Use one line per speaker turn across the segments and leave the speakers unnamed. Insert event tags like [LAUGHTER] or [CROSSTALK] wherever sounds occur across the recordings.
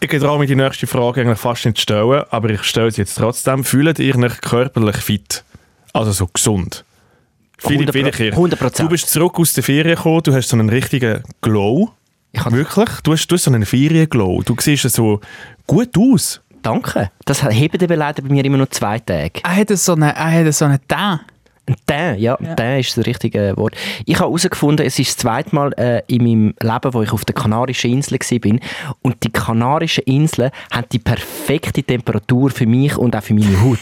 Ich traue mich die nächste Frage eigentlich fast nicht zu stellen, aber ich stelle sie jetzt trotzdem. Fühlt ihr euch körperlich fit? Also so gesund? Philipp
100%.
Wiederkehr.
100%.
Du bist zurück aus den Ferien gekommen, du hast so einen richtigen Glow.
Ich hab-
Wirklich? Du hast, du hast so einen Ferien-Glow. Du siehst so gut aus.
Danke. Das heben eben leider bei mir immer nur zwei Tage.
Er hat so einen, er hat so einen Teint.
Ein Teint, ja, ein Teint ist das richtige Wort. Ich habe herausgefunden, es ist das zweite Mal äh, in meinem Leben, wo ich auf der Kanarischen Insel war. Und die Kanarischen Inseln haben die perfekte Temperatur für mich und auch für meine Haut.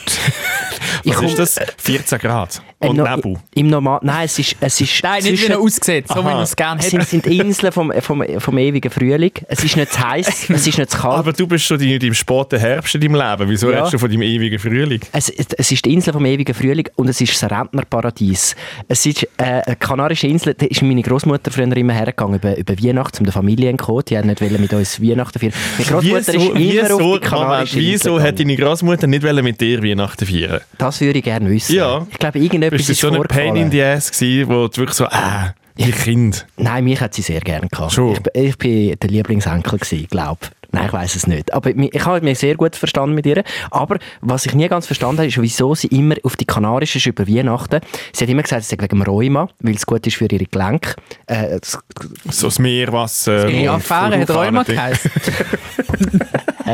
ich
Was
komm-
ist das? 14 Grad.
äh,
Und
no-
Nebel.
Im Normal Nein, es ist... Es ist
Nein, nicht wie
zwischen-
er aussieht, so wie
Aha.
man es gerne
Es
hätte.
sind, sind Inseln vom, vom, vom ewigen Frühling. Es ist nicht zu heiß, es ist nicht zu kalt.
Aber du bist schon in deinem späten Herbst in deinem Leben. Wieso
Ja.
redest du von deinem ewigen Frühling?
Es, es ist die Insel vom ewigen Frühling und es ist das Rentnerparadies. Es ist äh, eine kanarische Insel, da ist meine Großmutter früher immer hergegangen über, über Weihnachten, um der Familie zu kommen. Die hat nicht wollen mit uns Weihnachten feiern. Meine Großmutter ist immer auf die
Moment,
kanarische
wieso
Insel
hat
gegangen.
deine Großmutter nicht wollen mit dir Weihnachten feiern?
Das würde ich gerne wissen.
Ja.
Ich glaube, irgendetwas
Bist du
ist
so ein Pain in
vorgefallen.
the Ass gewesen, wo du wirklich so, äh, die Kind.
Nein, mich hat sie sehr gerne gehabt.
Schon?
Ich, bin- ich bin der Lieblingsenkel gewesen, glaube Nein, ich weiß es nicht. Aber mi- ich habe mich sehr gut verstanden mit ihr. Aber was ich nie ganz verstanden habe, ist, wieso sie immer auf die Kanarischen ist über Weihnachten. Sie hat immer gesagt, es sei wegen dem Rheuma, weil es gut ist für ihre Gelenke. Äh, das-
So das Meerwasser.
Die
wo-
Affäre hat
wo-
Rheuma
Ding.
geheißen. [LAUGHS]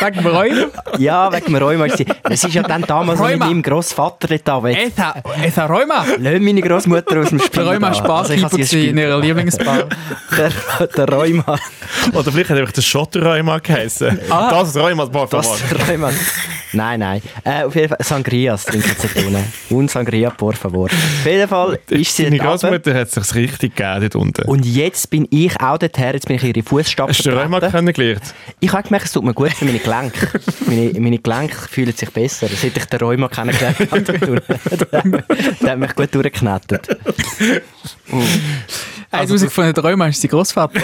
Wegen Rheuma?
ja, wegen dem Rheuma. ist sie- Es ist ja dann damals mit
Rheuma.
meinem Grossvater nicht da. Lass
Etha, Etha Rheuma?
Also
meine Großmutter aus dem
Der
Spiel.
Rheuma
da.
war
Also ich habe
Sparkeeper
sie
gewesen in
gespielt.
ihrer Lieblingsbar.
Der, der Rheuma.
Oder vielleicht hat einfach das Schotterräuma geheißen. Das Räuma, das Bad
Das Rheuma. Nein, nein. Äh, auf jeden Fall, Sangrias trinken sie drinnen. Und Sangria, por favor. Auf jeden Fall ist sie
Deine
dort runter.
Großmutter hat es sich richtig gegeben dort unten.
Und jetzt bin ich auch dorthin, jetzt bin ich in ihre Fußstapfen
Hast du den Räuma
getreten.
kennengelernt?
Ich habe gemerkt, es tut mir gut für meine Gelenke. [LAUGHS] meine, meine Gelenke fühlen sich besser, seit ich den Rheuma kennengelernt
[LAUGHS]
habe. Der hat mich gut durchgeknetet.
Er hat herausgefunden, der Rheuma ist sein Großvater.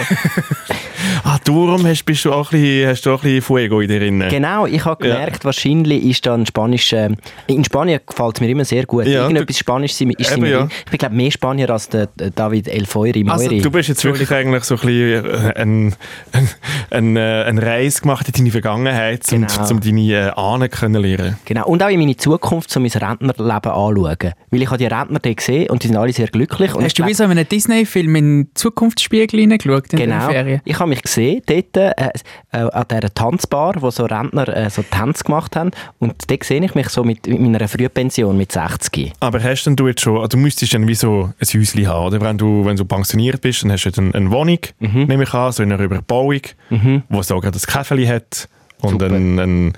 Ah, darum hast, bist du auch ein bisschen, hast du auch ein bisschen Fuego in dir drin.
Genau, ich habe
Ja.
gemerkt, wahrscheinlich ist da ein spanischer... In Spanien gefällt es mir immer sehr gut.
Ja,
Irgendetwas Spanisch ist sie
Eben,
mir
ja.
drin. Ich bin, glaube mehr Spanier als der der David El Feury.
Also,
Moiri.
Du bist jetzt wirklich eigentlich so ein bisschen äh, ein, ein, ein, äh, eine Reise gemacht in deine Vergangenheit, um,
Genau.
um deine äh, Ahnen können lernen.
Genau. Und auch in meine Zukunft, um mein Rentnerleben anzuschauen. Weil ich habe die Rentner dort gesehen und die sind alle sehr glücklich. Und ich
Hast du
glaub-
wie so in einem Disney-Film in den Zukunftsspiegel reingeschaut in
Genau.
den Ferien?
Ich habe mich gesehen dort äh, äh, an dieser Tanzbar, wo so Rentner äh, so Tanz gemacht haben. Und dort sehe ich mich so mit, mit meiner Frühpension mit 60.
Aber hast denn du jetzt schon, also du müsstest dann wie so ein Häuschen haben, oder? Wenn du, wenn du pensioniert bist, dann hast du dann eine Wohnung,
Mhm.
nehme ich an, so in einer Überbauung, wo es auch gerade ein Käfeli hat und
Super.
einen, einen,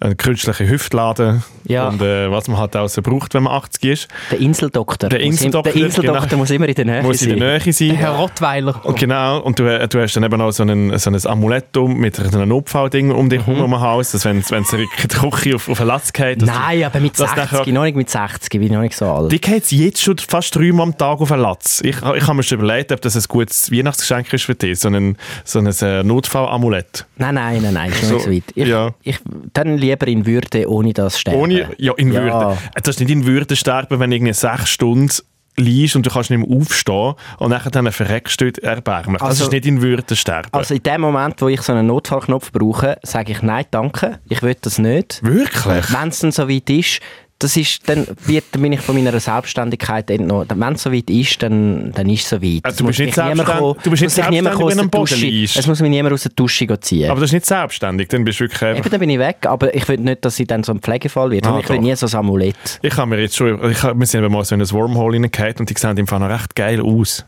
einen künstlichen Hüftladen
Ja.
und äh, was man halt auch so braucht, wenn man 80 ist,
Der Inseldoktor.
Der
Muss im-
Inseldoktor,
der Inseldoktor
genau.
muss immer in der Nähe
muss in
sein.
der Nähe
[LAUGHS]
sein.
Herr Rottweiler.
Und genau, und du, äh, du hast dann eben auch so ein, so ein Amulett um, mit so einem Notfallding um dich
Mhm.
herum am Hals, dass wenn es in der Küche auf, auf den Latz geht. dass
Nein, aber mit
das
60,
nachher-
noch nicht mit 60, bin ich noch nicht so alt.
Du, die geht jetzt schon fast dreimal am Tag auf den Latz. Ich, ich habe mir schon überlegt, ob das ein gutes Weihnachtsgeschenk ist für dich, so ein, so ein äh, Notfallamulett.
Nein, nein, nein, nein, ist noch
So,
nicht so weit. Ich,
ja.
ich, dann lieber in Würde, ohne das Sterben.
Ohne, ja, in
Ja.
Würde. Das ist nicht in Würde sterben, wenn du irgendwie sechs Stunden liegst und du kannst nicht mehr aufstehen und nachher dann verreckst du dort erbärmlich. Das
Also-
ist nicht in Würde sterben.
Also in dem Moment, wo ich so einen Notfallknopf brauche, sage ich nein, danke, ich will das nicht.
Wirklich?
Wenn es dann so weit ist, das ist, dann, wird, dann bin ich von meiner Selbstständigkeit eh entnommen. Wenn es so weit ist, dann, dann ist es so weit.
Also
Es
du bist
muss
nicht
mich niemand
selbstständ-
kommen-
du bist
muss
nicht
mich
selbstständig,
niemand
wenn
kommen aus der
du am Boden
Dusche-
liegst.
Es muss mich niemand aus der Dusche go ziehen.
Aber das ist nicht selbstständig, dann bist du wirklich einfach
Eben, dann bin ich weg, aber ich will nicht, dass ich dann so ein Pflegefall wird.
Ah,
ich will
doch.
nie so ein Amulett.
Ich habe mir jetzt schon, ich hab, wir sind eben mal so in ein Wormhole reingehauen und die sehen im Fall noch recht geil aus.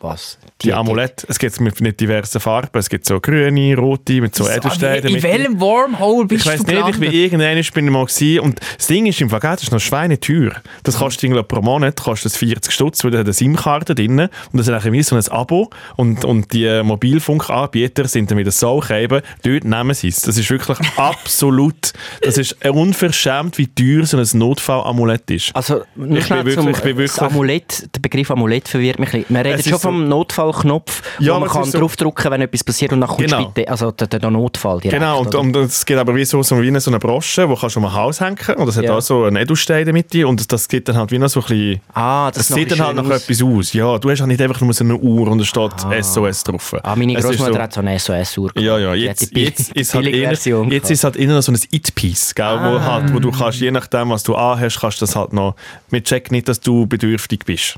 Was?
Die, Amulette, es gibt mit, mit diversen Farben, es gibt so grüne, rote, mit so Edelsteinen.
Also, Ah, In
mit-
welchem Wormhole bist
ich weiß
du
nicht, ich bin
gelandet?
irgendwann bin ich mal gewesen. und das Ding ist im Fall, gell, das ist noch schweineteuer. Das kostet irgendwie pro Monat kostet das 40 Stutz, weil da hat eine SIM-Karte drin und das ist eigentlich wie so ein Abo und, und die äh, Mobilfunkanbieter sind damit so eben, dort nehmen sie es. Das ist wirklich [LAUGHS] absolut, das ist äh, unverschämt, wie teuer so ein Notfallamulett ist.
Also, nur
Ich
schnell
bin
zum
wirklich- ich bin
das
wirklich-
Amulett, der Begriff Amulett verwirrt mich ein bisschen. Man redet
Es
schon
ist
vom am Notfallknopf,
Ja,
wo man
aber es
kann
ist so-
draufdrücken, wenn etwas passiert und dann kommt
Genau.
bitte, also der, der der Notfall direkt.
Genau, und,
oder?
und es gibt aber wie so, so, wie eine- so eine Brosche, die kannst du um ein Haus hängen und das hat
Ja.
auch so einen Edelstein in der Mitte und das, das gibt dann halt wie noch so ein bisschen...
ah, das,
Das,
noch
sieht dann
ein
halt
schön
noch
aus.
etwas aus. Ja, du hast halt nicht einfach nur so eine Uhr und da steht SOS drauf.
Ah, meine
Es ist
Großmutter
so-
hat so eine SOS-Uhr.
Ja, ja,
Die
jetzt,
hat die
jetzt
bi-
ist halt
billige
eher, jetzt
Version gehabt. Ah.
ist halt eher noch so ein It-Piece, gell, wo, halt, wo du kannst, je nachdem, was du anhast, kannst du das halt noch, wir checken nicht, dass du bedürftig bist.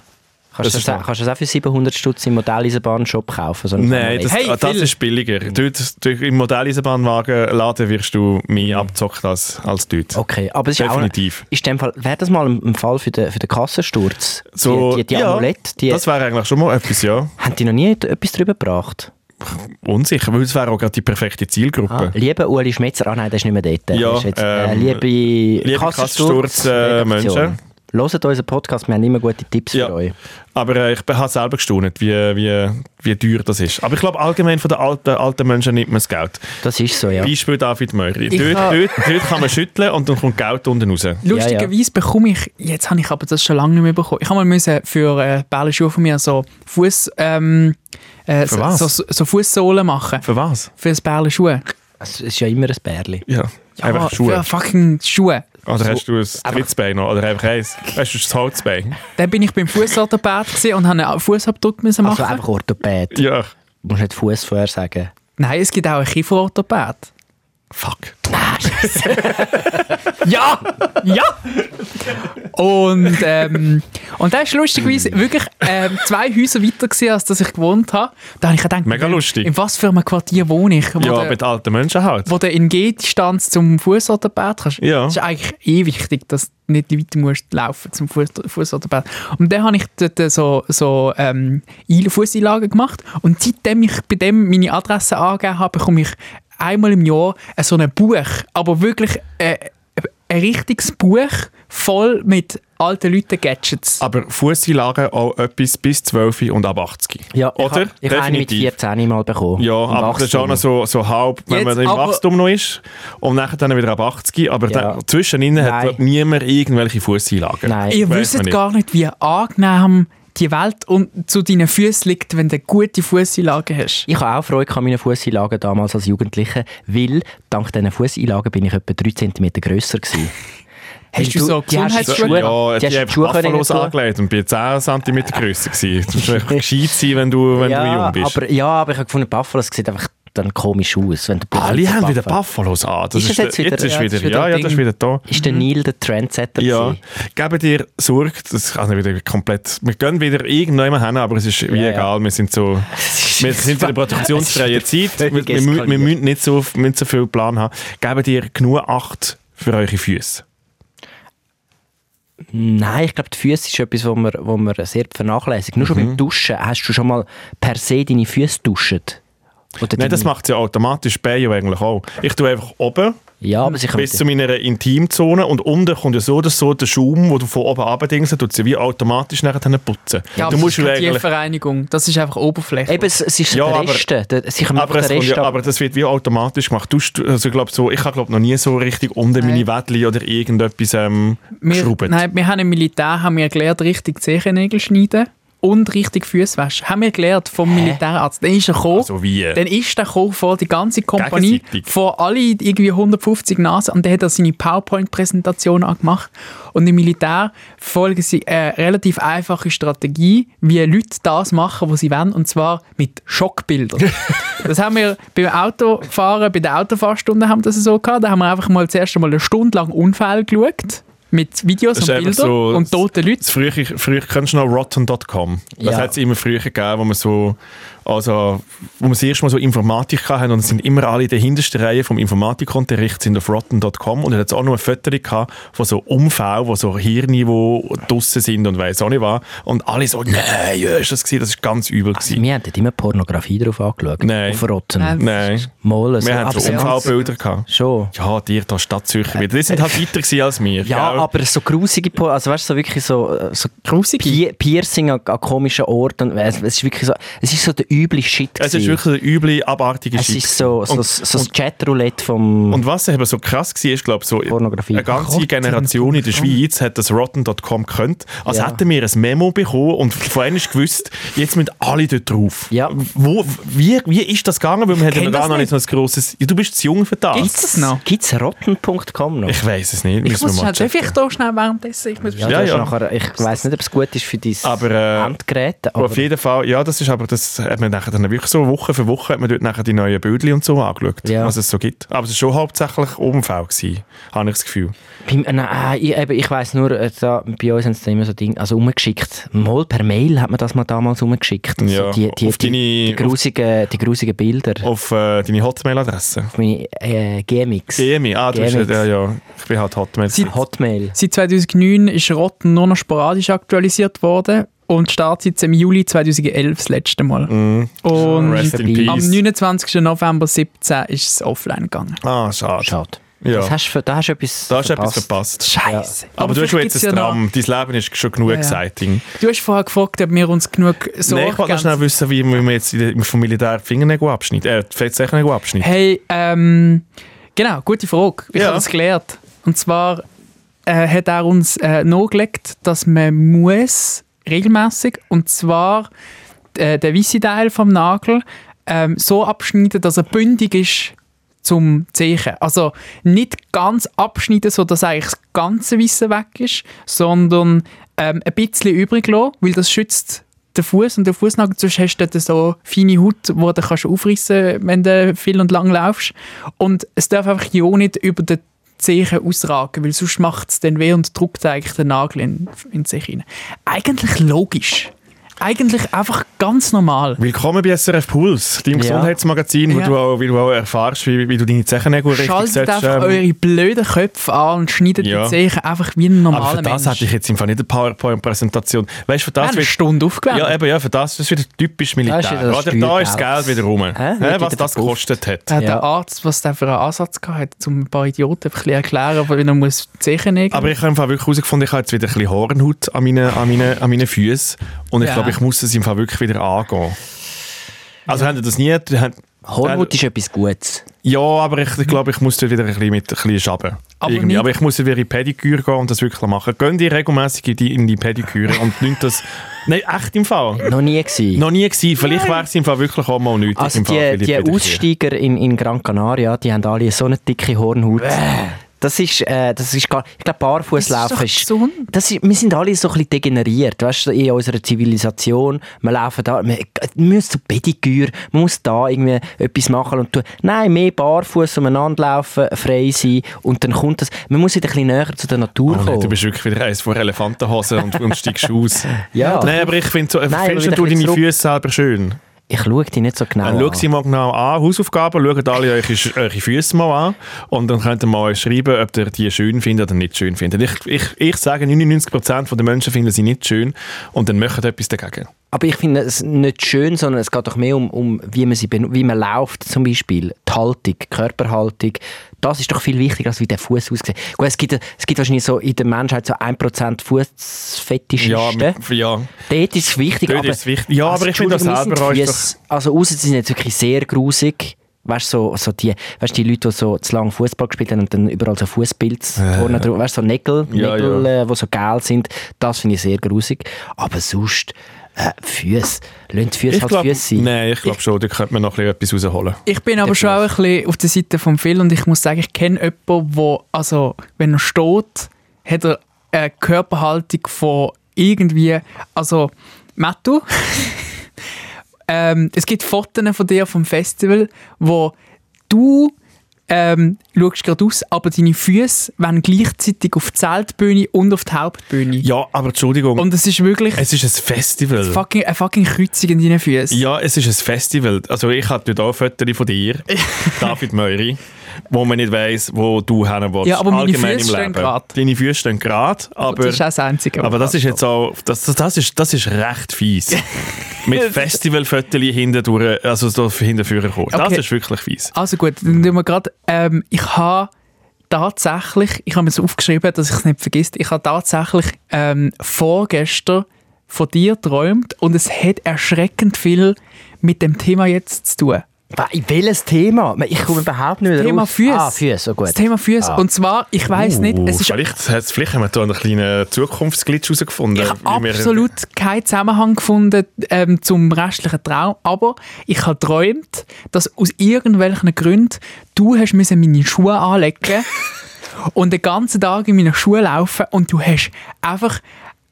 Kannst du
ist
das,
noch-
auch- kannst du das auch für 700 Stutz im Modelleisenbahnshop kaufen? So einen
Nein, das,
Family-
Hey,
ah, das
Phil.
ist billiger. Dort, durch, Im Modelleisenbahnwagenladen wirst du mehr abzockt als, als dort.
Okay, aber es ist
Definitiv.
auch... Ist in dem Fall, wäre das mal ein ein Fall für den, für den Kassensturz? die, die, die
ja,
Amulette, die,
das wäre eigentlich schon mal etwas, ja.
haben die noch nie etwas drüber gebracht?
Unsicher, weil es wäre auch gerade die perfekte
Ah,
Zielgruppe.
lieber Uli Schmetzer, ah nein, der ist nicht mehr dort. Der
Ja,
ist jetzt, äh,
ähm,
liebe
liebe Kassensturz, äh,
Redaktion.
Menschen.
Hört unseren Podcast, wir haben immer gute Tipps
Ja.
für euch.
Aber äh, ich habe selber gestaunt, wie, wie, wie teuer das ist. Aber ich glaube, allgemein von den alten, alten Menschen nimmt man das Geld.
Das ist so, ja.
Beispiel David Möri.
Ich
Dort,
habe-
dort, dort kann man schütteln und dann kommt Geld unten raus.
Lustigerweise bekomme ich, jetzt habe ich aber das schon lange nicht mehr bekommen. Ich habe mal müssen für äh, Bälle Schuhe von mir so Fuß ähm, äh,
Für
so,
was?
so, so Fußsohlen machen.
Für was?
Für das Bälle Schuhe.
Es ist ja immer ein Bärli.
Ja, einfach
Für
Schuhe.
fucking Schuhe.
Oder hast du ein Drittbein noch? Oder einfach eins? Hast du das Holzbein?
Dann bin ich beim Fußorthopäd gewesen und habe einen Fußabdruck müssen machen.
Also einfach Orthopäd.
Ja.
Du musst nicht Fuß vorher sagen.
Nein, es gibt auch einen Kieferorthopäd.
Fuck.
Ja! Ja! Und, ähm, und der war lustigerweise wirklich ähm, zwei Häuser weiter, gewesen, als dass ich gewohnt habe. Da habe ich gedacht,
Mega lustig.
in was für einem Quartier wohne ich? Wo
Ja,
der-
mit alten Menschen halt.
wo du in Gehdistanz zum Fußorthopäd kannst.
Ja.
Das ist eigentlich eh wichtig, dass du nicht weiter musst laufen zum Fuß- Fußorthopäd. Und dann habe ich dort äh, so, so ähm, Ein- Fußeinlagen gemacht und seitdem ich bei dem meine Adresse angegeben habe, bekomme ich einmal im Jahr äh, so ein Buch, aber wirklich äh, ein richtiges Buch voll mit alten Leuten Gadgets.
Aber Fußeinlagen auch etwas bis 12 und ab 80.
Ja, ich
Oder?
habe ich hab einen mit 14 mal bekommen.
Ja,
Im
aber das ist auch
Wachstum.
noch so, so halb, wenn
Jetzt
man im
aber-
Wachstum noch ist. Und nachher dann wieder ab 80. Aber
Ja.
da, zwischenin hat
Nein.
glaub, niemand irgendwelche Fußeinlagen.
Nein.
Ihr
Weiss
wisst
man nicht.
gar nicht, wie angenehm die Welt und zu deinen Füßen liegt, wenn du eine gute Fußeinlage hast.
Ich habe auch Freude an meinen Fußeinlagen damals als Jugendlicher, weil dank diesen Fußeinlagen bin ich etwa 3 cm grösser gewesen. Weil
du so
die hast
Ja,
Schuhe- die
Gesundheitsschuhe
die
hast
ich
die
einfach
Schuhe können
Waffelos
tun.
angelegt und bin 10 cm grösser gewesen.
[LAUGHS]
Du musst einfach gescheit sein, wenn du, wenn du jung bist.
Aber, ja, aber ich habe gefunden, Buffalos sieht einfach dann komisch aus. Wenn du
Alle
plötzlich
haben wieder
Buffalo-
Buffalos an. Das
Ist das jetzt
der-
wieder-
Jetzt
ja,
ist
das
wieder,
ist wieder
ja,
ein
ja, das ist
Ding.
wieder da.
Ist der Neil der Trendsetter?
Ja,
gewesen?
geben dir Sorge, das kann ich wieder komplett. Wir gehen wieder irgendjemanden hin, aber es ist wie
Ja, ja.
egal. Wir sind so. Wir sind in der produktionsfreien Zeit. Wir, wir, mü-
völlig
wir
eskaliert.
müssen nicht so, nicht so viel Plan haben. Geben dir genug Acht für eure Füße.
Nein, ich glaube, die Füße ist etwas, wo man, wo man sehr vernachlässigt. Nur schon
Mhm.
beim Duschen. Hast du schon mal per se deine Füße duschet? Oder
Nein, das
deine-
macht ja automatisch Bayo eigentlich auch. Ich tue einfach oben
Ja, aber sicher
bis zu meiner Intimzone und unten kommt ja so oder so der Schaum, den du von oben abdingst, tut sie wie automatisch nachher dann putzen.
Ja,
du
aber
musst
das ist keine
eigentlich,
Tiervereinigung. Das ist einfach Oberfläche.
Eben, es, es ist
Ja,
der
aber-
Rest. der- sicher macht
aber, es
der
kommt
Rest
ja,
ab.
aber das wird wie automatisch gemacht. Du, stu- also ich glaube so, ich habe glaub, noch nie so richtig unten meine
Nein.
Wädchen oder irgendetwas ähm,
wir,
geschraubt.
nein, wir haben im Militär haben wir gelernt, richtig Zehennägel schneiden und richtig Füße waschen. Haben wir gelernt vom Militärarzt. Dann ist er gekommen.
Also wie?
Dann ist der gekommen vor die ganze Kompanie,
Gegenseitig.
vor alle irgendwie 150 Nasen und dann hat er seine PowerPoint-Präsentation angemacht. Und im Militär folgen sie eine relativ einfache Strategie, wie Leute das machen, was sie wollen, und zwar mit Schockbildern. das haben wir beim Autofahren, bei der Autofahrstunde haben wir das so gehabt, da haben wir einfach mal zuerst einmal eine Stunde lang Unfall geschaut. Mit Videos
Das
und
ist einfach
Bildern
so-
und toten Leuten.
Das Früher, früher kennst du noch Rotten.com. Das
Ja.
hat es immer früher gegeben, wo man so, also, wo man das erste Mal so Informatik hatten und es sind immer alle in der hintersten Reihe vom Informatikunterricht sind auf Rotten.com und dann hat es auch noch ein Foto gehabt von so Umfällen, wo so Hirne, wo draussen sind und weiss auch nicht was. Und alle so, nein, ja, ist das gewesen? Das ist ganz übel
Also,
gewesen.
wir haben dort immer Pornografie drauf angeschaut.
Nein.
Auf Rotten.
Nein.
Nein.
Mal, so
Wir haben so
absurd.
Unfallbilder gehabt.
Schon.
Ja, dir da Stadtsücher wieder. Die sind halt weiter gewesen als wir.
Ja,
gell?
aber so grusige, Po- also weißt du, so wirklich so, äh, so
Grusige?
Pi- Piercing an, an komischen Orten. Es, es ist wirklich so, es ist so der üble Shit.
Es ist
gewesen.
wirklich ein üble, abartige
es
Shit.
ist so, so,
Und-
so das Chatroulette vom
Und was eben so krass war, ist, glaube so
Pornografie.
eine ganze
Rotten.com.
Generation in der Schweiz hat das Rotten.com gekannt. Als
Ja.
Also hätten wir ein Memo bekommen und von einem ist gewusst, jetzt müssen alle dort drauf.
Ja.
Wo, wie, wie ist das gegangen? Weil wir hätten
kenn
ja
das
gar noch nicht so ein grosses... Ja, du bist zu jung für das.
Gibt's das noch?
Gibt es rotten.com noch?
Ich weiß es nicht.
Ich
Müssen wir
muss
mal
schnell, darf ich
checken.
da schnell währenddessen? Ich muss
Ja,
Ja, du hast
ja.
Nachher, ich weiss nicht, ob es gut ist für dein
Aber, äh,
Endgerät.
Aber
Aber
auf jeden Fall, ja, das ist aber, das hat man nachher dann wirklich so Woche für Woche hat man dort nachher die neuen Bildchen und so angeschaut,
Ja.
was es so gibt. Aber es war schon hauptsächlich Umfeld, gewesen, habe ich das Gefühl.
beim, äh, nein, ich, eben, ich weiss nur, äh, da, bei uns haben sie da immer so Dinge also umgeschickt. Mal per Mail hat man das mal damals umgeschickt. Also
Ja,
die, die,
auf
die,
deine-
die, grusigen, die grusigen Bilder.
Auf äh, deine Hotmail-Adresse.
Auf meine äh, GMX.
Emi, ah, du bist,
GMX.
ja, ja, ich bin halt Hotmail.
Hotmail.
Seit 2009 ist Rotten nur noch sporadisch aktualisiert worden und startet im Juli 2011 das letzte Mal.
Mhm. Rest
Und
in
Am
am
Peace.
29. November 17 ist es offline gegangen.
Ah, schade.
Schade.
Ja.
Das hast, du ver- da hast du etwas
Da hast du etwas
verpasst.
verpasst.
Scheiße.
Aber, du hast
vielleicht
jetzt
gibt's
ein
ja
Tram. Dein Leben ist schon genug
Ja, ja.
exciting.
noch- Du hast vorher gefragt, ob wir uns genug Sorgen
Nein, ich wollte noch
geben.
schnell wissen, wie man jetzt in der- vom Militär die Fingernägel abschneidet. Äh, die Fettsechnägel abschneidet.
Hey, ähm, genau, gute Frage. Ich
Ja.
habe das gelernt. Und zwar äh, hat er uns äh, nahegelegt, dass man muss regelmäßig und zwar äh, den weissen Teil vom Nagel ähm, so abschneiden, dass er bündig ist zum Zeichen. Also nicht ganz abschneiden, sodass eigentlich das ganze Wissen weg ist, sondern ähm, ein bisschen übrig lassen, weil das schützt den Fuß und den Fußnagel. Sonst hast du dort so feine Haut, die du kannst aufrissen wenn du viel und lang laufst. Und es darf einfach ja nicht über den Zeichen ausragen, weil sonst macht es dann weh und drückt eigentlich den Nagel in, in den Zeich rein. Eigentlich logisch. Eigentlich einfach ganz normal.
Willkommen bei SRF Puls, deinem
Ja.
Gesundheitsmagazin, wo
Ja.
du auch, wie du auch erfährst, wie, wie du deine Zechennägel richtig
Schaltet
setzt.
einfach
ähm,
eure blöden Köpfe an und schneidet
Ja.
die Zeichen einfach wie ein normaler
aber für das
Mensch.
hätte ich jetzt im Fall nicht eine PowerPoint-Präsentation. Weißt du, für das
eine
wird
Stunde aufgewärmt.
ja, eben, ja, für das ist wieder typisch Militär.
Da ist wieder das
Oder da ist das
Steuergeld.
Geld wieder rum.
Hä?
Hä,
Wird
was
wieder
das
verkauft.
gekostet hat.
Da hat
Ja.
der Arzt, was der für einen Ansatz hatte, um ein paar Idioten ein bisschen erklären, wie man muss die Zeichen nehmen
Aber ich habe im Fall wirklich herausgefunden, ich habe jetzt wieder ein bisschen Hornhaut an meinen, an meinen, an meinen Füßen. Und ich
Ja.
glaube, ich muss es im Fall wirklich wieder angehen. Also, habt ihr das nie? habt-
Hornhaut ist etwas Gutes.
Ja, aber ich glaube, ich muss dort wieder ein bisschen, mit, ein bisschen schaben.
Aber
Irgendwie.
nicht-
aber ich muss wieder in die Pediküre gehen und das wirklich machen. Gehen die regelmäßig in die, in die Pediküre und nicht das...
[LAUGHS]
Nein, echt im Fall.
Noch nie gewesen.
Noch nie gewesen. Vielleicht wäre es im Fall wirklich auch mal nötig.
also
im Fall
die,
für
die
Pediküre.
Aussteiger in, in Gran Canaria, die haben alle so eine dicke Hornhaut. Das ist, äh, das ist gar, ich glaube, Barfußlaufen
Das ist doch
ist.
gesund.
Das ist, wir sind alle so ein bisschen degeneriert, weißt du, in unserer Zivilisation. Wir laufen da, wir, wir müssen zu Pediküre, man muss da irgendwie etwas machen und tun. Nein, mehr barfuß umeinander laufen, frei sein und dann kommt das. Man muss wieder ein bisschen näher zu der Natur
Oh nein,
kommen.
du bist wirklich wieder eins von Elefantenhosen und, und steigst aus.
[LAUGHS] Ja.
Nein, aber ich finde so,
aber
findest
wieder
du
ein bisschen
deine
zurück.
Füße selber schön?
ich schaue dich nicht so genau
Dann
an.
schaut sie mal genau an, Hausaufgaben, schaut alle eure, Sch- eure Füße mal an und dann könnt ihr mal schreiben, ob ihr die schön findet oder nicht schön findet. Ich, ich, ich sage, 99% der Menschen finden sie nicht schön und dann machen sie etwas dagegen.
Aber ich finde es nicht schön, sondern es geht doch mehr um, um wie, man sie benu- wie man läuft zum Beispiel. Die Haltung, die Körperhaltung. Das ist doch viel wichtiger, als wie der Fuß aussieht. Gut, es gibt, es gibt wahrscheinlich so in der Menschheit so 1%
Ja,
Fußfetischisten.
mit, ja.
Dort ist es wichtig.
Dort
aber, also
ist es wichtig. Ja, aber ich finde das
Entschuldigung,
selber
wir sind
auch
Füsse- Also außer sie sind jetzt wirklich sehr grusig. Weißt du, so, so die, weißt, die Leute, die so zu lange Fußball gespielt haben und dann überall so Fußpilz vorne drauf, weißt du, so Nägel,
Ja,
Nägel äh, die so gel sind, das finde ich sehr grusig. Aber sonst, äh, Füße, lasst die Füße
Ich
halt
glaube
Füße sein.
nee, ich glaub schon, da könnte man noch ein bisschen etwas rausholen.
Ich bin aber schon auch ein bisschen auf der Seite von Phil und ich muss sagen, ich kenne jemanden, wo also wenn er steht, hat er eine Körperhaltung von irgendwie, also
[LAUGHS]
Mattu. ähm, es gibt Fotos von dir vom Festival, wo du ähm, schaust gerade aus, aber deine Füße werden gleichzeitig auf die Zeltbühne und auf die Hauptbühne.
Ja, aber Entschuldigung,
Und es ist wirklich
es ist ein Festival.
fucking, eine fucking Kreuzung in deinen Füßen.
Ja, es ist ein Festival. Also ich habe dort auch Fotos von
[LAUGHS]
dir, David Meury, wo man nicht weiss, wo du hin willst.
Ja, aber meine
Allgemein im
Füße stehen
Leben.
grad.
Deine Füße stehen gerade, aber...
das ist auch das Einzige. was
aber das
geht.
ist jetzt auch, das, das, das, ist, das ist recht
[LAUGHS]
fies. Mit Festivalfotos hinten durch, also so hinten vorkommen. Das
Okay.
ist wirklich fies.
Also gut, dann tun wir gerade. Ähm, ich habe tatsächlich, ich habe mir das aufgeschrieben, dass ich es nicht vergisst, ich habe tatsächlich ähm, vorgestern von dir träumt und es hat erschreckend viel mit dem Thema jetzt zu tun.
Wa- Welches Thema? Ich komme überhaupt nicht mehr
Thema
raus.
Füße.
Ah, Füße, oh gut.
Das Thema Füße.
Ah. Uh,
Und zwar, ich weiß nicht, es ist
Uh, vielleicht, hat's- vielleicht haben wir da einen kleinen Zukunftsglitch herausgefunden.
ich habe
Äh, wie wir-
absolut keinen Zusammenhang gefunden ähm, zum restlichen Traum, aber ich habe geträumt, dass aus irgendwelchen Gründen du hast müssen meine Schuhe
[LAUGHS]
anlegen und den ganzen Tag in meinen Schuhen laufen und du hast einfach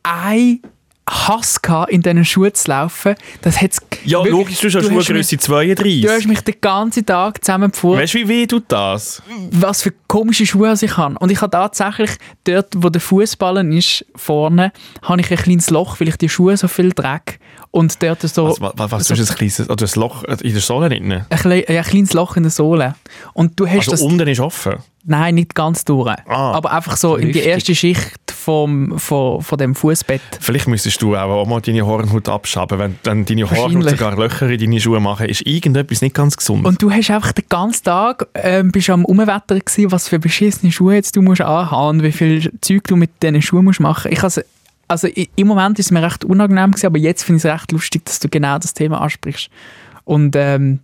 ein Hass gehabt, in diesen Schuhen zu laufen. Das hat's
Ja,
wirklich-
logisch, du hast eine
hast mich-
Schuhgröße 32.
Du hast mich den ganzen Tag zusammengepfuhr,
Weißt du, wie weh tut das?
was für komische Schuhe ich habe. Und ich habe tatsächlich dort, wo der Fußballen ist, vorne, habe ich ein kleines Loch, weil ich die Schuhe so viel trage. Und dort so
Was, was, Also, was du hast ein kleines oder ein Loch in der Sohle drin?
ein, klei- äh, ein kleines Loch in der Sohle. Und du hast
Also
das...
unten ist offen.
Nein, nicht ganz durch.
Ah,
aber einfach so in die
richtig.
erste Schicht vom, von, von dem Fußbett.
Vielleicht müsstest du aber auch mal deine Hornhaut abschaben. Wenn, wenn deine Hornhaut
Wahrscheinlich.
sogar Löcher in deine Schuhe machen, ist irgendetwas nicht ganz gesund.
Und du hast einfach den ganzen Tag ähm, bist am Umwetter gewesen, was für beschissene Schuhe jetzt du musst anhaben und wie viel Zeug du mit diesen Schuhen musst machen. Ich also, also i- im Moment ist es mir recht unangenehm gewesen, aber jetzt finde ich es recht lustig, dass du genau das Thema ansprichst und ähm,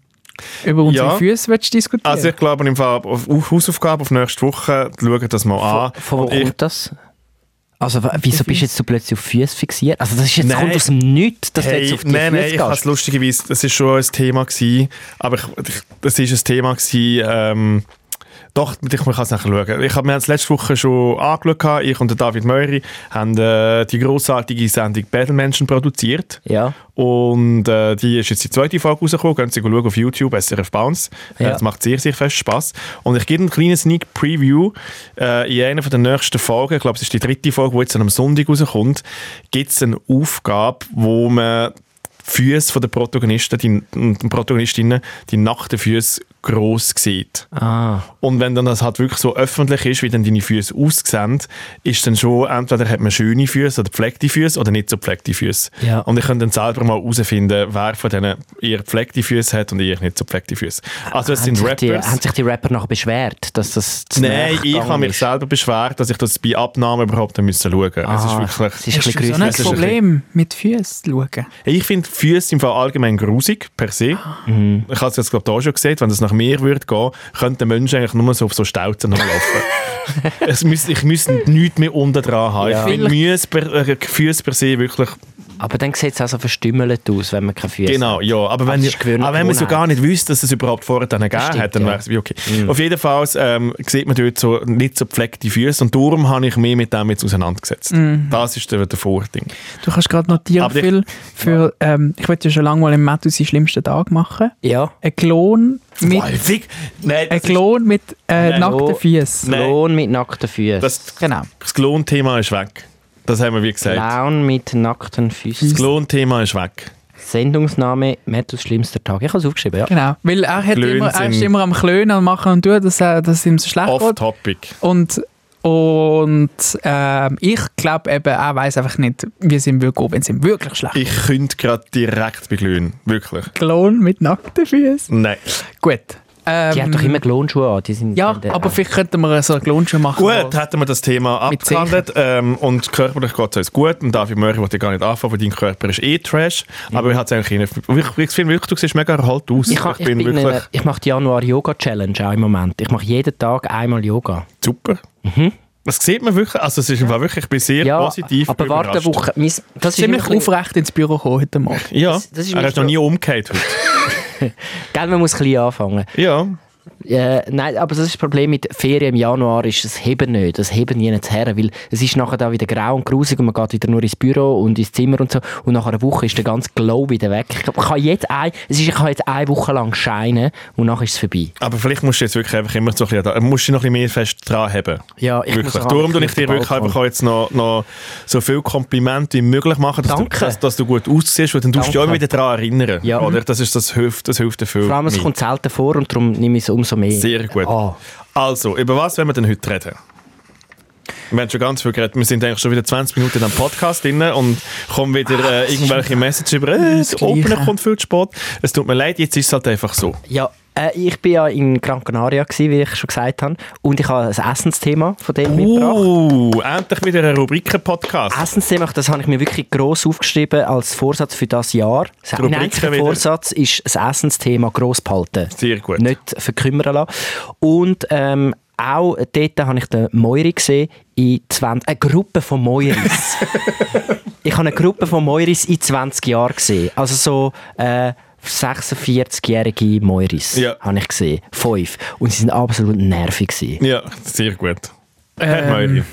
über unsere
Ja.
Füße willst du diskutieren.
also ich glaube im Fall auf auf Hausaufgabe auf nächste Woche, schauen das mal an.
Von wo
Ah, Und ich,
kommt das? Also, w- wieso bist du jetzt so plötzlich auf Füße fixiert? Also, das ist jetzt,
Nein.
kommt aus dem Nichts, dass du
hey,
jetzt auf die
nein, nein,
Füße
ich habe es
gehst.
lustigerweise, das war schon ein Thema, gewesen, aber ich- ich- das ist ein Thema, gewesen, ähm, doch, ich kann es nachher schauen. Ich hab, wir haben es letzte Woche schon angeschaut, gehabt. ich und der David Meury haben äh, die grossartige Sendung Battlemenschen produziert.
Ja.
Und äh, die ist jetzt die zweite Folge rausgekommen. Gehen Sie schauen auf YouTube, SRF Bounce.
Ja.
Äh, das macht sehr, sehr fest Spass. Und ich gebe einen kleinen Sneak Preview. Äh, in einer von der nächsten Folgen, ich glaube, es ist die dritte Folge, die jetzt am Sonntag rauskommt, gibt es eine Aufgabe, wo man die Füße von der Protagonisten die, und den Protagonistinnen, die nackten Füße gross sieht.
Ah.
Und wenn dann das halt wirklich so öffentlich ist, wie dann deine Füße aussehen, ist dann schon, entweder hat man schöne Füße oder pflegte Füße oder nicht so pflegte Füße.
Ja.
Und ich könnte dann selber mal herausfinden, wer von denen eher pflegte Füße hat und eher nicht so pflegte Füße. Also es sind
Haben sich Ah, Die,
Rappers.
haben sich die Rapper nachher beschwert, dass das zu
Nein,
nahe
ich
gegangen
habe mich
ist?
selber beschwert, dass ich das bei Abnahme überhaupt nicht müssen schauen musste. Es
Ah,
ist wirklich...
es ist ein
hast du
bisschen
so ein
gruselig.
Problem mit Füßen schauen?
Ich finde Füße im Fall allgemein grusig, per se.
Mhm.
Ich habe es jetzt, glaube ich, auch schon gesagt, wenn es nach mir würde gehen, könnten Menschen eigentlich nur so auf so Stauzen rumlaufen. es müsst, ich müsste nichts mehr unten dran haben.
Ja.
Ich finde Müsse per- äh, Füße per se wirklich...
Aber dann sieht es auch so verstümmelt aus, wenn man keine Füße
Genau, ja. Aber
das
wenn,
ist Gewöhnung-
aber wenn man so
Gewohnheit.
gar nicht wüsste, dass es überhaupt vorher dann gegeben
stimmt,
hat, dann
ja.
wäre es wie okay.
Mhm.
Auf jeden Fall ähm, sieht man dort so nicht so gepflegte Füße und darum habe ich mich mit dem jetzt auseinandergesetzt. Das ist der, der Vording.
Du kannst gerade notieren,
Aber ich-
viel für ähm, ich wollte ja schon lange mal im Mathe seinen schlimmsten Tag machen.
Ja.
Ein Klon mit
Boah, Fick. Nein,
ein
das, ist,
Klon mit äh,
Nein.
nackten
Oh.
Füßen.
Nein.
Clown mit nackten Füßen.
das,
Genau.
das Klonthema ist weg. Das haben wir wie gesagt.
Clown mit nackten
Das
Füßen.
Klonthema ist weg.
Sendungsname Matthews schlimmster Tag. Ich habe es aufgeschrieben, ja.
Genau, weil er, hat
Klönen
immer, er ist
sind-
immer am Klönen und machen und tun, dass, er, dass es ihm so schlecht geht.
Off-Topic.
Und, und ähm, ich glaube eben, er weiß einfach nicht, wie es ihm wirklich geht, wenn es ihm wirklich schlecht geht.
Ich könnte gerade direkt beglühen. Wirklich.
Klon mit nackten Füßen.
Nein.
Gut. Ähm,
Die hat doch immer Klonschuhe an. Die sind
Ja,
dann-
aber vielleicht könnten wir so einen Klon schon machen.
Gut, hätten wir das Thema
Mit
abgehandelt. Ähm, und körperlich geht es uns gut. Und David Murray wollte gar nicht anfangen, weil dein Körper ist eh Trash. Aber ich hatte es eigentlich... Ich, ich finde wirklich, du siehst mega erholt aus.
Ich, ich, ich, bin in einer- ich mache die Januar-Yoga-Challenge auch im Moment. Ich mache jeden Tag einmal Yoga.
super. Das sieht man wirklich. Also es ist im Fall wirklich, ich bin sehr
Ja,
positiv
aber warte eine
überrascht.
Woche. Mein, das ist
Ziemlich
immer ein bisschen-
aufrecht ins Büro gekommen heute Morgen.
Ja,
Das- das ist
er
mein
ist noch
Pro-
nie umgekehrt heute.
Gell, man muss ein bisschen anfangen.
ja.
Äh, nein, aber das ist das Problem mit Ferien im Januar, ist, es heben nicht, es heben nie zu her, weil es ist nachher da wieder grau und grusig und man geht wieder nur ins Büro und ins Zimmer und so und nach einer Woche ist der ganze Glow wieder weg. Ich kann jetzt, ein, es ist, ich kann jetzt eine Woche lang scheinen und nachher ist es vorbei.
Aber vielleicht musst du jetzt wirklich einfach immer so ein bisschen, da- musst du noch ein bisschen mehr fest dran haben.
Ja, ich
wirklich.
muss auch
Darum
ein
tue
bisschen
ich dir
auf den
wirklich
Balkon.
einfach jetzt noch, noch so viel Komplimente wie möglich machen, dass,
Danke.
Du, dass, dass du gut aussiehst und dann tust du dich auch
Danke.
immer wieder daran erinnern.
Ja.
Oder? Das, ist, das hilft, das hilft dafür.
Vor allem, es kommt selten vor und darum nehme ich es umso mehr.
Sehr gut.
Ah.
Also, über was wollen wir denn heute reden? Wir haben schon ganz viel geredet. Wir sind eigentlich schon wieder 20 Minuten am Podcast drin und kommen wieder äh, irgendwelche Messages über, äh, das
Gleiche.
Opener kommt viel zu spät. Es tut mir leid, jetzt ist es halt einfach so.
Ja, Äh, ich bin ja in Gran Canaria, gewesen, wie ich schon gesagt habe. Und ich habe ein Essensthema von dem mitgebracht. Ah,
Uh, endlich wieder ein Rubriken-Podcast.
Essensthema, das habe ich mir wirklich gross aufgeschrieben als Vorsatz für das Jahr. Mein
Rubriken
einziger
wieder.
Vorsatz ist, das Essensthema gross behalten.
Sehr gut.
Nicht verkümmern lassen. Und ähm, auch dort habe ich den Moiri gesehen, in 20, eine Gruppe von Moiris.
[LAUGHS]
ich habe eine Gruppe von Moiris in 20 Jahren gesehen. Also so äh, 46-jährige Moiris
Ja.
habe ich gesehen. Fünf. Und sie sind absolut nervig. gewesen.
Ja, sehr gut. Herr
Ähm,
Meuri.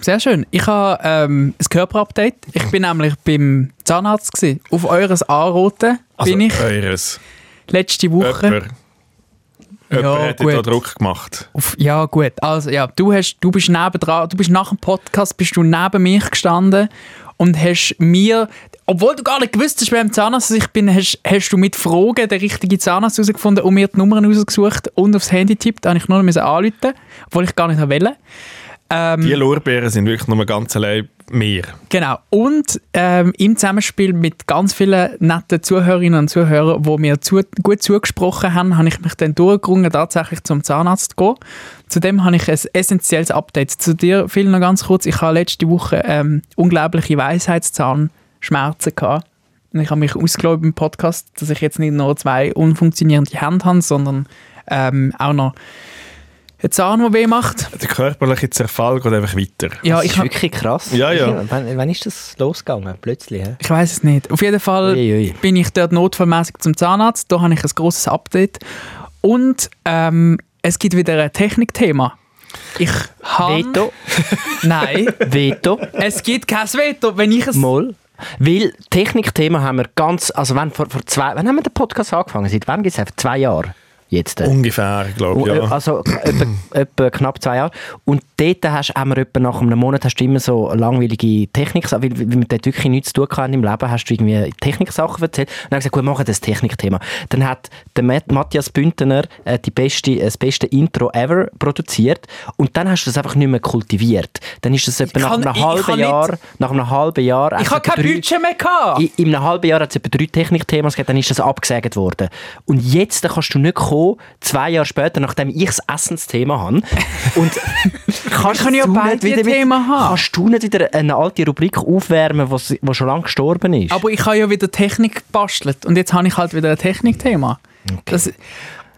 Sehr schön. Ich habe ähm, ein Körperupdate. Ich bin nämlich beim Zahnarzt. Gewesen. Auf eures Anroten
Also,
bin ich
Eures.
letzte Woche.
Jemand. Jemand
Ja,
hat dir da
gut.
Druck gemacht.
Auf, ja, gut. Also, ja, du, hast, du bist nebendran, du bist nach dem Podcast bist du neben mich gestanden und hast mir, obwohl du gar nicht gewusst hast, wer im Zahnarzt ich bin, hast, hast du mit Fragen den richtigen Zahnarzt herausgefunden und mir die Nummern rausgesucht und aufs Handy tippt. Da habe ich nur noch müssen anrufen, obwohl ich gar nicht wollte. Ähm,
Die Lorbeeren sind wirklich nur ganz allein mehr.
Genau. Und ähm, im Zusammenspiel mit ganz vielen netten Zuhörerinnen und Zuhörern, die mir zu, gut zugesprochen haben, habe ich mich dann durchgerungen, tatsächlich zum Zahnarzt zu gehen. Zudem habe ich ein essentielles Update. Zu dir, viel noch ganz kurz. Ich habe letzte Woche ähm, unglaubliche Weisheitszahnschmerzen gehabt. Und ich habe mich ausgelobt im Podcast, dass ich jetzt nicht nur zwei unfunktionierende Hände habe, sondern ähm, auch noch einen Zahn, der weh macht.
Der körperliche Zerfall geht einfach weiter.
Ja,
das
ich,
ist
hab-
wirklich krass.
Ja, ja.
Ich, wann, wann ist das losgegangen? Plötzlich. hä?
ich weiß es nicht. Auf jeden Fall.
Uiuiui.
bin ich dort notfallmäßig zum Zahnarzt. Da habe ich ein großes Update. Und ähm, es gibt wieder ein Technikthema. Ich habe.
Veto.
Nein,
Veto.
es gibt kein Veto. Wenn ich es.
Mal. Weil Technikthema haben wir ganz, also wenn vor, vor zwei, wann haben wir den Podcast angefangen? Seit wann gibt es einfach zwei Jahre jetzt? Äh,
Ungefähr, glaube
u-
ich.
Oh, äh,
Ja.
Also etwa, etwa knapp zwei Jahre. Und dort hast, haben wir etwa nach einem Monat hast du immer so langweilige Techniksachen, weil, weil wir dort wirklich nichts zu tun hatten im Leben, hast du irgendwie Techniksachen erzählt. Und dann haben wir gesagt, gut, wir machen das Technikthema. Dann hat der Matt, Matthias Bündner äh, die beste, äh, das beste Intro ever produziert und dann hast du das einfach nicht mehr kultiviert. Dann ist das etwa
Ich
nach,
kann-
einem
ich- ich
halben
kann nicht-
Jahr, nach einem halben Jahr...
Ich
hat's
habe
etwa
kein
drei-
Budget mehr gehabt.
in, in einem halben Jahr hat es etwa drei Technikthemen gegeben, dann ist das abgesägt worden. Und jetzt da kannst du nicht kommen, zwei Jahre später, nachdem ich das Essensthema habe. Und kannst
kann ja
du
beide
nicht wieder mit,
Themen haben.
Kannst du nicht wieder eine alte Rubrik aufwärmen, die schon lange gestorben ist?
Aber ich habe ja wieder Technik gebastelt. Und jetzt habe ich halt wieder ein Technikthema. Das,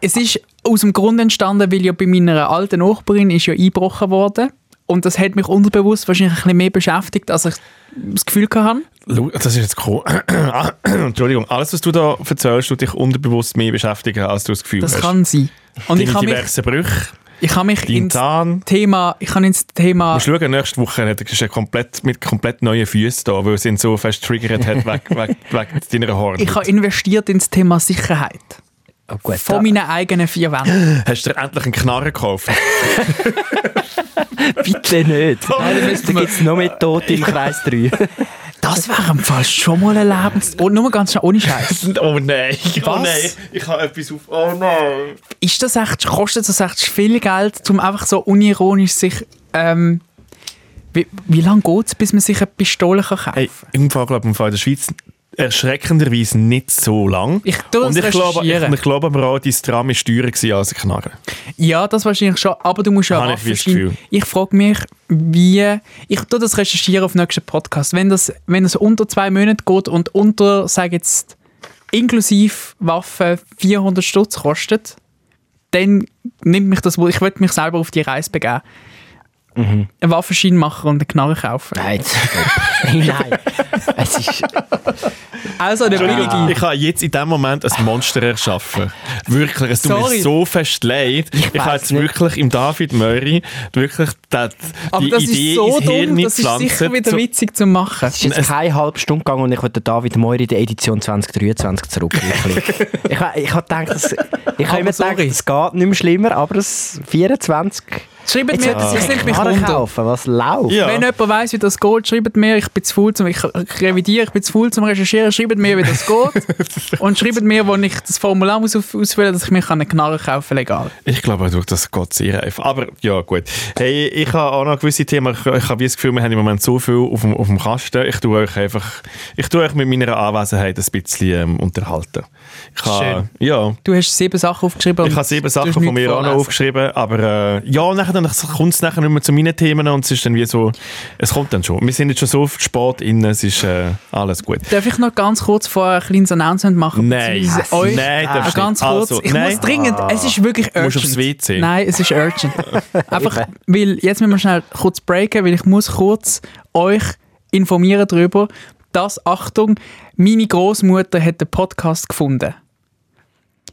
es ist aus dem Grund entstanden, weil ja bei meiner alten Nachbarin ist ja eingebrochen worden. Und das hat mich unterbewusst wahrscheinlich ein bisschen mehr beschäftigt, als ich das Gefühl hatte.
Lu- Das ist jetzt cool. Ah, [CLEARS THROAT] Entschuldigung, alles, was du da erzählst, tut dich unterbewusst mehr beschäftigen, als du das Gefühl
Das
hast.
kann sein. Und
Deine
ich habe mich,
diversen Brüche,
ich habe mich
dein
ins
Zahn.
Thema, ich habe ins Thema,
Musst schauen, nächste Woche hat er komplett, mit komplett neuen Füßen da, weil es ihn so fest triggert
[LAUGHS]
hat wegen weg, weg deiner Horde.
ich habe investiert ins Thema Sicherheit.
Oh, gut, da-
Von meinen eigenen vier Wänden.
Hast du dir endlich einen Knarren gekauft? [LAUGHS]
bitte nicht.
Nein, da müssten
da
wir-
gibt es noch mehr Tote im Kreis 3.
Das wäre im Fall schon mal ein Lebens... Oh, nur ganz schnell,
[LAUGHS]
ohne Scheiß.
oh nein, oh
Was?
nein, ich habe etwas auf. Oh nein.
Ist das echt, kostet das echt viel Geld, um einfach so unironisch sich... Ähm, wie, wie lange geht es, bis man sich eine Pistole kann kaufen
Hey, im Fall, glaube im Fall der Schweiz erschreckenderweise nicht so lang.
Ich tu
Und
das
ich glaube, ich,
recherchieren.
ich glaube aber auch, dein Tram war teurer gewesen als ein Knarren.
Ja, das wahrscheinlich schon, aber du musst ja
Habe ich
auch
wie das
verstehen.
Gefühl.
Ich frage mich, wie. Ich tu das recherchieren auf nächsten Podcast. Wenn das, wenn das unter zwei Monate geht und unter, sag jetzt, inklusive Waffen 400 Stutz kostet, dann nimmt mich das wohl. Ich würde mich selber auf die Reise begeben.
Mhm.
Einen Waffenschein machen und eine Knarre kaufen.
Nein, jetzt- nein, [LAUGHS] nein. Es ist,
Also eine
Entschuldigung,
billige.
ich habe jetzt in dem Moment ein Monster erschaffen. Wirklich, es tut
Sorry.
mir so fest leid. Ich, habe
weiss
jetzt
nicht.
wirklich im David Murray wirklich die,
Aber
die
das
Idee
ist so
ins Hirn
dumm, das ist
gepflanzt,
sicher wieder
so-
witzig zu machen.
es ist jetzt keine halbe Stunde gegangen und ich wollte David Moiri in der Edition
[LAUGHS]
2023 zurück. wirklich. ich, ich habe gedacht, das- ich
Aber
habe immer
sorry.
gedacht, es geht nicht mehr schlimmer, aber es 24...
Schreibt
Jetzt
mir,
sollte
das
sich
nimmt mich
Knarren
runter.
kaufen, was läuft.
Ja.
Wenn jemand weiss, wie das geht, schreibt mir, ich bin zu faul zum, ich ich revidiere, ich bin zu faul zum Recherchieren, schreibt mir, wie
[LAUGHS]
das geht. und schreibt mir, wo ich das Formular muss auf, ausfüllen muss, dass ich mir einen Knarren kaufen kann, legal.
Ich glaube auch, das geht sehr einfach. Aber ja, gut. Hey, ich habe auch noch gewisse Themen. Ich, ich habe wie das Gefühl, wir haben im Moment so viel auf dem, auf dem Kasten. Ich tue euch einfach, ich tue euch mit meiner Anwesenheit ein bisschen ähm, unterhalten. Ich habe, Ja.
Du hast sieben Sachen aufgeschrieben.
Ich
und
habe sieben
du
Sachen
hast
von
nichts
mir auch noch
vorlesen.
aufgeschrieben, aber äh, ja, nachher dann kommt es nachher nicht mehr zu meinen Themen und es ist dann wie so, es kommt dann schon. Wir sind jetzt schon so spät innen, es ist äh, alles gut.
Darf ich noch ganz kurz vorher ein kleines Announcement machen?
Nein,
beziehungsweise euch?
nein,
Ah,
darfst
ganz
nicht.
kurz.
Also,
ich
nein.
muss dringend. Es ist wirklich urgent.
Musst aufs WC.
Nein, es ist [LAUGHS] urgent. Einfach, weil jetzt müssen wir schnell kurz breaken, weil ich muss kurz euch informieren darüber, dass, Achtung, meine Großmutter hat den Podcast gefunden.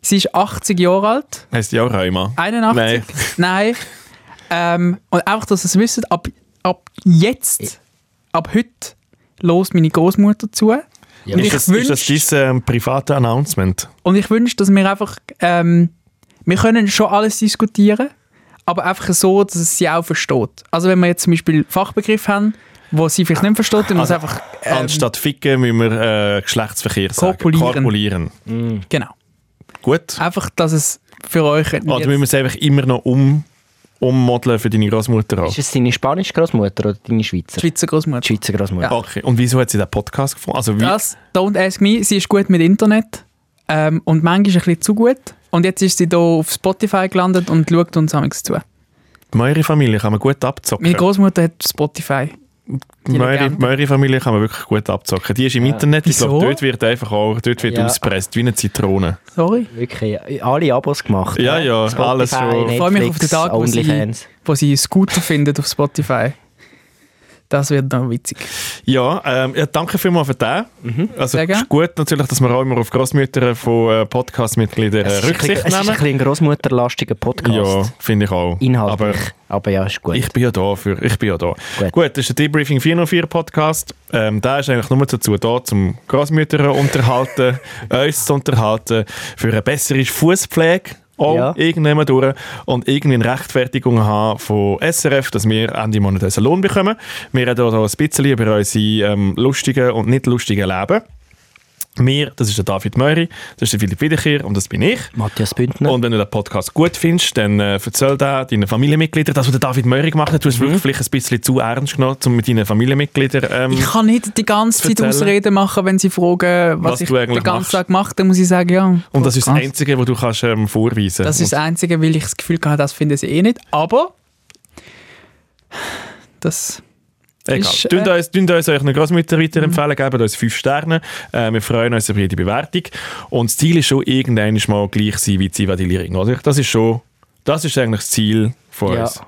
Sie ist 80 Jahre alt.
Heißt ja auch Rheuma.
81? Nein. Ähm, und einfach, dass ihr es wisst, ab, ab jetzt, ab heute, los meine Großmutter zu. Und,
Ist
ich
das,
wünsch,
ist das dein ähm, private Announcement?
und ich wünsche, dass wir einfach, ähm, wir können schon alles diskutieren, aber einfach so, dass es sie auch versteht. Also wenn wir jetzt zum Beispiel Fachbegriffe haben, wo sie vielleicht nicht versteht, dann
Also,
muss einfach, ähm,
Anstatt ficken müssen wir äh, Geschlechtsverkehr sagen.
Korpulieren.
Korpulieren.
genau,
Gut.
einfach, dass es für euch jetzt,
Oder müssen Also, wir es einfach immer noch um, ummodeln für deine Großmutter auch?
Ist es deine spanische Großmutter oder deine Schweizer?
Schweizer Großmutter.
Schweizer Großmutter.
Okay. Und wieso hat sie den Podcast gefunden? Also wie,
Das, don't ask me, sie ist gut mit Internet ähm, und manchmal ein bisschen zu gut. Und jetzt ist sie hier auf Spotify gelandet und schaut uns amigs zu.
Meure Familie kann man gut abzocken.
Meine Großmutter hat Spotify. Die
Möri,
Legende.
Möri Familie kann man wirklich gut abzocken. Die ist im Internet, ich
Wieso?
glaube, dort wird einfach auch, dort wird
Ja.
ausgepresst, wie eine Zitrone.
Sorry.
Wirklich, ja. alle Abos gemacht.
Ja, ja, alles schon.
Netflix,
Ich
Ich freue mich auf den Tag, wo sie,
OnlyFans.
wo sie Scooter findet auf Spotify. Das wird noch witzig.
Ja, ähm, ja, danke vielmals für den. Also
Mhm. Sehr
es
gerne.
ist gut natürlich, dass wir auch immer auf Grossmütter von äh, Podcast-Mitgliedern äh,
Es ist ein bisschen-
Rücksicht
es ist ein
nehmen.
bisschen ein großmutterlastiger Podcast.
Ja, finde ich auch.
Inhaltlich.
Aber
Aber, ja, ist gut.
ich bin ja da für, ich bin ja da. Gut,
Gut.
das ist der Debriefing 404 Podcast. Ähm, der ist eigentlich nur dazu da, zum Großmütter
[LAUGHS]
unterhalten, uns zu unterhalten, für eine bessere Fußpflege. Auch
Ja.
irgendjemand durch und irgendwie eine Rechtfertigung haben von SRF, dass wir Ende Monat unseren Lohn bekommen. Wir reden hier ein bisschen über unsere ähm, lustigen und nicht lustigen Leben. Wir, das ist der David Möri, das ist der Philipp Wiederkehr und das bin ich.
Matthias
Ne.
Bündner.
Und wenn du den Podcast gut findest, dann äh, erzähl da deinen Familienmitgliedern, das, was der David Möhrig gemacht hat. Du hast
Mhm.
wirklich vielleicht ein bisschen zu ernst genommen, um mit deinen Familienmitgliedern.
Ich
Ähm,
kann nicht die ganze Zeit
Erzählen.
Ausreden machen, wenn sie fragen, was,
Was
ich
du
den
eigentlich
ganzen
machst.
Tag mache. Dann muss ich sagen, ja.
und das ist das
Podcast.
Einzige, was du kannst, ähm, vorweisen
Das ist
Und
das Einzige, weil ich das Gefühl hatte, das finden sie eh nicht. Aber das
Egal.
ist,
Tünd
äh, Mhm.
uns, tünd uns euren Großmütter weiterempfehlen, gebt uns 5 Sterne. Äh, wir freuen uns über jede Bewertung. Und das Ziel ist schon, irgendwann mal gleich sein wie Ziva Ring, oder? Das ist schon, das ist eigentlich das Ziel von
ja.
uns.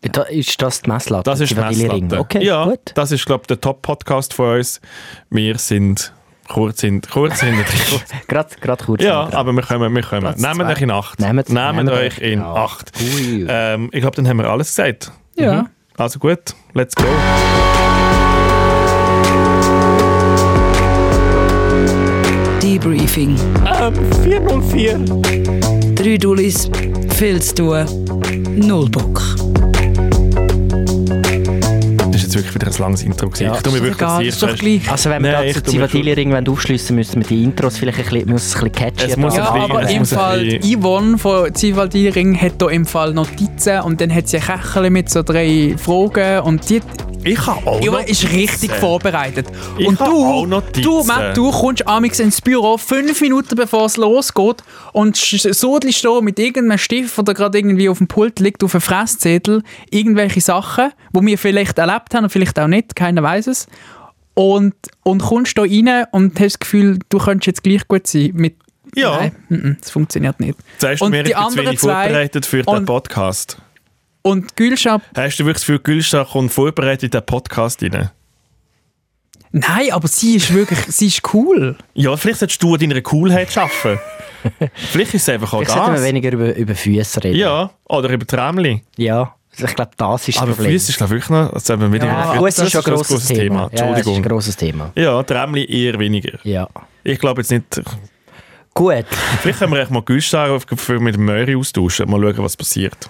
Da ist das die Messlatte?
Das ist die
Vanillerin.
Messlatte.
Okay,
ja,
gut.
das ist, glaube ich, der Top-Podcast von uns. Wir sind kurz in, kurz in
Gerade, gerade kurz.
Ja,
hinterher.
aber wir kommen, wir kommen.
Platz
Nehmt
zwei.
euch in Acht.
Nehmt- nehmt
euch in Acht.
Ui.
Ähm, ich glaube, dann haben wir alles gesagt.
Ja.
Also gut, let's go.
Debriefing.
Ähm,
404.
Drei Dullis, viel zu tun, null Bock.
Das ist jetzt wirklich wieder ein langes Intro. gewesen.
Ja,
ich tue mir wirklich
egal,
sehr
ist doch
fest-
gleich.
Also wenn wir
Nein,
gerade
ich
zu
tu mir schon-
Zivadili-Ring aufschliessen, müssen wir die Intros vielleicht ein bisschen, muss es ein bisschen catchy
Es muss
Ja,
ein
aber
bisschen- Also,
im
muss eh ein
Fall
bisschen-
Yvonne von Zivaldiring hat hier im Fall Notizen und dann hat sie ein Kächeli mit so drei Fragen und die
Ich habe auch
Yvonne ist richtig vorbereitet.
Ich
und
habe auch
du,
Notizen.
du, Matt, du kommst amigs ins Büro fünf Minuten bevor es losgeht und sodelst da mit irgendeinem Stift, der gerade irgendwie auf dem Pult liegt, auf einem Fresszettel, irgendwelche Sachen, die wir vielleicht erlebt haben und vielleicht auch nicht, keiner weiß es. Und, und kommst da rein und hast das Gefühl, du könntest jetzt gleich gut sein mit
Ja.
Nein, mhm, das funktioniert nicht.
Sagst du
und
mir,
die
ich bin zu
anderen
wenig
zwei-
vorbereitet für den
und-
Podcast?
Und Gülschab,
Hast du wirklich das Gefühl, Gülscha kommt vorbereitet in den Podcast rein?
nein, aber sie ist wirklich, sie ist cool.
Ja, vielleicht solltest du an deiner Coolheit arbeiten. vielleicht ist es einfach auch
Ich sollte
das.
man weniger über, über Füße reden.
Ja, oder über Träumchen.
Ja. Also, Ich glaube, das ist
Aber
das Problem.
Füße ist glaube ich wirklich noch... Jetzt haben wir wieder
ja,
Füße.
Fuß ist schon ein
grosses
grosses Thema. Ja, das ist ein
Entschuldigung.
grosses Thema.
Ja, Trämli eher weniger.
Ja.
Ich glaube jetzt nicht...
Gut.
Vielleicht können wir echt mal Güstar mit dem Möri austauschen. Mal schauen, was passiert.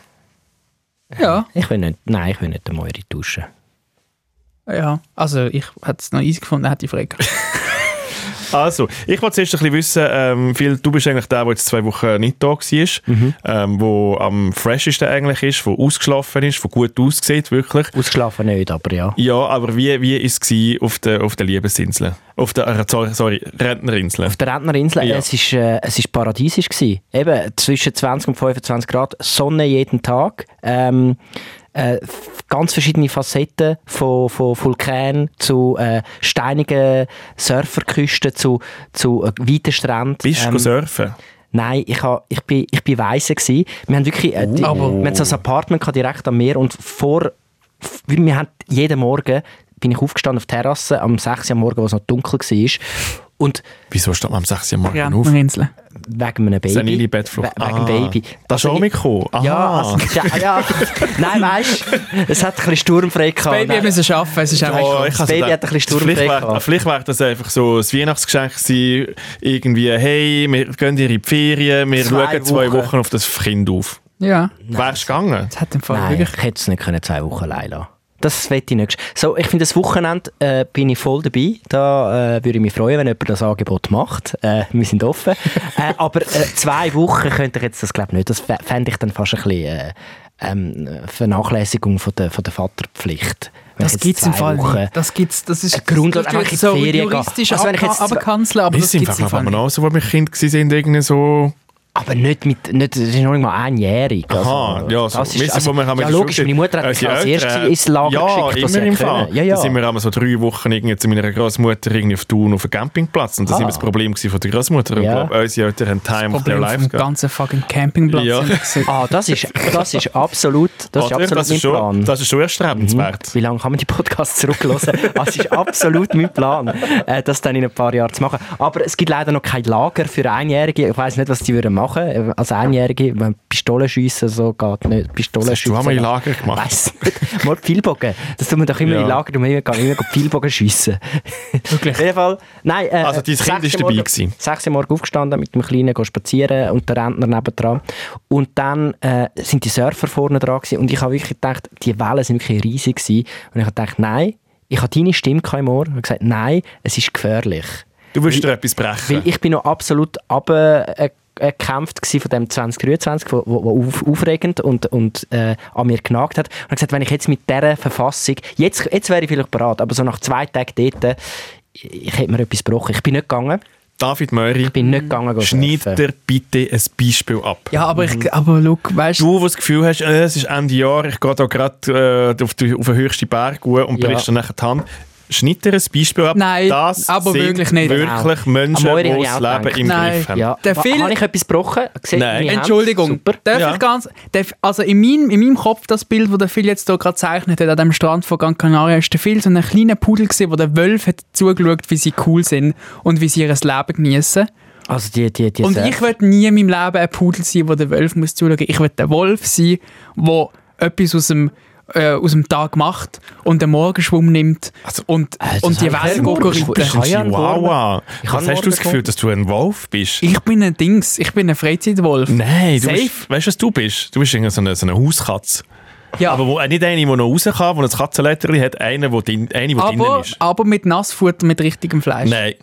Ja,
Ich will nicht, nein, ich will nicht den Moiri duschen.
ja. Also ich hätte es noch easy gefunden, hätte ich Frage.
Also, ich wollte zuerst ein bisschen wissen, ähm, Phil, du bist eigentlich der, der jetzt zwei Wochen nicht da war,
Mhm.
ähm, wo am freshesten eigentlich ist, wo ausgeschlafen ist, wo gut aussieht, wirklich.
Ausgeschlafen nicht, aber ja.
Ja, aber wie, wie ist es gewesen auf der, auf der Liebesinsel? Auf der, äh, sorry, sorry, Rentnerinsel.
Auf der Rentnerinsel,
Ja.
es ist, äh, es ist paradiesisch gewesen. Eben zwischen 20 und 25 Grad, Sonne jeden Tag, ähm, äh, f- ganz verschiedene Facetten von, von Vulkan zu äh, steinigen Surferküsten zu, zu äh, weiten Stränden.
Bist du
Ähm,
surfen?
Nein, ich, ha, ich bin, ich bin weise gsi. Wir haben wirklich, äh,
Oh.
die,
Aber-
wir hatten so ein Apartment gehabt, direkt am Meer und vor, f- wir haben jeden Morgen bin ich aufgestanden auf die Terrasse am 6 Uhr am Morgen, wo es noch dunkel war. Und
Wieso steht man am 6. Uhr morgen auf?
Rentnerinseln.
wegen einem Baby.
Senile Bettflucht.
We- Wegen dem Baby.
Ah. Das ist auch
ich-
mitgekommen?
Ja,
Aha.
also, ja, ja. [LAUGHS] Nein, weißt du, es hat ein bisschen sturmfrei gehabt.
Baby
Nein.
hat müssen arbeiten, es ist
Oh,
einfach...
ich
das
also
Baby
gedacht,
hat ein bisschen Sturm
vielleicht wäre
gehabt.
vielleicht wär das einfach so ein Weihnachtsgeschenk gewesen. Irgendwie, hey, wir gehen in die Ferien, wir
Zwei
schauen zwei
Wochen.
Wochen auf das Kind auf.
Ja,
Wärst du gegangen?
das hat im Fall
Nein,
wirklich...
ich hätte es nicht können zwei Wochen allein lassen. Das will ich nicht. So, ich finde, das Wochenende äh, bin ich voll dabei. Da äh, würde ich mich freuen, wenn jemand das Angebot macht. Äh, wir sind
[LAUGHS]
offen. äh, aber äh, zwei Wochen könnte ich jetzt das glaube ich nicht. Das fä- fände ich dann fast ein bisschen äh, ähm, Vernachlässigung von der, von der Vaterpflicht. Wenn ich
Das
jetzt
gibt es im
zwei
Fall
Wochen-
nicht. Das gibt's, das ist...
Eine Grundlage,
das tut
einfach in die
so
Ferien gehen.
juristisch
Also wenn ich
ab-
jetzt-
abkanzeln, aber
Wir
das
sind
gibt es
einfach
im Fall
noch
nicht.
auch so, als wir Kind waren, irgendwie so...
Aber nicht mit, nicht, das ist noch nicht mal einjährig. also,
Aha, ja, so. Wir sind, wo wir haben
ja,
in der
logisch,
Schule
meine Mutter hat mich
sind.
als
Unsere
erstes
Eltern-
ins Lager
äh, ja,
geschickt, was
immer
sie
im
hätten
Fall.
können. Ja, ja.
Da sind wir einmal so drei Wochen irgendwie zu meiner Großmutter irgendwie auf Thun auf einem Campingplatz und das war
Ah.
immer das Problem gewesen von der Großmutter. Ich
Ja.
glaube, unsere Eltern haben Time of their
Problem
Lives
vom
gehabt.
ganzen fucking Campingplatz.
Ja.
sind gewesen.
[LAUGHS] Ah, das ist, das ist absolut, das ist
Oder?
absolut
das,
mein
ist schon,
Plan. Mhm.
das ist schon erstrebenswert.
Wie lange kann man die Podcasts zurücklassen?
[LAUGHS]
Das ist absolut mein Plan, äh, das dann in ein paar Jahren zu machen. Aber es gibt leider noch kein Lager für Einjährige. Ich weiß nicht, was die würden machen. Äh, Als Einjährige, wenn Pistolen schiessen, so geht nicht. Pistolen
Das hast du auch mal in Lager gemacht.
Weiss nicht. Mal Pfeilbogen. Das tun wir doch immer
Ja.
in Lager, um immer, immer Pfeilbogen schiessen.
Wirklich.
Auf jeden Fall, nein. Äh,
Also, dein Kind
sechs
ist
Uhr
dabei
morgen-
gewesen.
Sechs Uhr morgens aufgestanden, mit dem Kleinen gehen spazieren und der Rentner nebendran. Und dann äh, sind die Surfer vorne dran gewesen. und ich habe wirklich gedacht, die Wellen sind wirklich riesig gewesen. Und ich habe gedacht, nein, ich habe deine Stimme gehabt im Ohr und habe gesagt, nein, es ist gefährlich.
Du willst dir etwas brechen.
Weil ich bin noch absolut abgekämpft gsi von dem 2023, wo, wo, wo auf, aufregend und, und äh, an mir genagt hat. Und habe gesagt, wenn ich jetzt mit dieser Verfassung, jetzt, jetzt wäre ich vielleicht bereit, aber so nach zwei Tagen dort, äh, ich ich hätte mir etwas gebrochen. Ich bin nicht gegangen,
David Möri,
bin nicht gegangen. go
schneid
surfen.
dir bitte ein Beispiel ab.
Ja, aber,
Mhm.
ich, aber look, weißt
Du, wo das Gefühl hast, äh, es ist Ende Jahr, ich gehe da gerade äh, auf, die- auf den höchsten Berg hoch und
Ja.
brichst dann nachher die Hand. Schneid dir ein Beispiel ab.
Nein,
das
aber
sind
wirklich nicht.
wirklich Menschen,
Am
die
Morgen habe ich
das
auch
Leben
gedacht.
im
Nein.
Griff haben.
Ja.
Der
Wa-
Phil-
Habe ich etwas gebrochen? Seht
Nein.
meine Hand?
Entschuldigung,
Super.
darf
Ja.
ich ganz, darf, also in meinem, in meinem Kopf das Bild, das der Phil jetzt hier gerade zeichnet hat, an dem Strand von Gran Canaria, ist der Phil so ein kleiner Pudel gewesen, wo der Wolf hat zugeschaut, wie sie cool sind und wie sie ihr Leben genießen.
Also die, die, die
Und
Surfer-
ich würde nie in meinem Leben ein Pudel sein, wo der Wolf muss zuschauen. Ich würde der Wolf sein, wo etwas aus dem äh, aus dem Tag macht und den Morgenschwumm nimmt
Also,
und,
äh,
das
und die
habe ich nicht
Wellen go
gewusst.
reiten.
Das ist ein
Ich kann ja
Chihuahua.
Ich
Was
kann
hast du das
Morgen
Gefühl, dass du ein Wolf bist?
Ich bin ein Dings, ich bin ein Freizeitwolf.
Nein, du
Safe.
bist, weißt du, was du bist? Du bist irgendwie so eine, so eine Hauskatze.
Ja.
Aber wo, äh, nicht eine, die noch raus kann, die ein Katzenleiterli hat, eine, die drin, eine, die drinnen
aber,
ist.
aber mit Nassfutter, mit richtigem Fleisch.
Nein.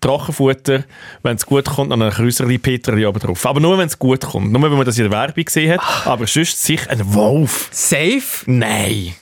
Trockenfutter, wenn es gut kommt, dann ein Krüserli Peterli oben drauf. Aber nur, wenn es gut kommt. Nur, wenn man das in der Werbung gesehen hat. Aber sonst sich ein Wolf.
Safe?
Nein.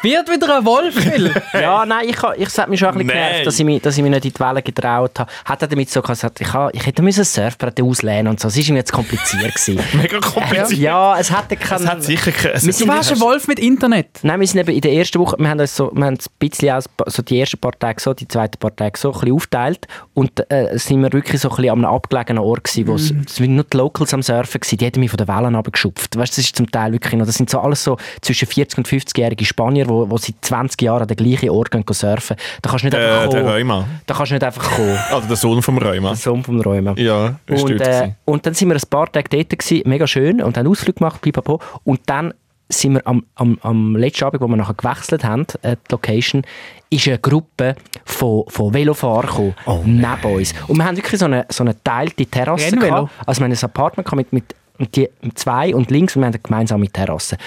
Wird wieder ein Wolf, Phil?
[LAUGHS]
Ja, nein, ich, ha- ich es hat mich schon ein bisschen
Nein.
genervt, dass ich, mich, dass ich mich nicht in die Wellen getraut habe. Hat er damit so gesagt, ich, ha- ich hätte müssen ein Surfbrett auslehnen und so. Es war irgendwie zu kompliziert. gewesen.
Mega kompliziert.
ja, es hatte keinen...
Es hat sicher keine... es
Du
hat-
wärst ein Wolf mit Internet.
Nein, wir sind eben in der ersten Woche, wir haben uns so, wir haben ein bisschen auch so die ersten paar Tage so, die zweiten paar Tage so, ein bisschen aufgeteilt und äh, sind wir wirklich so ein bisschen an einem abgelegenen Ort gewesen, wo es- es waren nur die Locals am Surfen gewesen, die hätten mich von den Wellen abgeschupft. Weißt, du, das ist zum Teil wirklich noch, das sind so alles so zwischen 40 und 50-jährige Spanier, wo, wo seit 20 Jahren an den gleichen Ort gehen, gehen surfen. Da kannst du nicht einfach
Äh, der
kommen.
Rheuma.
Da kannst du nicht einfach kommen.
Also der Sohn vom Rheuma.
Sohn vom Räumen.
Ja, ist
Und,
dort
äh,
gewesen.
und dann sind wir ein paar Tage dort, gewesen, mega schön, und haben Ausflug gemacht, pipapo. Und dann sind wir am, am, am letzten Abend, wo wir nachher gewechselt haben, äh, die Location, ist eine Gruppe von, von Velofahrern gekommen, neben uns. Und wir haben wirklich so eine, so eine teilte Terrasse.
Rennvelo?
gehabt. Also wir haben ein Apartment gehabt mit, mit Und die zwei und links, und wir haben eine gemeinsame Terrasse.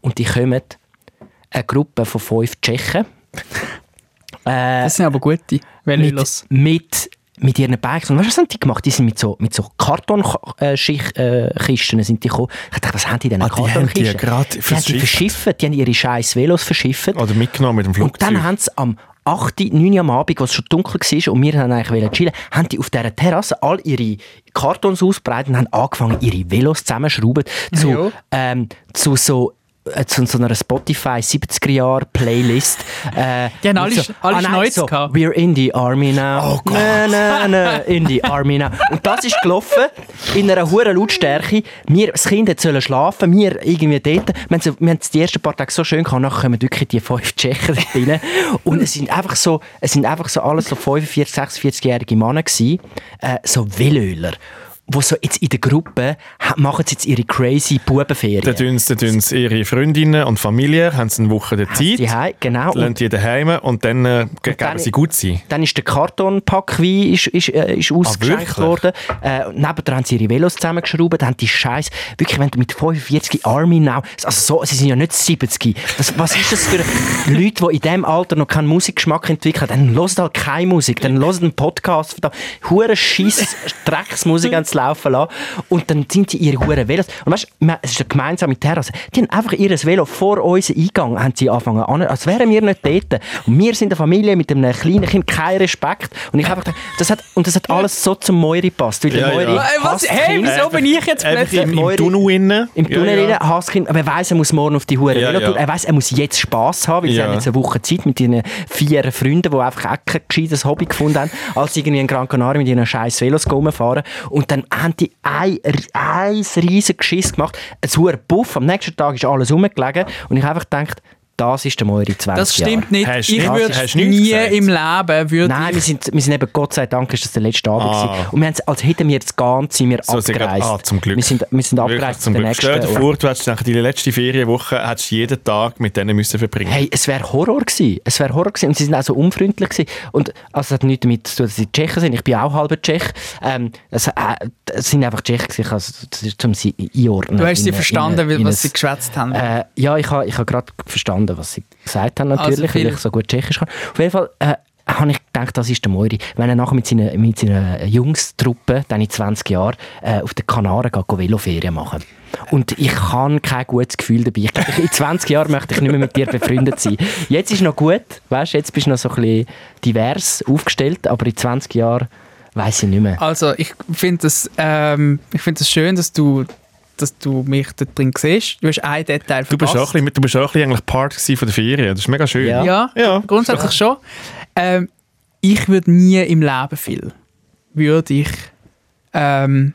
Und die kommen eine Gruppe von fünf Tschechen
Äh,
Das sind aber gute Velos.
mit, mit, mit ihren Bikes. Und weißt du, was haben die gemacht? Die sind mit so, mit so Kartonkisten äh, Kisten sind die gekommen. Ich dachte, was haben die denn?
Ah, die haben die
Kartonkisten?
ja gerade
die haben die
verschifft.
verschifft. Die haben ihre scheiß Velos verschifft.
Oder mitgenommen mit dem
Und
Flugzeug.
dann haben sie am 8., 9. Uhr am Abend, als es schon dunkel war und wir haben eigentlich wollen chillen, haben die auf dieser Terrasse all ihre Kartons ausbreitet und haben angefangen, ihre Velos zusammenzuschrauben
Ja.
zu, ähm, zu so äh, zu so einer Spotify 70er Jahre Playlist. Äh,
Die haben
mit
alles- alles Neues
so,
gehabt.
We're in the Army now. Oh Gott. Na, na, na, in the Army now. Und das ist gelaufen in einer hohen Lautstärke. Wir, das Kind hat sollen schlafen, wir irgendwie dort. Wir haben, so, wir haben es die ersten paar Tage so schön gehabt, nachher kommen wirklich die fünf Tschechen dort rein. Und es sind einfach so, es sind einfach so alles so 45, 46-jährige Männer gewesen, äh, so Velöler. Wo so jetzt in der Gruppe ha- machen sie jetzt ihre crazy Bubenferien.
Dann tun sie, dann tun sie ihre Freundinnen und Familie, haben sie eine Woche der Zeit,
Die Hei- genau.
lassen die daheim und dann äh, ge-
dann-
geben sie gut sein.
Dann ist der Kartonpack Wein ist, ist, äh, ist ausgeschenkt
wirklich?
worden. Äh, und nebenan haben sie ihre Velos zusammengeschraubt, haben die Scheiß. Wirklich, wenn du mit 45 Army now, also so, sie sind ja nicht 70. Das, was ist das für Leute, die in diesem Alter noch keinen Musikgeschmack entwickelt haben? Dann hören halt keine Musik, dann hören einen Podcast, verdammt. Hure Scheiss, Drecksmusik ans Laufen lassen. Und dann sind die ihre Hure Velos. Und weißt du, wir- es ist eine gemeinsame Terrasse. Die haben einfach ihr Velo vor unseren Eingang haben sie angefangen an, als wären wir nicht dort. Und wir sind eine Familie mit einem kleinen Kind, kein Respekt. Und ich habe einfach gedacht, das hat, und das hat alles so zum Moiri gepasst. Weil der
Ja, ja.
Moiri
Äh,
was?
hasst
Hey,
Kinder.
wieso bin ich jetzt
Einfach
plötzlich...
im, im
Moiri-
Tunnel innen.
Im Tunnel
Ja,
ja,
ja.
Hasskind, aber er weiss, er muss morgen auf die Hure
Ja,
Velotour.
ja.
Er weiss, er muss jetzt Spass haben, weil sie
Ja.
haben jetzt eine Woche Zeit mit ihren vier Freunden, die einfach auch kein gescheites Hobby gefunden haben, [LAUGHS] als irgendwie in Gran Canaria mit ihren scheiß Velos rumfahren. Und dann haben die ein, ein riesen Geschiss gemacht. Ein hoher Puff. Am nächsten Tag ist alles rumgelegen und ich habe einfach gedacht, das ist der Moiri 20
Das stimmt nicht.
Hast
ich
nicht-
würde
hast nichts
nie
gesagt.
im Leben... Würd
Nein, wir sind, wir sind eben, Gott sei Dank, ist das der letzte Abend
Ah.
gewesen. Und wir haben, als hätten wir das Ganze, sind wir
So, sie
abgereist.
gehen- ah, zum Glück.
Wir sind, wir sind
Wirklich,
abgereist
zum
den
Glück. Stell dir
nächsten
vor, du hättest nach deiner letzten Ferienwoche hättest du jeden Tag mit denen müssen verbringen
Hey, es wäre Horror gewesen. Es wäre Horror gewesen. Und sie sind auch so unfreundlich gewesen. Und also, es hat nichts damit zu tun, dass sie Tschechen sind. Ich bin auch halber Tschech. Ähm, es, äh, es sind einfach Tschechen gewesen. Also, das ist, um sie einordnen.
Du hast sie
In-
verstanden,
in- in
weil- was
ein-
sie geschwätzt haben.
äh, ja, ich habe ich ha gerade verstanden, was sie gesagt haben, natürlich,
Mhm. Also viel-
weil ich so gut Tschechisch kann. Auf jeden Fall äh, habe ich gedacht, das ist der Moiri. Wenn er nachher mit seiner, mit seiner Jungstruppe, dann in 20 Jahren, äh, auf den Kanaren geht, geht Veloferien machen Und ich habe kein gutes Gefühl dabei. Ich glaube, ich- in 20 Jahren möchte ich nicht mehr mit dir befreundet sein. Jetzt ist noch gut, weißt, jetzt bist du noch so ein bisschen divers aufgestellt, aber in 20 Jahren weiß ich nicht mehr.
Also, ich finde das, ähm, ich find das schön, dass du, dass du mich da drin siehst. Du hast ein Detail
Du bist, auch ein
verpasst.
bisschen, mit- du bist auch ein bisschen eigentlich Part gewesen von der Ferien. Das ist mega schön.
Ja.
Ja,
Ja.
grundsätzlich schon. Ähm, ich würde nie im Leben viel, würde ich ähm,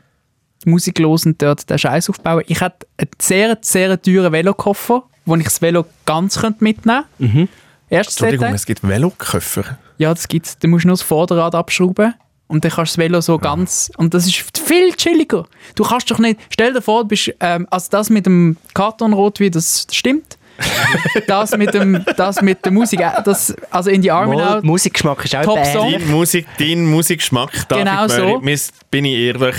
Musik hören und dort den Scheiß aufbauen. Ich hätte einen sehr, sehr teuren Velokoffer, wo ich das Velo ganz könnte mitnehmen könnte.
Mhm.
Erstes
Entschuldigung,
Detail.
es gibt Veloköffer.
Ja, das gibt's. Du musst nur das Vorderrad abschrauben und dann kannst du das Velo so ganz... Und das ist viel chilliger. Du kannst doch nicht... Stell dir vor, du bist... Ähm, also das mit dem Kartonrot, wie das stimmt. das, mit dem, das mit der Musik, äh, das, also in die Arme
Mal,
auch.
Musikgeschmack ist auch
Top
ähnlich.
Song.
Dein, Musik, dein Musikgeschmack, David
Genau so.
Möri, mis- bin ich ehrlich,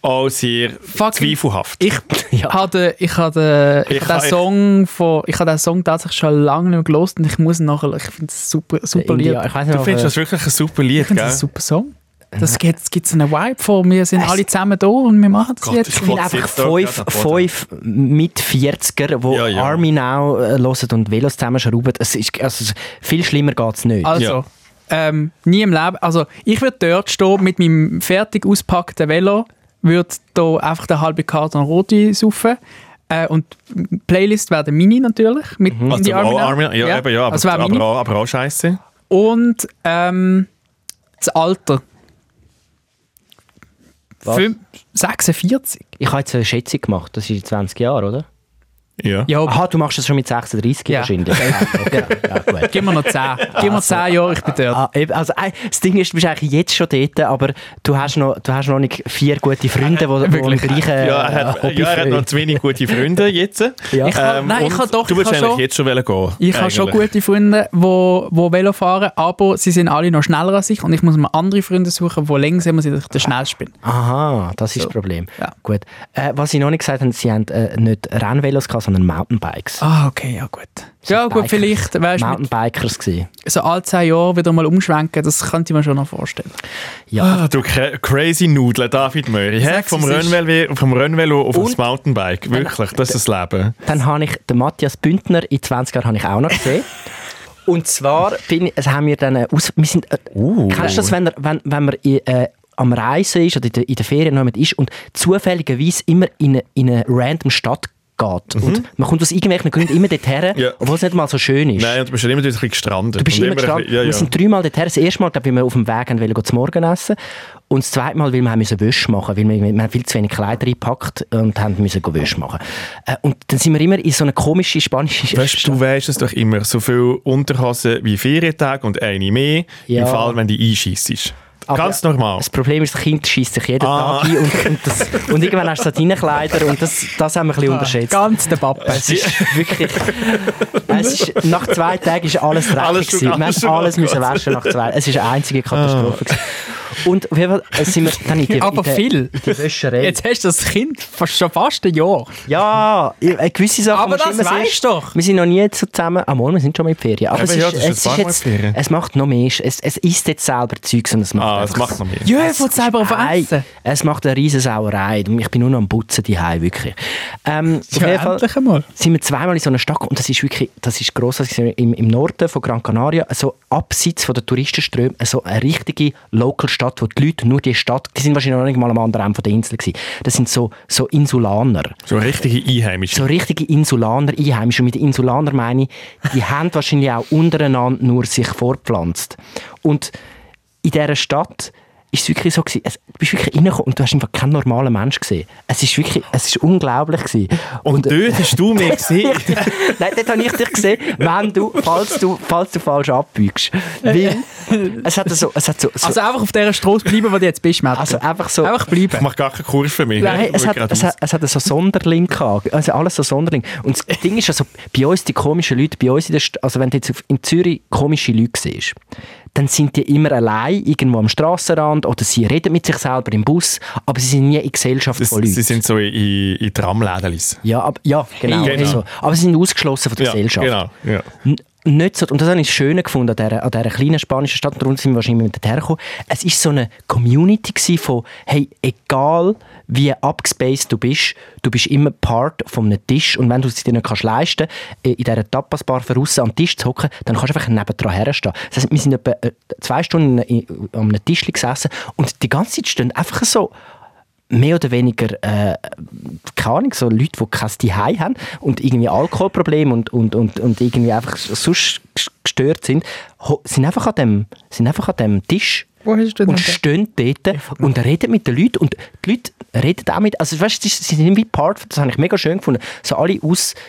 auch sehr
Fucking-
zweifelhaft.
Ich
[LAUGHS] Ja.
hatte, ich hatte, ich
Ich
hatte
kann-
den Song von, ich habe den Song tatsächlich schon lange nicht mehr gelost und ich muss ihn nachher, ich finde es super, super Lied.
India, ich weiss nicht,
du
ob,
findest
äh,
das wirklich ein super Lied,
Ich finde
gell?
es ein super Song. Das gibt, es gibt so einen Vibe von, wir sind
Es-
alle zusammen da und wir machen das
Gott,
jetzt.
ich
sind
Kotzt
einfach
jetzt da
fünf,
gerade am Boden.
fünf mit 40er, die
Ja, ja.
Army Now äh, hören und Velos zusammenschrauben. Es ist, also, es- viel schlimmer geht es nicht.
Also,
Ja.
ähm, nie im Leben. Also, ich würde dort stehen mit meinem fertig ausgepackten Velo, würde da einfach den halben Karton Rotwein saufen. Äh, und die Playlist wäre der Mini natürlich. Mit in
Also,
die
auch
Arme-
Armin, ja, Eben, ja aber,
also wäre
aber,
Mini.
auch, aber auch scheiße.
Und ähm, das Alter.
Was?
Fünf- 46.
Ich habe jetzt eine Schätzung gemacht, das ist in 20 Jahren, oder?
Ja.
Ja,
Aha, du machst das schon mit 36
Ja.
wahrscheinlich. Ah, okay. ja, gut.
gib mir noch 10. Gib mir 10 Jahre, ich bin dort.
Ah, eben, also, äh, das Ding ist, du bist eigentlich jetzt schon dort, aber du hast noch, du hast noch nicht vier gute Freunde, die die im
Wirklich?
gleichen äh,
Ja, er hat,
Hobby
ja, er hat noch zu wenig gute Freunde jetzt. Ähm,
Ja.
Ich kann, nein, ich
und
kann doch,
Du
ich
würdest
kann
eigentlich
schon,
jetzt schon wollen gehen.
ich habe schon
eigentlich.
gute Freunde, die wo, wo Velo fahren, aber sie sind alle noch schneller als ich und ich muss mir andere Freunde suchen, die länger sind, als ich der schnellste bin.
Aha, das ist das Problem.
Ja.
Gut. Äh, was ich noch nicht gesagt habe, sie haben äh, nicht Rennvelos, gehabt, sondern Mountainbikes.
Ah, okay, ja gut. Ja gut,
Bikers.
vielleicht, weißt du, mit
Mountainbikers gewesen.
so alle 10 Jahre wieder mal umschwenken, das könnte ich mir schon noch vorstellen.
Ah, du cra- crazy Nudeln, David Möri. hä?
Sag's,
Vom
es ist-
Rennvelo vom Rennvelo auf das
Und-
Mountainbike. Wirklich, das ist das Leben.
Dann habe ich den Matthias Bündner in 20 Jahren habe ich auch noch
[LAUGHS]
gesehen. Und zwar bin ich, also haben wir dann äh, aus, wir sind, äh,
Uh.
Kennst du das, wenn, er, wenn, wenn man in, äh, am Reisen ist oder in der, in der Ferien noch jemand ist und zufälligerweise immer in eine, in eine random Stadt geht
Mhm.
und man kommt aus irgendwelchen Gründen immer
[LAUGHS]
dorthin,
Ja.
obwohl es nicht mal so schön ist.
Nein, und du bist ja immer ein bisschen gestrandet.
Du bist
Und
immer gestanden.
Ja,
Wir
ja.
sind dreimal dorthin. Das erste Mal, glaub, weil wir auf dem Weg haben, wollen, zum Morgen essen. Und das zweite Mal, weil wir haben müssen Wäsche machen weil wir, wir haben viel zu wenig Kleider eingepackt und haben müssen go Wäsche machen. Äh, Und dann sind wir immer in so eine komische spanische
Weißt, du
Stadt.
du weißt es doch immer. So viel Unterhosen wie Ferientage und eine mehr.
Ja.
Im Fall, wenn du einschießt.
Aber-
Ganz normal.
Das Problem ist, das Kind schießt sich jeden
Ah.
Tag ein und, und, das, und irgendwann hast du so deine Kleider und das, das haben wir ein bisschen unterschätzt.
Ganz der Pappe.
Es ist wirklich.
[LAUGHS]
Es ist, nach zwei Tagen ist alles dreckig.
Alles schon-
gewesen. wir
alles Ah. schon
mussten
ganz
alles müssen waschen nach zwei. Es ist eine einzige Katastrophe. gewesen. Und auf jeden Fall äh, sind wir dann in die,
Aber
in der-
viel.
die Wäscherei.
[LAUGHS] Jetzt hast du das Kind fast, schon fast ein Jahr.
Ja, ich- äh, gewisse Sachen.
Aber
musst du
das
immer
weisst
zuerst-
du doch.
Wir sind noch nie so zusammen. Ah, morgen, wir sind schon mal in die Ferien. Aber
Eben,
es,
ja,
ist,
das ist
es,
ein
ist
paar Mal
jetzt,
die Ferien.
es macht noch mehr. Es, es isst jetzt selber Zeugs und es macht
Ah, es
einfach
macht noch mehr.
Ja, ich wollte selber auf
Nein,
Essen.
es macht eine riesen Sauerei. Ich bin nur noch am Putzen die wirklich. Ähm, auf jeden
Ja,
Fall
endlich einmal.
sind wir zweimal in so einer Stadt und das ist wirklich, das ist gross, das ist im, im Norden von Gran Canaria, so abseits von der Touristenströme, so eine richtige Local-Stadt, wo die Leute nur die Stadt, die sind wahrscheinlich noch nicht mal am anderen Ende von der Insel gewesen. Das sind so, so Insulaner.
So richtige Einheimische.
So richtige Insulaner, Einheimische. Und mit Insulaner meine ich,
[LAUGHS]
die haben wahrscheinlich auch untereinander nur sich vorpflanzt. Und in dieser Stadt ist es wirklich so gewesen, es, du bist wirklich reingekommen und du hast einfach keinen normalen Mensch gesehen. Es ist wirklich, es ist unglaublich gewesen. äh,
und dort hast du
[LAUGHS]
mich gesehen.
Nein, dort habe ich dich
[LAUGHS]
gesehen, wenn du, falls du, falls du falsch abbiegst.
[LAUGHS]
Weil es hat so, es hat so, so
Also einfach auf dieser Straße bleiben, wo du jetzt bist, Mathe.
also einfach so.
einfach
Ich
bleiben.
mache gar keine Kurve mehr.
Nein,
Ich
es
schaue
hat,
geradeaus.
es, hat, es hat so Sonderling gehabt. Also alles so Sonderling. Und das Ding ist, also bei uns, die komischen Leute, bei uns in der St also wenn du jetzt auf- in Zürich komische Leute siehst, dann sind die immer allein irgendwo am Strassenrand oder sie reden mit sich selber im Bus, aber sie sind nie in Gesellschaft
Das-
von Leuten.
Sie sind so in, in, in Tramlädelis.
ja, ab, ja, genau.
Genau.
Also, aber sie sind ausgeschlossen von der Gesellschaft.
Genau. Ja.
N- nicht so, und das habe ich das Schöne gefunden an dieser, an dieser kleinen spanischen Stadt, und darum sind wir wahrscheinlich mit hergekommen. Es war so eine Community gewesen von, hey, egal wie abgespaced du bist, du bist immer Part von einem Tisch und wenn du es dir nicht kannst leisten kannst, in dieser Tapas-Bar von aussen am Tisch zu hocken, dann kannst du einfach nebendran herstehen. Das heisst, wir sind etwa äh, zwei Stunden in, in, an einem Tisch gesessen und die ganze Zeit stehen einfach so mehr oder weniger, äh, keine Ahnung, so Leute, die kein Zuhause haben und irgendwie Alkoholprobleme und, und, und, und irgendwie einfach sonst gestört sind, ho- sind einfach an dem, sind einfach an dem Tisch
Wo hast du
und
denn-
stehen dort und reden mit den Leuten und die Leute reden auch mit, also weißt, du, sie sie sind irgendwie Part, von- das habe ich mega schön gefunden, so alle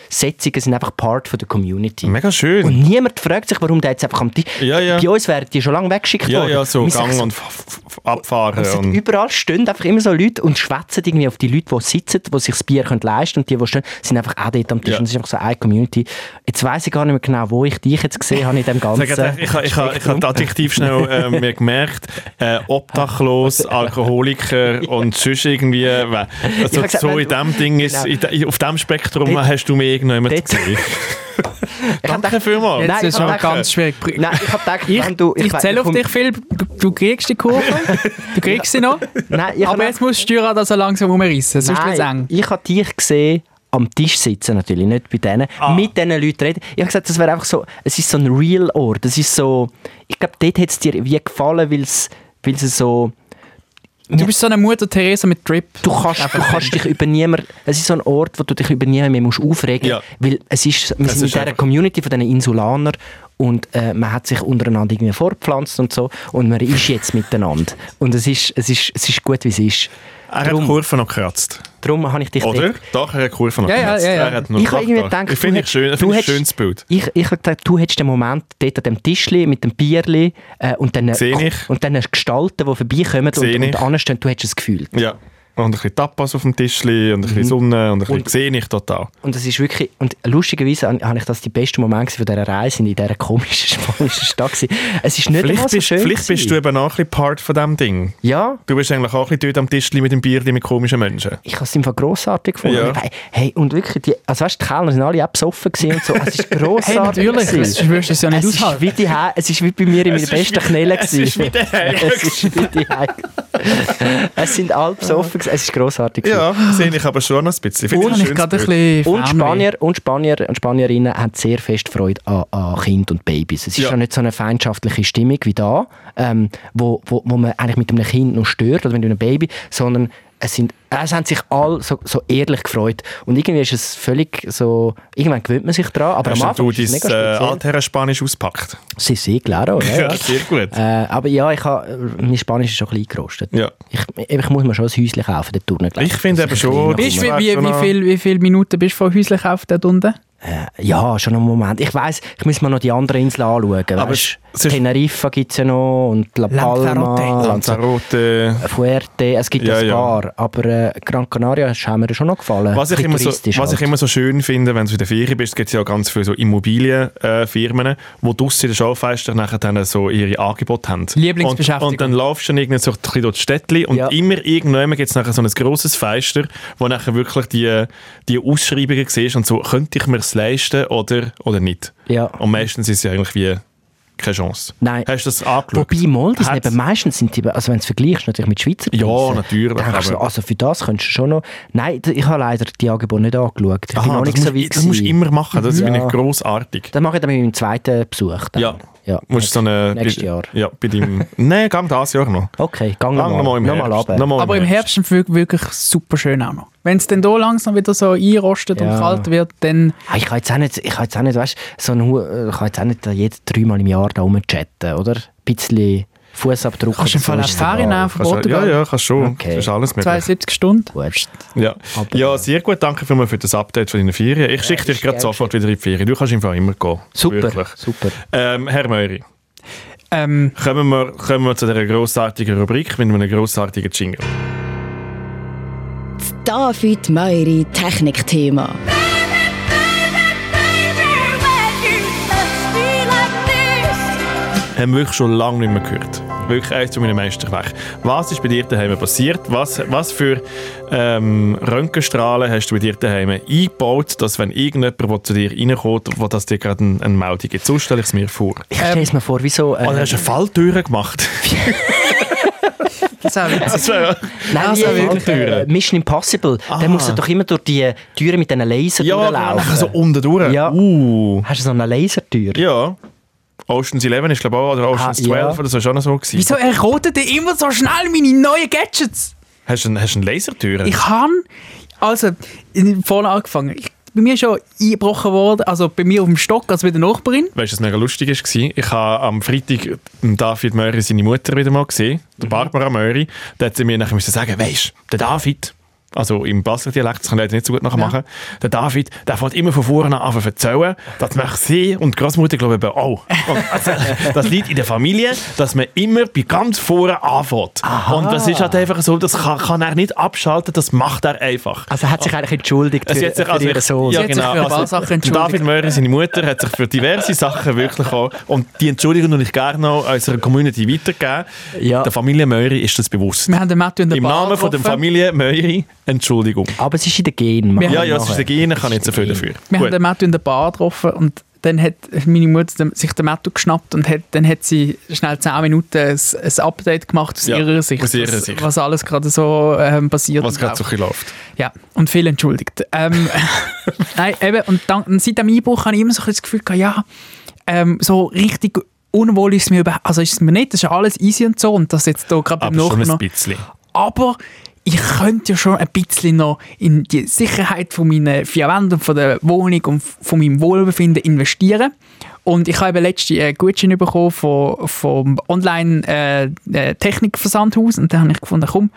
Aussetzungen sind einfach Part von der Community.
Mega schön.
Und niemand fragt sich, warum der jetzt einfach am Tisch...
Ja, ja.
Bei uns wären die schon lange weggeschickt
ja,
worden.
ja, so
Wir sind
Gang und F- F- F- Abfahren.
es hat
Und
überall stehen einfach immer so Leute und schwätzen irgendwie auf die Leute, die sitzen, die sich das Bier können leisten und die, die stehen, sind einfach auch dort am Tisch.
Ja.
Und es ist einfach so eine Community. Jetzt weiss ich gar nicht mehr genau, wo ich dich jetzt gesehen habe in dem Ganzen.
Sag jetzt, ich, ich, ich, ich, ich habe
[LAUGHS]
adjektiv schnell äh, mir gemerkt, äh, obdachlos,
[LAUGHS]
Alkoholiker und sonst irgendwie. äh, Also,
gesagt,
so
wenn
in
du-
dem Ding ist,
Genau.
in de- auf dem Spektrum
Dort-
hast du mir irgendjemand
dort- [LAUGHS]
gesehen.
Ich hab
Danke
gedacht-
vielmals.
Nein,
Jetzt ist
ich
aber
hab
ganz schwierig.
Nein, ich habe gedacht,
Ich,
wenn du...
ich,
weiss,
zähle auf
komm-
dich, Phil. Du, du kriegst die Kurve. [LAUGHS] Du kriegst sie noch.
Nein, ich
Aber
hab-
jetzt musst du steuern, dass er langsam umreißen. Sonst wird es
Nein,
eng.
ich habe dich gesehen am Tisch sitzen natürlich, nicht bei denen,
Ah.
mit diesen Leuten reden. Ich habe gesagt, das wäre einfach so, es ist so ein real Ort, es ist so, ich glaube, dort hat es dir wie gefallen, weil es weil es so,
Du bist so eine Mutter Theresa mit Trip.
du kannst, du kannst dich über niemanden, es ist so ein Ort, wo du dich über niemanden mehr musst aufregen
Ja.
weil es ist, wir
Es ist
sind in dieser
einfach-
Community von diesen Insulaner und äh, man hat sich untereinander irgendwie vorgepflanzt und so und man ist jetzt miteinander und es ist, es ist, es ist gut, wie es ist.
Er hat die Kurve noch gekratzt.
Darum habe ich dich
Oder?
gedacht.
Da hat er eine Kurve noch
Ja, ja,
genutzt.
ja, ja.
Er hat noch
Ich habe
Kraft
irgendwie
da.
gedacht,
ich finde
du
ich schön, ich
hättest-
finde ich
du
ein schönes
hättest-
Bild.
Ich, ich habe gedacht, du hättest den Moment dort an dem Tischli mit dem Bierli äh, und dann
Seh ich.
und dann Gestalten, die vorbeikommen
Seh
und, und
ich.
anstehen, du hättest es gefühlt.
Ja. Und ein bisschen Tapas auf dem Tischli und ein bisschen
Mhm.
Sonne und ein bisschen sehe ich total.
Und es ist wirklich, und lustigerweise han- habe ich das die besten Momente von dieser Reise in dieser komischen [LAUGHS] spanischen Stadt. gewesen. Es ist nicht
Vielleicht,
einmal so
bist,
schön.
vielleicht bist du
gewesen.
eben auch ein bisschen Part von dem Ding.
Ja,
Du bist eigentlich auch ein bisschen dort am Tischli mit dem Bier mit komischen Menschen.
ich habe es einfach grossartig gefunden.
Ja.
Weil- Hey, und wirklich, die, also weißt, du, die Kellner sind alle auch besoffen gewesen und so.
[LAUGHS]
Es ist grossartig.
Hey, natürlich,
gewesen.
sonst würdest du es ja nicht
es ist,
aushalten.
wie die He- es ist wie bei mir in meiner
Es ist
besten
wie-
Knelle.
es ist wie die Heim.
Es ist wie die Heim.
[LAUGHS]
Es sind alle besoffen gewesen. Es ist grossartig. gewesen.
Ja, sehe ich aber schon noch ein bisschen. Finde
Und
ich ein
ich
schönes
gerade ein
Bild.
bisschen
Und
Fernweh.
Spanier, und Spanier und Spanierinnen haben sehr fest Freude an, an Kind und Babys. Es ist ja.
Ja.
nicht so eine feindschaftliche Stimmung wie da, ähm, wo, wo, wo man eigentlich mit einem Kind noch stört oder mit einem Baby, sondern es, sind, es haben sich alle so, so ehrlich gefreut. Und irgendwie ist es völlig so, irgendwann gewöhnt man sich dran, aber
Hast
am
denn
Anfang
du
ist es
dein
mega
äh,
speziell.
Altherren-Spanisch auspackt?
Sie sind, claro. Ja, ja.
[LAUGHS] Ja, sehr gut.
Äh, aber ja, ich hab, mein Spanisch ist schon ein bisschen gerostet.
Ja.
Ich, ich muss mir schon ein Häuschen kaufen, dort turnen. glaub
Ich finde eben
Dass
schon-
kleiner
Bist du,
Komm,
wie,
warte
wie,
noch.
viel, wie viele Minuten bist du von häuslich auf dort unten?
Ja, schon einen Moment. Ich weiss, ich muss mir noch die anderen Inseln anschauen.
Aber
weisst.
es ist-
Teneriffa gibt es ja noch und La Palma,
Lanzarote.
Lanzarote.
Lanzarote.
Fuerte, es gibt
Ja,
ja, ein
ja.
paar. Aber äh, Gran Canaria ist haben mir schon noch gefallen.
Was ich,
Ein
immer
bisschen
so,
touristisch
was ich
halt.
immer so schön finde, wenn du in der Ferien bist, gibt es ja ganz viele so Immobilienfirmen, äh, Firmen, wo draussen in den Schaufenstern nachher dann so ihre Angebote haben.
Lieblingsbeschäftigung.
Und, und dann laufst du dann irgendwie so ein bisschen durch die Städtchen und
Ja.
immer irgendwann gibt es nachher so ein grosses Feister, wo nachher wirklich die, die Ausschreibungen siehst und so, könnte ich mir es leisten oder, oder nicht?
Ja.
Und meistens ist es ja eigentlich wie keine Chance.
Nein.
Hast du das angeschaut?
Wobei Moldis
Hat's-
eben meistens sind die, also wenn du es vergleichst natürlich mit Schweizer
Ja,
Preisen,
natürlich,
dann denkst du,
aber-
also für das könntest du schon noch... Nein, d- ich habe leider die Angebote nicht angeschaut. Ich bin
Aha,
noch
das,
nicht so
musst,
weit
das musst du
gewesen.
immer machen, das
Ja.
finde ich grossartig.
Das mache ich dann bei meinem zweiten Besuch. Dann.
Ja.
ja.
Musst du so eine,
Nächstes
bei-
Jahr.
eh, Ja, bei [LAUGHS] deinem... Nein, gang das Jahr noch.
Okay,
Gang
gang
nochmal
nochmal.
im
Nochmal
Herbst.
runter.
Nochmal
Aber im Herbst ist es wirklich super schön auch noch. Wenn es dann hier langsam wieder so einrostet
Ja.
und kalt wird, dann
Ah, Ich kann jetzt auch nicht, ich kann jetzt auch nicht, weißt, so einen, Hu- äh, ich kann jetzt auch nicht jeden dreimal im Jahr da rumchatten, oder? Ein bisschen Fußabdruck.
kannst du im Fall auch Ferien nehmen von
Kannst du-
Portugal.
Ja, ja, kannst schon.
Okay.
Das ist alles möglich.
72 Stunden.
Gut.
Ja.
Aber-
ja, sehr gut. Danke vielmals für das Update von deinen Ferien. Ich schicke dich
ist
gerade
gern
sofort wieder in die Ferien. Du kannst einfach immer gehen.
Super,
Wirklich.
super.
Ähm, Herr Möri,
Ähm,
kommen wir, kommen wir zu dieser grossartigen Rubrik mit einem grossartigen Jingle.
Das David Meuri Technikthema.
Haben wir wirklich schon lange nicht mehr gehört. Wirklich eins zu meinen Meister weg. Was ist bei dir daheim passiert? Was, was für ähm, Röntgenstrahlen hast du bei dir daheim eingebaut, dass wenn irgendjemand der zu dir reinkommt, wo das dir gerade eine, eine Meldung gibt? So stelle ich es mir vor.
Ich stelle es mir vor, wieso. Äh,
Ähm, Oh, du hast eine Falltür gemacht.
das ist auch witzig.
[LAUGHS] Das wär-
nein,
also
wie-
wirklich
äh, Mission Impossible.
Aha.
Der muss er doch immer durch die Türen mit diesen Lasern
ja, genau,
durchlaufen.
nachher so unten durch.
Ja.
Uh.
Hast du so eine Lasertür?
Ja. Ocean's 11 ist glaube ich auch, oder Ocean's
Ah,
12
ja.
oder so, ist auch noch so gewesen.
Wieso errotet ihr immer so schnell meine neuen Gadgets?
Hast du eine, hast du eine Lasertür?
Ich habe, also, ich- vorne angefangen. Ich, bei mir ist schon eingebrochen worden, also bei mir auf dem Stock, also bei der Nachbarin.
Weißt du, was mega lustig war? Ich habe am Freitag den David Möri, seine Mutter, wieder mal gesehen, der Barbara Möri. Da hat sie mir nachher müssen sagen, weißt du, der David, also im Basler Dialekt, das kann ich leider nicht so gut nachmachen, der David, der fängt immer von vorne an zu erzählen, das macht sie und die Großmutter, glaube ich, eben auch. [LAUGHS] Und also, das liegt in der Familie, dass man immer bei ganz vorne anfängt. Und das ist halt einfach so, das kann, kann er nicht abschalten, das macht er einfach.
Also hat sich eigentlich entschuldigt für,
Sie hat sich
für
also
ihren Sohn.
Ja,
Sie hat sich
genau.
für ein paar
also,
Sachen entschuldigt.
David Möhrer, seine Mutter, hat sich für diverse Sachen wirklich auch. Und die Entschuldigung würde ich gerne noch unserer Community weitergeben.
Ja.
Der Familie Möhrer ist das bewusst.
Wir haben den Matthew in der
Im
Bar
Namen von der
getroffen.
Familie Möhrer, Entschuldigung.
Aber es ist in den Genen.
Wir-
Ja, ja, es ist der Gene, kann ich jetzt dafür. dafür.
Wir haben
Gut.
den Matthew in der Bar getroffen und dann hat meine Mutter dem- sich den Matthew geschnappt und hat, dann hat sie schnell 10 Minuten ein, ein Update gemacht aus
Ja,
ihrer Sicht,
aus ihrer
was,
Sicht.
was alles gerade so ähm, passiert.
Was
und
gerade
auch-
so ein bisschen läuft.
Ja, und viel entschuldigt.
[LAUGHS]
Ähm, nein, eben, und dann, und seit dem Einbruch habe ich immer so ein bisschen das Gefühl gehabt, ja, ähm, so richtig unwohl ist es mir überhaupt, also ist es mir nicht, das ist alles easy und so und das jetzt hier gerade beim
Aber schon
Nachbarn
ein
noch.
bisschen.
Aber ich könnte ja schon ein bisschen noch in die Sicherheit von meinen vier Wänden und von der Wohnung und von meinem Wohlbefinden investieren. Und ich habe eben letztens einen Gutschein bekommen von, vom Online-Technikversandhaus und dann habe ich gefunden, komm,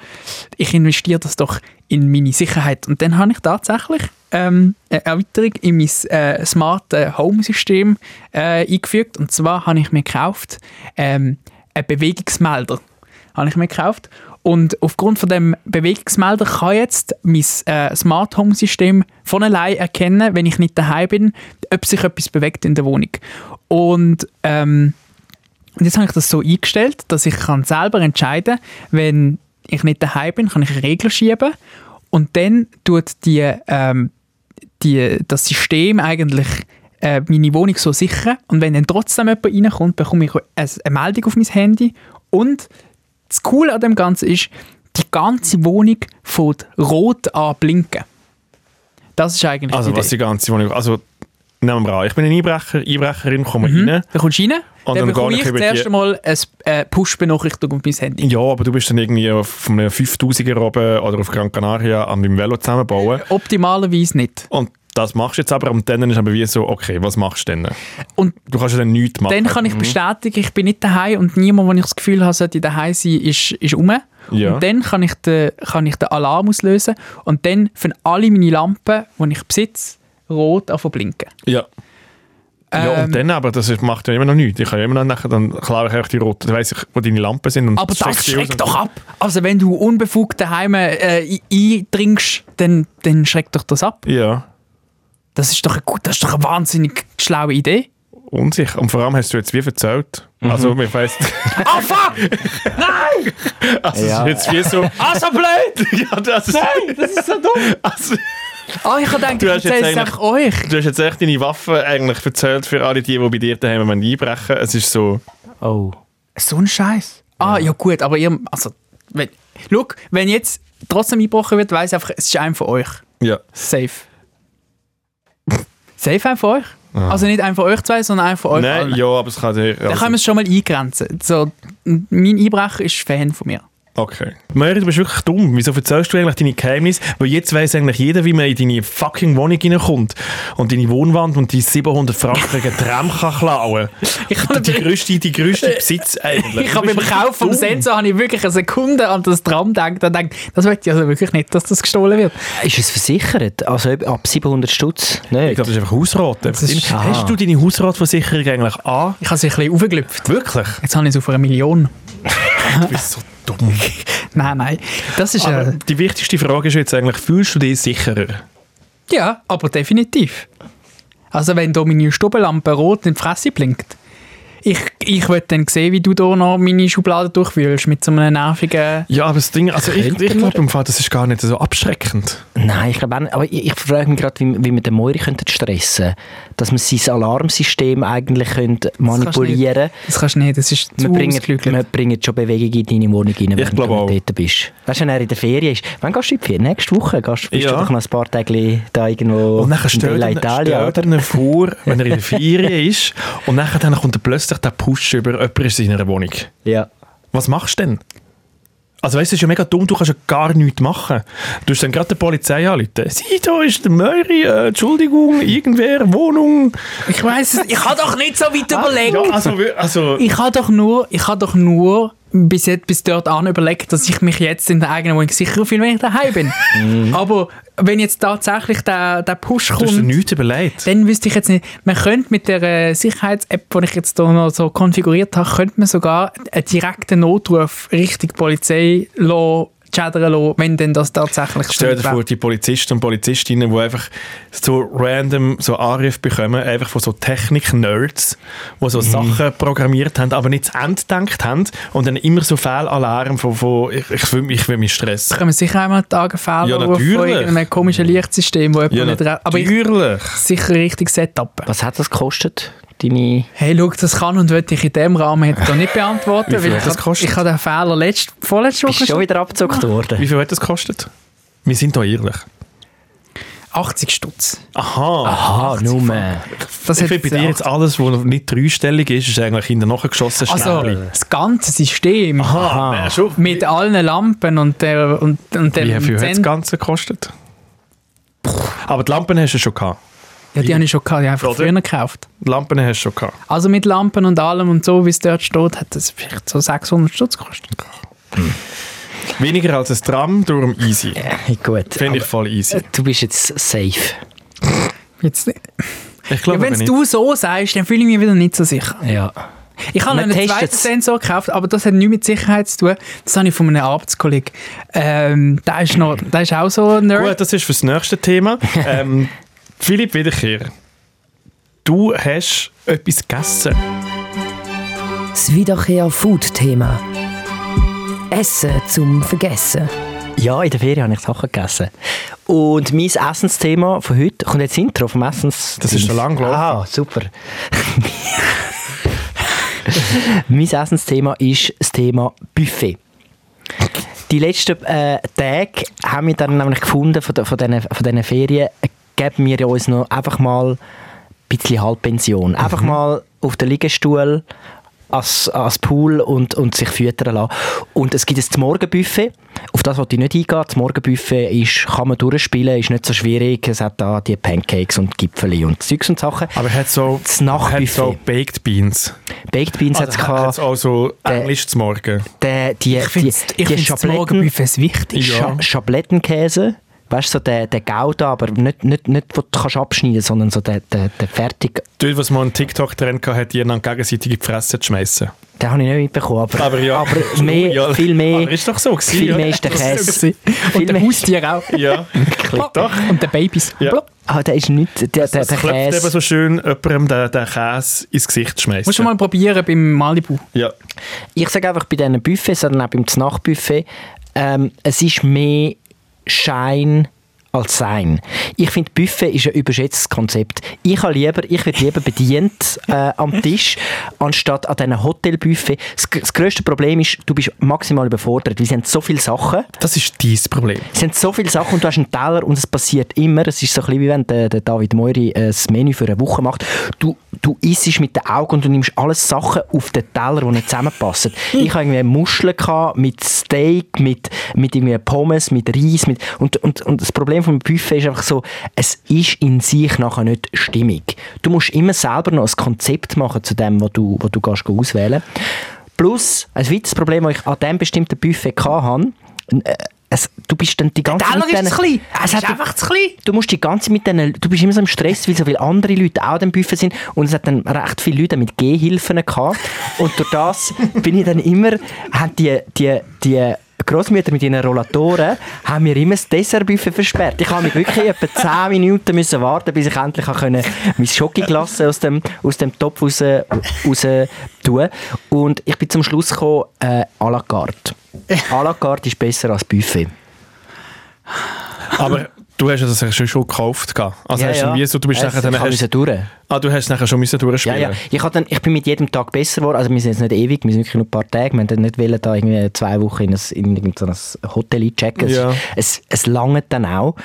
ich investiere das doch in meine Sicherheit. Und dann habe ich tatsächlich ähm, eine Erweiterung in mein äh, Smart äh, Home-System äh, eingefügt. Und zwar habe ich mir gekauft ähm, einen Bewegungsmelder. Habe ich mir gekauft. Und aufgrund von dem Bewegungsmelder kann jetzt mein äh, Smart Home System von allein erkennen, wenn ich nicht daheim bin, ob sich etwas bewegt in der Wohnung. Und ähm, und jetzt habe ich das so eingestellt, dass ich kann selber entscheiden, wenn ich nicht daheim bin, kann ich einen Regler schieben und dann tut die, ähm, die, das System eigentlich äh, meine Wohnung so sichern und wenn dann trotzdem jemand reinkommt, bekomme ich eine, eine Meldung auf mein Handy und das Coole an dem Ganzen ist, die ganze Wohnung fängt rot an blinken. Das ist eigentlich
Also
die
was die
Idee.
ganze Wohnung... Also nehmen wir an, ich bin ein Einbrecher, Einbrecherin, komme rein.
Dann kommst du rein,
Und
dann
dann
bekomme
gehe
ich
ich
das
über
erste
die-
Mal eine Sp- äh, Push-Benachrichtigung auf mein Handy.
Ja, aber du bist dann irgendwie auf- von einem 5000er oben oder auf Gran Canaria an deinem Velo zusammenbauen.
Optimalerweise nicht.
Und das machst du jetzt aber und dann ist aber wie so, okay, was machst du denn?
Und
Du kannst ja dann nichts machen.
dann kann ich bestätigen, ich bin nicht daheim und niemand, wo ich das Gefühl habe, sollte daheim sein, ist, ist um.
Ja.
Und dann kann ich, den, kann ich den Alarm auslösen und dann für alle meine Lampen, die ich besitze, rot anfangen zu blinken.
Ja. ja,
Ähm.
und dann aber, das ist- macht ja immer noch nichts. Ich kann ja immer noch nachher, dann klaue ich einfach die roten, dann weiss ich, wo deine Lampen sind. Und
Aber das
die aus
schreckt
und-
doch ab. Also wenn du unbefugt daheim äh, ein- eindringst, dann, dann schreckt doch das ab.
Ja,
Das ist doch eine, gut, das ist doch eine wahnsinnig schlaue
[LAUGHS]
Idee.
unsicher. Und vor allem hast du jetzt wie erzählt. Also, ich weiss, [LAUGHS]
Ah, fuck!
also, es
Ja.
ist jetzt wie so...
Ah, so blöd!
[LAUGHS] ja, das ist,
Nein, das ist so dumm!
[LAUGHS] also,
Ah, ich dachte,
Du
ich
hast jetzt
erzähle es
eigentlich-
einfach euch.
du hast jetzt echt deine Waffe eigentlich erzählt für alle die, die bei dir daheim einbrechen wollen. Es ist so...
Oh.
So ein Scheiß. Ah, ja. gut, aber ihr. Also, wenn, schau, wenn jetzt trotzdem eingebrochen wird, weiss einfach, es ist einer von euch.
Ja.
Safe. Safe einer von euch? Also nicht einer von euch zwei, sondern einer von euch.
Nein,
allen.
ja, aber es kann dir... also
Dann können wir es schon mal eingrenzen. So, m- mein Einbrecher ist Fan von mir.
Okay. Möri, du bist wirklich dumm. Wieso erzählst du eigentlich deine Geheimnisse? Weil jetzt weiss eigentlich jeder, wie man in deine fucking Wohnung reinkommt und deine Wohnwand und die 700 Franken Tram kann [LAUGHS] klauen
Ich
kann.
kann
Die grösste, die grösste [LAUGHS] Besitz eigentlich.
Ich
Du
habe beim
bist
Kauf vom
dumm.
Sensor habe ich wirklich eine Sekunde an das Tram gedacht und denkt, das möchte ich also wirklich nicht, dass das gestohlen wird.
Ist es versichert? Also ob- ab 700 Stutz? Nein.
Ich glaube, das ist Ah. einfach Hausrat.
ist-
Hast du deine Hausratversicherung eigentlich an?
Ich habe sie ein bisschen
[LAUGHS]
aufgelüpft.
Wirklich?
Jetzt habe ich es auf eine Million.
Du bist so dumm.
Nein, nein. Das ist
Aber
äh,
die wichtigste Frage ist jetzt eigentlich, fühlst du dich sicherer?
Ja, aber definitiv. Also wenn da meine Stubenlampe rot in die Fresse blinkt, ich, ich will dann sehen, wie du da noch meine Schublade durchwühlst mit so einem nervigen...
Ja, aber das Ding, also ich,
Könnte
ich
man-
glaube im Fall, das ist gar nicht so abschreckend.
Nein, ich glaube auch nicht. Aber ich, ich frage mich gerade, wie, wie man den Moiri könnte stressen Dass man sein Alarmsystem eigentlich könnte manipulieren könnte.
Das kannst du nicht, das ist zu
Wir bringen,
ausgeklügelt.
wir bringen schon Bewegung in deine Wohnung rein, wenn
glaub
du
auch.
dort bist. Weißt du, wenn er in der Ferien ist? Wann gehst du in die Ferien? Nächste Woche? Gehst, bist
Ja.
du doch noch ein paar Tage da irgendwo
Und dann
in
stellt
Bella
er,
Italia,
stellt
oder?
er ihn vor, wenn er in der Ferien ist und nachher dann kommt er plötzlich der Push über jemand ist in seiner Wohnung.
Ja.
Was machst du denn? Also weißt du, es ist ja mega dumm, du kannst ja gar nichts machen. Du hast dann gerade der Polizei anrufen. «Sieh, da ist der Möri, äh, Entschuldigung, irgendwer, Wohnung...»
Ich weiss es, ich habe doch nicht so weit überlegt.
Ja, also... wir- also
Ich habe doch nur, ich habe doch nur bis, jetzt, bis dort an überlegt, dass ich mich jetzt in der eigenen Wohnung sicherer fühle, wenn ich daheim bin.
Mhm.
Aber wenn jetzt tatsächlich der, der Push
du hast dir
kommt...
nichts überlegt.
Dann wüsste ich jetzt nicht. Man könnte mit der äh, Sicherheits-App, die ich jetzt hier noch so konfiguriert habe, könnte man sogar einen direkten Notruf Richtung Polizei lassen, chattern lassen, wenn denn das tatsächlich
Stell dir
stimmt.
vor, die Polizisten und Polizistinnen, die einfach so random so Anrufe bekommen, einfach von so Technik-Nerds, die so Sachen programmiert haben, aber nicht zu Ende gedacht haben und dann immer so Fehlalarm von, von ich, ich, will, ich will mich stressen.
Da können wir sicher einmal Tage fehlen,
Ja,
von
natürlich.
irgendeinem komischen Lichtsystem, wo jemand nicht re- Aber ich
natürlich.
sicher richtig Setup.
Was hat das gekostet? Deine...
Hey, schau, das kann und wollte ich in dem Rahmen hätte ich da nicht
[LAUGHS]
beantworten,
Wie viel
weil
hat
ich,
das
hab-
gekostet?
ich habe den Fehler letzt, vorletzte
Bist
Woche
schon wieder abgezockt worden?
Wie viel hat das gekostet? Wir sind da ehrlich.
80 Stutz.
Aha.
Aha, nur mehr.
Das
ich finde bei dir jetzt alles, was nicht dreistellig ist, ist eigentlich hinter nachher geschossen.
also
Schnäppli.
das ganze System
Aha. Schon.
mit allen Lampen und der und, und dem
Wie viel hat das
Zent-
Ganze gekostet? Aber die Lampen hast du schon gehabt.
Ja, die habe ich schon gehabt, die habe ich einfach
Oder?
früher gekauft.
Die Lampen hast du schon gehabt.
Also mit Lampen und allem und so, wie es dort steht, hat das vielleicht so 600 Stutz gekostet.
Weniger als ein Tram, darum easy.
Gut.
Finde ich voll easy.
Du bist jetzt safe.
Jetzt,
Ich
ja,
glaube aber
wenn
nicht.
du so sagst, dann fühle ich mich wieder nicht so sicher.
Ja.
Ich habe
Man
einen
testet's.
zweiten Sensor gekauft, aber das hat nichts mit Sicherheit zu tun. Das habe ich von einem Arbeitskollegen. Ähm, der, ist noch, der ist auch so ein Nerd.
Gut, das ist fürs nächste
[LAUGHS]
Thema. ähm, Philipp Wiederkehr, du hast etwas gegessen.
Das Wiederkehr-Food-Thema. Essen zum Vergessen.
Ja, in der Ferien habe ich Sachen gegessen. Und mein Essensthema von heute kommt jetzt das Intro vom Essens.
Das ist schon lang gelaufen.
Ah, super. mein Essensthema ist das Thema Buffet. Die letzten äh, Tage haben wir dann nämlich gefunden von, de, von, diesen, von diesen Ferien, äh, geben wir uns noch einfach mal ein bisschen Halbpension.
Mhm.
Einfach mal auf den Liegestuhl ans, ans Pool und, und sich füttern lassen. Und es gibt ein Morgenbuffet. Auf das wollte ich nicht eingehen. Das Morgenbuffet ist, kann man durchspielen, ist nicht so schwierig. Es hat da die Pancakes und Gipfeli und Zeugs und Sachen.
Aber hat so,
Das Nachtbuffet. Ah.
hat so Baked Beans.
Baked
Ah,
Beans hat's
hat es
gehabt.
auch so
Der-
Englisch zum Morgen.
Die, die,
Ich
die,
finde
die,
ich find's das
Schabletten-
Morgenbuffet ist wichtig.
Ja.
Scha Schablettenkäse. Weißt du, so der, der Gouda, aber nicht, nicht, nicht, wo du kannst abschneiden sondern so der, der, der fertig.
Dort, was man einen TikTok-Trend hatte, hat jemand gegenseitig in die Fresse zu schmeissen.
Den habe ich nicht mitbekommen. Aber,
Aber ja. [LAUGHS]
aber mehr,
Ja.
viel mehr.
Aber ist doch so gewesen,
Viel
ja.
mehr ist
[LAUGHS]
der
Das
Käse.
war- Und der
Viel-
Haustier
[LAUGHS]
auch.
Ja, doch.
Und der Babys.
Ja.
Blub.
Ah, der ist nicht. Der, der,
Es
der
klebt eben
Käse.
so schön jemandem den, den Käse ins Gesicht schmeißen.
Musst du mal probieren beim Malibu.
Ja.
Ich sage einfach bei diesen Buffets, sondern auch beim Znachtbuffet, ähm, es ist mehr Schein als Sein. Ich finde, Buffet ist ein überschätztes Konzept. Ich, habe lieber, ich werde lieber bedient äh,
[LAUGHS]
am Tisch, anstatt an diesen Hotelbuffet. Das, gr- das grösste Problem ist, du bist maximal überfordert, weil sie haben so viele Sachen.
Das ist dein Problem.
Es sind so viele Sachen und du hast einen Teller und es passiert immer. Es ist so ein bisschen wie wenn der, der David Moiri äh, das Menü für eine Woche macht. Du, du isst mit den Augen und du nimmst alles Sachen auf den Teller, die nicht zusammenpassen. ich habe irgendwie Muscheln gehabt, mit Steak, mit, mit irgendwie Pommes, mit Reis. Mit, und, und, und das Problem vom Buffet ist einfach so, es ist in sich nachher nicht stimmig. Du musst immer selber noch ein Konzept machen zu dem, was du, was du gehst auswählen Plus, ein weiteres Problem, das ich an diesem bestimmten Buffet hatte, es, du bist dann die ganze
Teller
mit
ist
diesen-
zu klein.
Es
Ist
hat,
einfach zu klein.
Du musst die ganze mit denen, du bist immer so im Stress, weil so viele andere Leute auch am Buffet sind und es hat dann recht viele Leute mit Gehhilfen gehabt und durch
[LAUGHS]
das bin ich dann immer, haben die, die, die Großmütter mit ihren Rollatoren haben mir immer das Dessertbuffet versperrt. Ich habe mich
[LAUGHS]
wirklich etwa 10 Minuten müssen warten, bis ich endlich habe können mein Schokoglasse aus dem, aus dem Topf raus, raus tun und ich bin zum Schluss gekommen, äh, à la carte.
[LAUGHS]
À la carte ist besser als Buffet.
Aber du hast es also schon gekauft. gehabt. Also hast du wie so, du bist
es,
nachher dann
ich habe
hast,
müssen durch.
ah, du hast nachher schon müssen
Ja,
durchspielen.
ja. Ich, hab dann, ich bin mit jedem Tag besser geworden. Also wir sind jetzt nicht ewig, wir sind wirklich nur ein paar Tage. Wir haben dann nicht wollen, da irgendwie zwei Wochen in, ein, in irgend so ein Hotel einchecken. Es,
Ja.
es, es langt dann auch.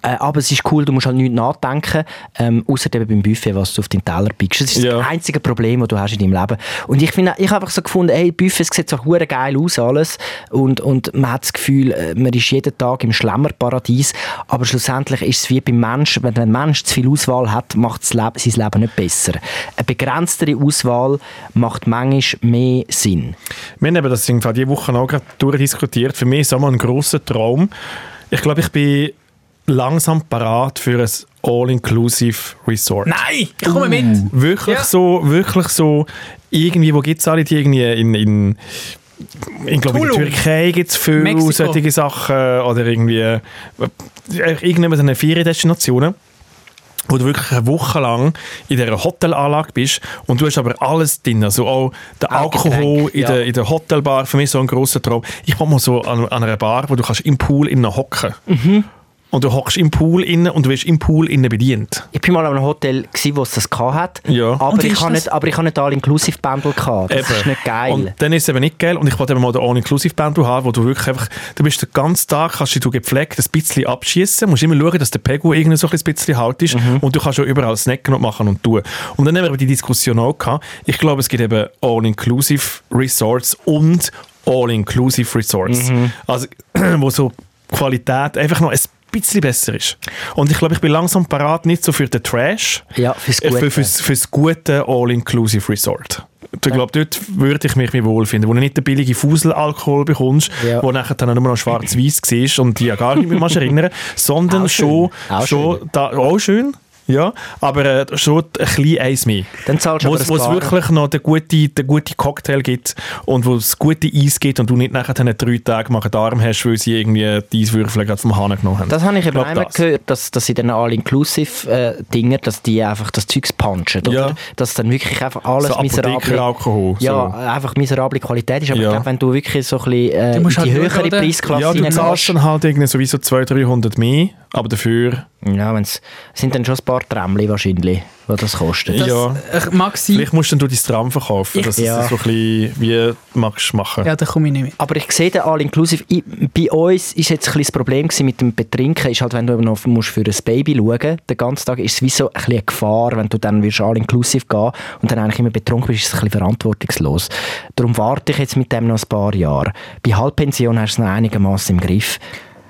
Äh, aber es ist cool, du musst halt nichts nachdenken, ähm, außer eben beim Buffet, was du auf den Teller pickst. Das ist
Ja.
das einzige Problem, das du hast in deinem Leben. Und ich finde, ich habe einfach so gefunden, hey, Buffet es sieht so hure geil aus alles und, und man hat das Gefühl, äh, man ist jeden Tag im Schlemmerparadies, aber schlussendlich ist es wie beim Mensch, wenn ein Mensch zu viel Auswahl hat, macht das Leben, sein Leben nicht besser. Eine begrenztere Auswahl macht manchmal mehr Sinn.
Wir haben eben das jedenfalls diese Woche auch gerade durchdiskutiert. Für mich ist auch mal ein grosser Traum. Ich glaube, ich bin langsam parat für ein All-Inclusive Resort.
Nein, ich komme mit.
Wirklich
Ja.
so, wirklich so, irgendwie, wo gibt es alle die irgendwie in, in ich glaube, in der
Tulum.
Türkei gibt es viele
Mexiko.
solche Sachen oder irgendwie äh, irgendjemand eine Feriendestinationen wo du wirklich eine Woche lang in dieser Hotelanlage bist und du hast aber alles drin, also auch der
Ah,
Auch
Alkohol
Getränke,
in,
ja.
der, in der
Mhm.
Hotelbar, für mich so ein grosser Traum. Ich komme mal so an, an einer Bar, wo du kannst im Pool innen hocken und du hockst im Pool innen und du wirst im Pool innen bedient.
Ich bin mal an einem Hotel, gewesen, wo es das hat.
Ja.
Aber
Und wie
ich
ist
habe
das?
nicht, aber ich habe nicht All-Inclusive-Bundle gehabt. Das ist nicht geil.
Und dann ist es eben nicht geil. Und ich wollte eben mal den All-Inclusive-Band haben, wo du wirklich einfach, du bist den ganzen Tag, kannst dich du gepflegt ein bisschen abschießen, musst immer schauen, dass der Pegu irgendwie so ein bisschen halt ist
Mhm.
und du kannst auch überall snacken und machen und tun. Und dann haben wir eben die Diskussion auch gehabt. Ich glaube, es gibt eben All-Inclusive-Resorts und All-Inclusive-Resorts.
Mhm.
Also, [CLEARS THROAT] wo so die Qualität einfach noch ein bisschen besser ist. Und ich glaube, ich bin langsam parat, nicht so für den Trash,
Ja, fürs
äh,
Gute.
Für, fürs, fürs gute All-Inclusive Resort. Ich glaube, dort würde ich mich wohlfinden, wo du nicht den billigen Fuselalkohol bekommst,
Ja.
wo nachher dann nur noch schwarz-weiß war und dich ja gar nicht mehr kannst
[LAUGHS]
erinnern sondern
Auch
schon,
schön. Auch
schon da, auch schön, ja, aber äh, schon ein bisschen eins mehr.
Dann zahlst du
Wo
aber
es wo es
ein paar-
wirklich noch den guten, den guten Cocktail gibt und wo es gute Eis gibt und du nicht nachher dann drei Tage machen Darm hast, weil sie irgendwie die Eiswürfel gerade vom Hahn genommen haben.
Das habe ich eben
glaub,
einmal
das.
gehört, dass, dass in den All-Inclusive-Dingen, äh, dass die einfach das Zeugs punchen, oder?
Ja.
Dass dann wirklich einfach alles
So Apothekeralkohol, so.
Ja, einfach miserable Qualität ist. Aber
Ja.
ich glaube, wenn du wirklich so ein bisschen äh,
Du
in die
musst halt schauen,
höhere
oder?
Preisklasse
ja, du
hineingehst-
zahlst dann halt irgendwie sowieso 200, 300 mehr, aber dafür
Ja, wenn's, es sind dann schon ein paar Trämmli wahrscheinlich, die das kostet.
Das
Ja.
äh, mag sein.
Vielleicht musst du dann durch dein Tram verkaufen,
Ich-
dass du
Ja.
es so ein bisschen wie magst machen.
Ja, da komme ich nicht mit.
Aber ich sehe den All-Inclusive. Ich- Bei uns war jetzt ein bisschen das Problem gewesen mit dem Betrinken. Ist halt, wenn du eben noch musst für ein Baby schauen musst, den ganzen Tag ist es wie so ein bisschen eine Gefahr, wenn du dann wirst All-Inclusive gehen und dann eigentlich immer betrunken bist, ist es ein bisschen verantwortungslos. Darum warte ich jetzt mit dem noch ein paar Jahre. Bei Halbpension hast du es noch einigermaßen im Griff.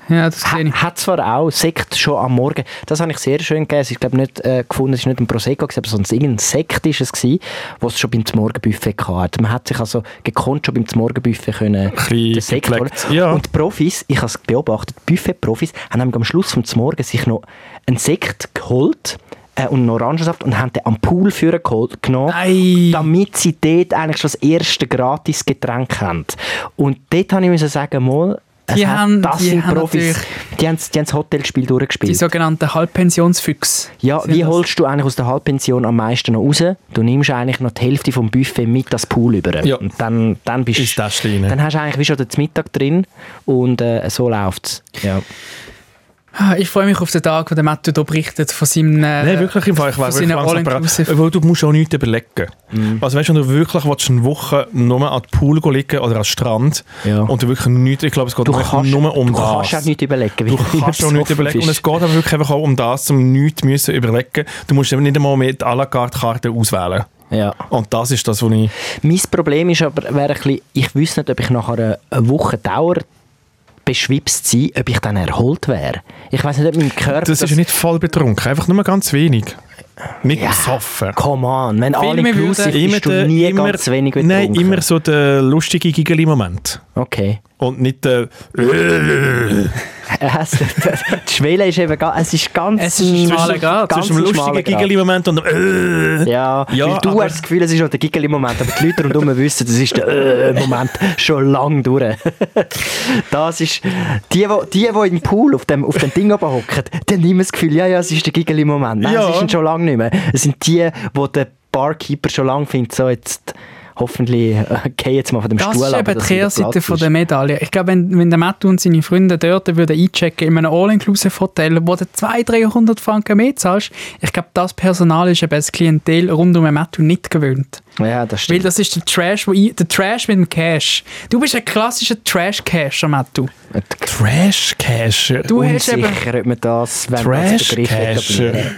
Ja, das sehe ich.
Ha- Hat zwar auch Sekt schon am Morgen. Das habe ich sehr schön gegeben. Ich glaube nicht äh, gefunden, es war nicht ein Prosecco, gewesen, aber sonst irgendein Sekt ist es gewesen, was es schon beim Morgenbuffet hatte. Man hat sich also gekonnt schon beim Morgenbuffet können
bisschen
den Sekt holen.
gepflegt, ja.
Und die Profis, ich habe es beobachtet, die Buffet-Profis haben nämlich am Schluss vom Morgen sich noch einen Sekt geholt äh, und einen Orangensaft und haben den am Pool führen geholt, genommen
Nein.
damit sie dort eigentlich schon das erste gratis Getränk haben. Und dort habe ich müssen sagen, mal, es
Die
hat-
haben-
das
die
sind
haben
Profis.
natürlich-
Die haben, die haben das Hotelspiel
Die
durchgespielt.
sogenannten Halbpensionsfüchse.
ah. Ja,
sind
wie
das.
holst du eigentlich aus der Halbpension am meisten noch raus? Du nimmst eigentlich noch die Hälfte vom Buffet mit das Pool über.
Ja.
Und dann, dann bist
Ist das drin.
Dann hast du eigentlich wie schon den Mittag drin und äh, so läuft es. Ja.
Ah, Ich freue mich auf den Tag, wo der Matthew hier berichtet von seinem... Äh,
Nein, wirklich im Fall. Ich wäre
von
wirklich
seinen
langsam bereit.
All-Inclusive.
Weil du musst auch nichts überlegen.
Mhm.
Also weißt du, wenn du wirklich willst, eine Woche nur an den Pool gehen liegen oder an den Strand
Ja.
und du wirklich nichts, ich glaube, es geht
Du
wirklich
kannst,
nur um
du
das.
kannst auch nicht überlegen. weil
Du
immer
kannst auch nicht
besoffen
überlegen. Und
bist.
es geht aber wirklich einfach auch um das, um nichts müssen überlegen. Du musst eben nicht einmal mit à la carte Karten auswählen.
Ja.
Und das ist das, was ich...
Mein Problem ist aber, wäre ein bisschen, ich wüsste nicht, ob ich nach einer eine Woche Dauer beschwipst sein, ob ich dann erholt wäre. Ich weiß nicht, ob mein Körper...
Das, ist ja nicht voll betrunken, einfach nur ganz wenig. Nicht
Ja,
besoffen.
Come on, wenn alle
Filme
inclusive
würden-
bist Äh, du
der-
nie ganz wenig betrunken.
Nein, immer so der lustige Gigeli-Moment.
Okay. [LAUGHS]
Und nicht der... äh,
Es- Die Schwelle ist eben ga- es ist ganz...
Es ist ein
ganz-
schmaler Grad.
ganz
zwischen dem
schmaler
lustigen
Grad.
Gigeli-Moment und äh, dem...
Ja,
Ja,
weil du
aber-
hast das Gefühl, es ist noch der Giggeli-Moment, aber die Leute rundherum [LAUGHS] wissen, das ist der äh, Moment schon lang durch. [LAUGHS] Das ist, die, wo, die, wo im Pool auf dem, auf dem Ding oben hocken, die haben immer das Gefühl, ja, ja, es ist der Giggeli-Moment. Nein,
Ja.
es ist ihn schon lange nicht mehr. Es sind die, wo der Barkeeper schon lange findet, so jetzt hoffentlich äh, geh jetzt mal von dem
Das
Stuhl
ist
ab,
eben die
dass wieder
Kehrseite
Platz
von
ist.
der Medaille. Ich glaube, wenn, wenn der Matt und seine Freunde dort würden einchecken in einem All-Inclusive-Hotel, wo du 200, 300 Franken mehr zahlst, ich glaube, das Personal ist eben das Klientel rund um den Matt nicht gewöhnt.
Ja, das
Weil
stimmt.
das ist der Trash, wo ich, der Trash mit dem Cash. Du bist ein klassischer Trash-Casher, Mattu.
Trash-Casher.
Du hast eben,
Unsicher, ob man das, wenn man das Begriff hat, aber
Trash-Casher.
nicht.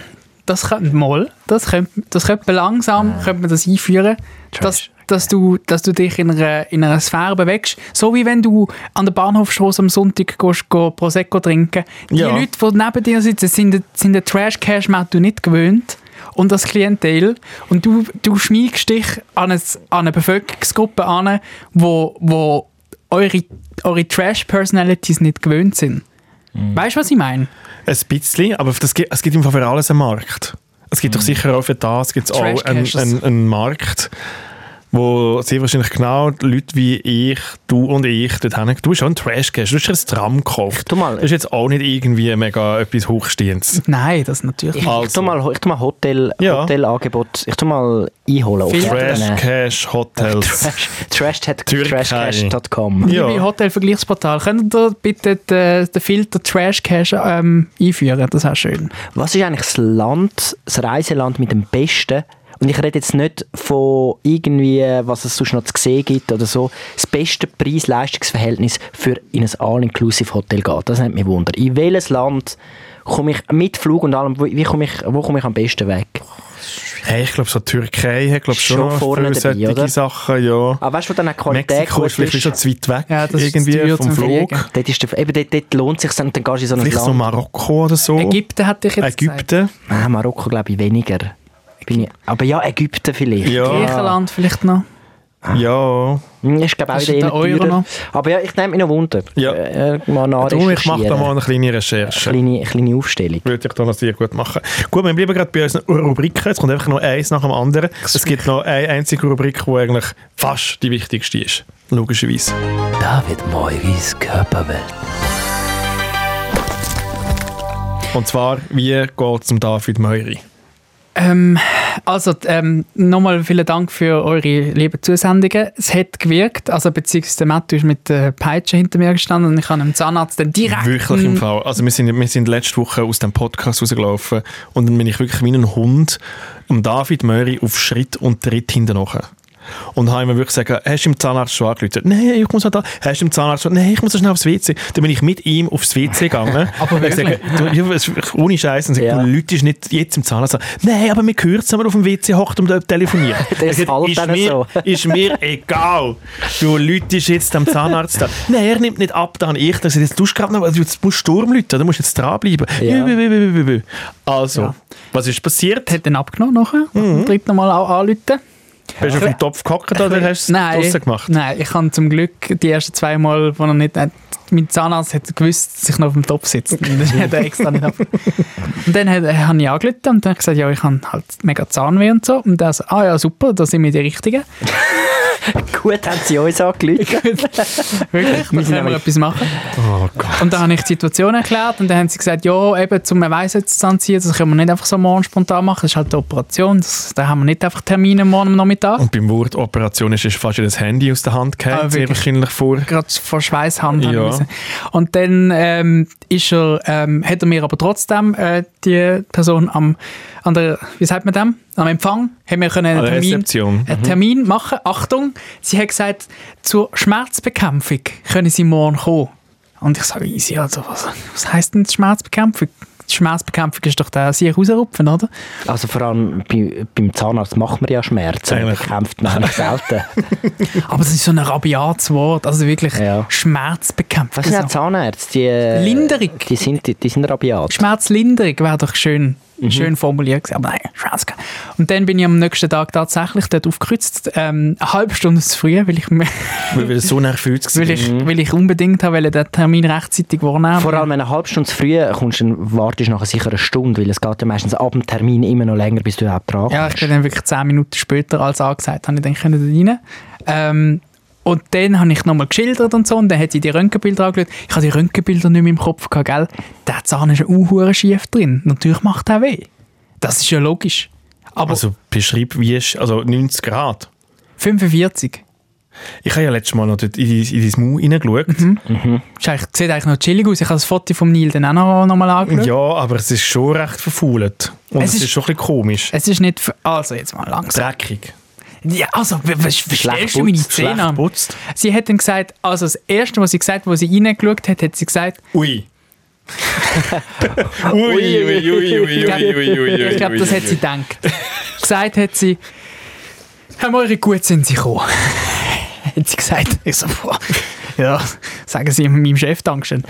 das könnte mal, das könnte, das könnte man langsam könnte man das einführen, dass, dass, du, dass du dich in einer, in einer Sphäre bewegst. So wie wenn du an der Bahnhofstrasse am Sonntag gehst, gehst Prosecco trinken. Die
Ja.
Leute, die neben dir sitzen, sind, sind den trash cash du nicht gewöhnt und das Klientel. Und du, du schmiegst dich an, ein, an eine Bevölkerungsgruppe an, wo, wo eure, eure Trash-Personalities nicht gewöhnt sind. Weißt du, was ich meine?
Ein bisschen, aber das gibt, es gibt im Fall für
Mhm.
alles einen Markt. Es gibt doch sicher auch für das gibt's auch einen,
Trash-Cashes.
einen, einen Markt. wo sehr wahrscheinlich genau die Leute wie ich, du und ich dort haben. Du hast auch einen Trash gehabt, du hast ein Tram gekauft.
Tu mal.
Das ist jetzt auch nicht irgendwie mega etwas Hochstehendes.
Nein, das natürlich.
Ich, ich
Also.
tu mal, ich tu mal Hotel,
Ja.
Hotelangebot, ich tu mal einholen. auf
Viel
Trash
diesen-
Cash Hotels.
Äh, Trash, Trashcat-
Türkei.
Trashcash.com.
Ja.
Liebe Hotelvergleichsportal, könnt ihr bitte den, den Filter Trash Cash ähm, einführen? Das wäre schön.
Was ist eigentlich das Land, das Reiseland mit dem besten? Und ich rede jetzt nicht von irgendwie, was es sonst noch zu sehen gibt oder so. Das beste Preis-Leistungs-Verhältnis für in ein All-Inclusive-Hotel geht. Das nimmt mich Wunder. In welches Land komme ich mit Flug und allem, wo- wie komme ich, wo komme ich am besten weg?
Hey, ich glaube, so Türkei hat glaub,
Ist
schon,
schon
noch
vorne
viele
dabei,
solche
oder?
Sachen. Ja.
Aber Ah, weißt du, wo dann eine Qualität
Mexiko
gut
ist vielleicht schon zu weit weg
Ja, das ist zu
irgendwie
teuer
vom
zum
Flug.
Fliegen.
Dort, ist der, eben, dort, dort lohnt es sich dann, dann gehst du in so ein
Vielleicht
Land.
so Marokko oder so.
Ägypten hätte ich jetzt gesagt.
Ägypten.
Nein, Marokko glaube ich weniger. Bin ich, aber ja, Ägypten vielleicht.
Ja,
Griechenland vielleicht noch.
Ah.
ja.
Hm, Ist glaube
Ist
ich auch
der
wieder
Euro
eher teurer.
noch?
Aber ja, ich nehme mich noch Wunder.
Ja.
Äh, mal
Du, ich mache da
nachrecherchieren.
mal eine kleine Recherche.
kleine, kleine Aufstellung.
Würde ich da noch sehr gut machen. Gut, wir bleiben gerade bei unseren Rubriken. Es kommt einfach noch eins nach dem anderen. Es gibt noch eine einzige Rubrik, die eigentlich fast die wichtigste ist. Logischerweise.
David Moiris Körperwelt.
Und zwar, wie geht es um David Meury?
Ähm, also ähm, nochmal vielen Dank für eure lieben Zusendungen. Es hat gewirkt, also beziehungsweise Matthew ist mit der Peitsche hinter mir gestanden und ich habe dem Zahnarzt dann direkt...
Wirklich im Fall. Also wir sind, wir sind letzte Woche aus dem Podcast rausgelaufen und dann bin ich wirklich wie ein Hund um David Möri auf Schritt und Tritt hinten nachher. Und habe ihm wirklich gesagt, hast du im Zahnarzt schon angerufen? Nein, ich muss noch da. Hast du im Zahnarzt schon? Nein, ich muss noch schnell aufs WC. Dann bin ich mit ihm aufs WC
[LAUGHS]
gegangen.
Aber
Und ich
wirklich?
sage, du, ja, es ist ohne Scheiß. Und ja.
Ja.
du läutest nicht jetzt im Zahnarzt. an. Nein, aber mir gehört es, wenn man auf dem WC hockt und dort telefoniert.
[LAUGHS] Das
Ich sage,
fällt
ist
denen
mir,
so.
ist mir egal. Du läutest jetzt am Zahnarzt an. Nein, er nimmt nicht ab, dann ich. Dann sage ich, jetzt tust du gerade noch, also jetzt musst du Sturm läuten, du musst jetzt dranbleiben.
Ja.
Bü, bü, bü, bü, bü, bü. Also, was ist passiert?
hat dann abgenommen nachher
Mhm.
und tritt nochmal auch anrufen.
Bist du auf dem Topf gehockt oder hast du es draussen gemacht?
Nein, ich habe zum Glück die ersten zwei Mal, wo er nicht... Äh, mein Zahnarzt hat gewusst, dass ich noch auf dem
[LAUGHS]
Topf sitze. Und dann hat er extra nicht abgenommen. Und dann hat, äh, habe ich angerufen und dann habe ich gesagt, ja, ich habe halt mega Zahnweh und so. Und er so, ah ja, super, da sind wir die Richtigen.
Gut, haben sie uns
[LAUGHS]
angelügt.
Wirklich?
[LAUGHS]
Da können wir
nämlich-
etwas machen.
Oh
Und dann habe ich die Situation erklärt und dann haben sie gesagt, ja, eben, zum Weisheitszahn ziehen, das können wir nicht einfach so morgen spontan machen, das ist halt die Operation, das, da haben wir nicht einfach Termine morgen am Nachmittag.
Und beim Wort Operation ist, ist fast ihr das Handy aus der Hand
Ah,
gehabt, sehr
wirklich?
wahrscheinlich vor.
gerade vor Schweißhand
Ja.
ja. müssen. Und dann ähm, ist er, ähm, hat er mir aber trotzdem äh, die Person am, an der, wie sagt man dem? Am Empfang haben wir können einen
An der
Termin,
Rezeption. Mhm.
einen Termin machen. Achtung, sie hat gesagt, zur Schmerzbekämpfung können sie morgen kommen. Und ich sage, easy, also was, was heisst denn Schmerzbekämpfung? Die Schmerzbekämpfung ist doch der, sie
[LAUGHS]
rausrupfen, oder?
Also vor allem bei, beim Zahnarzt macht man ja Schmerzen. Man
Eigentlich.
kämpft nämlich
[LAUGHS]
selten.
Aber das ist so ein rabiates Wort, also wirklich
Ja.
Schmerzbekämpfung. Also
Was sind denn Zahnärzte? Die, äh,
Genau. Linderung.
Die sind, die, die sind rabiat.
Schmerzlinderung wäre doch schön,
Mhm.
schön formuliert gewesen, aber nein, Schmerz. gehabt. Und dann bin ich am nächsten Tag tatsächlich dort aufgekürzt, ähm, eine halbe Stunde zu früh, weil ich, mir-
Weil wir so nervös
[LAUGHS] weil
waren.
ich, weil ich unbedingt habe, wollte, den Termin rechtzeitig wahrnehmen
Mhm. Vor allem, wenn du eine halbe Stunde zu früh kommst, dann wartest du nachher sicher eine Stunde, weil es geht ja meistens ab dem Termin immer noch länger, bis du überhaupt dran
Ja, ich bin dann wirklich zehn Minuten später als angesagt, habe ich dann können dort rein. Ähm, und dann habe ich nochmal geschildert und so, und dann hat sie die Röntgenbilder angeschaut. Ich habe die Röntgenbilder nicht mehr im Kopf gehabt, gell? Der Zahn ist ein schief drin. Natürlich macht er weh. Das ist ja logisch. Aber
Also beschreib, wie ist, also 90 Grad.
45.
Ich habe ja letztes Mal noch dort in, dein- in dein Mau reingeschaut.
Mhm. Ist eigentlich, sieht eigentlich noch chillig aus. Ich habe das Foto vom Neil dann auch noch, noch mal angeschaut.
Ja, aber es ist schon recht verfault. Und es,
Es
ist,
ist-
schon ein bisschen komisch.
Es ist nicht... ver- Also, jetzt mal langsam.
Dreckig.
Ja, also, w- w- verstehst du meine
putzt, schlecht
Zähne? an?
putzt.
Sie hat dann gesagt, also das Erste, was sie gesagt hat, wo sie reingeschaut hat, hat sie gesagt,
[LAUGHS] Ui. ui, ui, ui, ui, ui, ui, ui,
ich glaube, das hat sie gedacht. gesagt hat sie, Herr Meury, gut sind Sie gekommen. [LAUGHS] hat sie gesagt. Ich so, boah, ja, sagen Sie meinem Chef Dankeschön.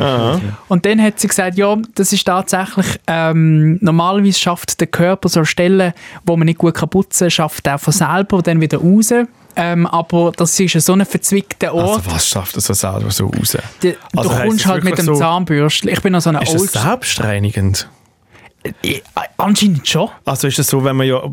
Und dann hat sie gesagt, ja, das ist tatsächlich, ähm, normalerweise schafft der Körper so Stellen, wo man nicht gut kann putzen kann, schafft er von selber dann wieder raus. Ähm, aber das ist so ein verzwickter Ort.
Also was schafft das das selber so raus?
Die-
Also
du
heisst
kommst
es
halt mit
wirklich
dem
so-
Zahnbürstchen. Ich bin noch so ein
Ist das
Old.
selbstreinigend?
Ich- Anscheinend schon.
Also ist es so, wenn man ja, in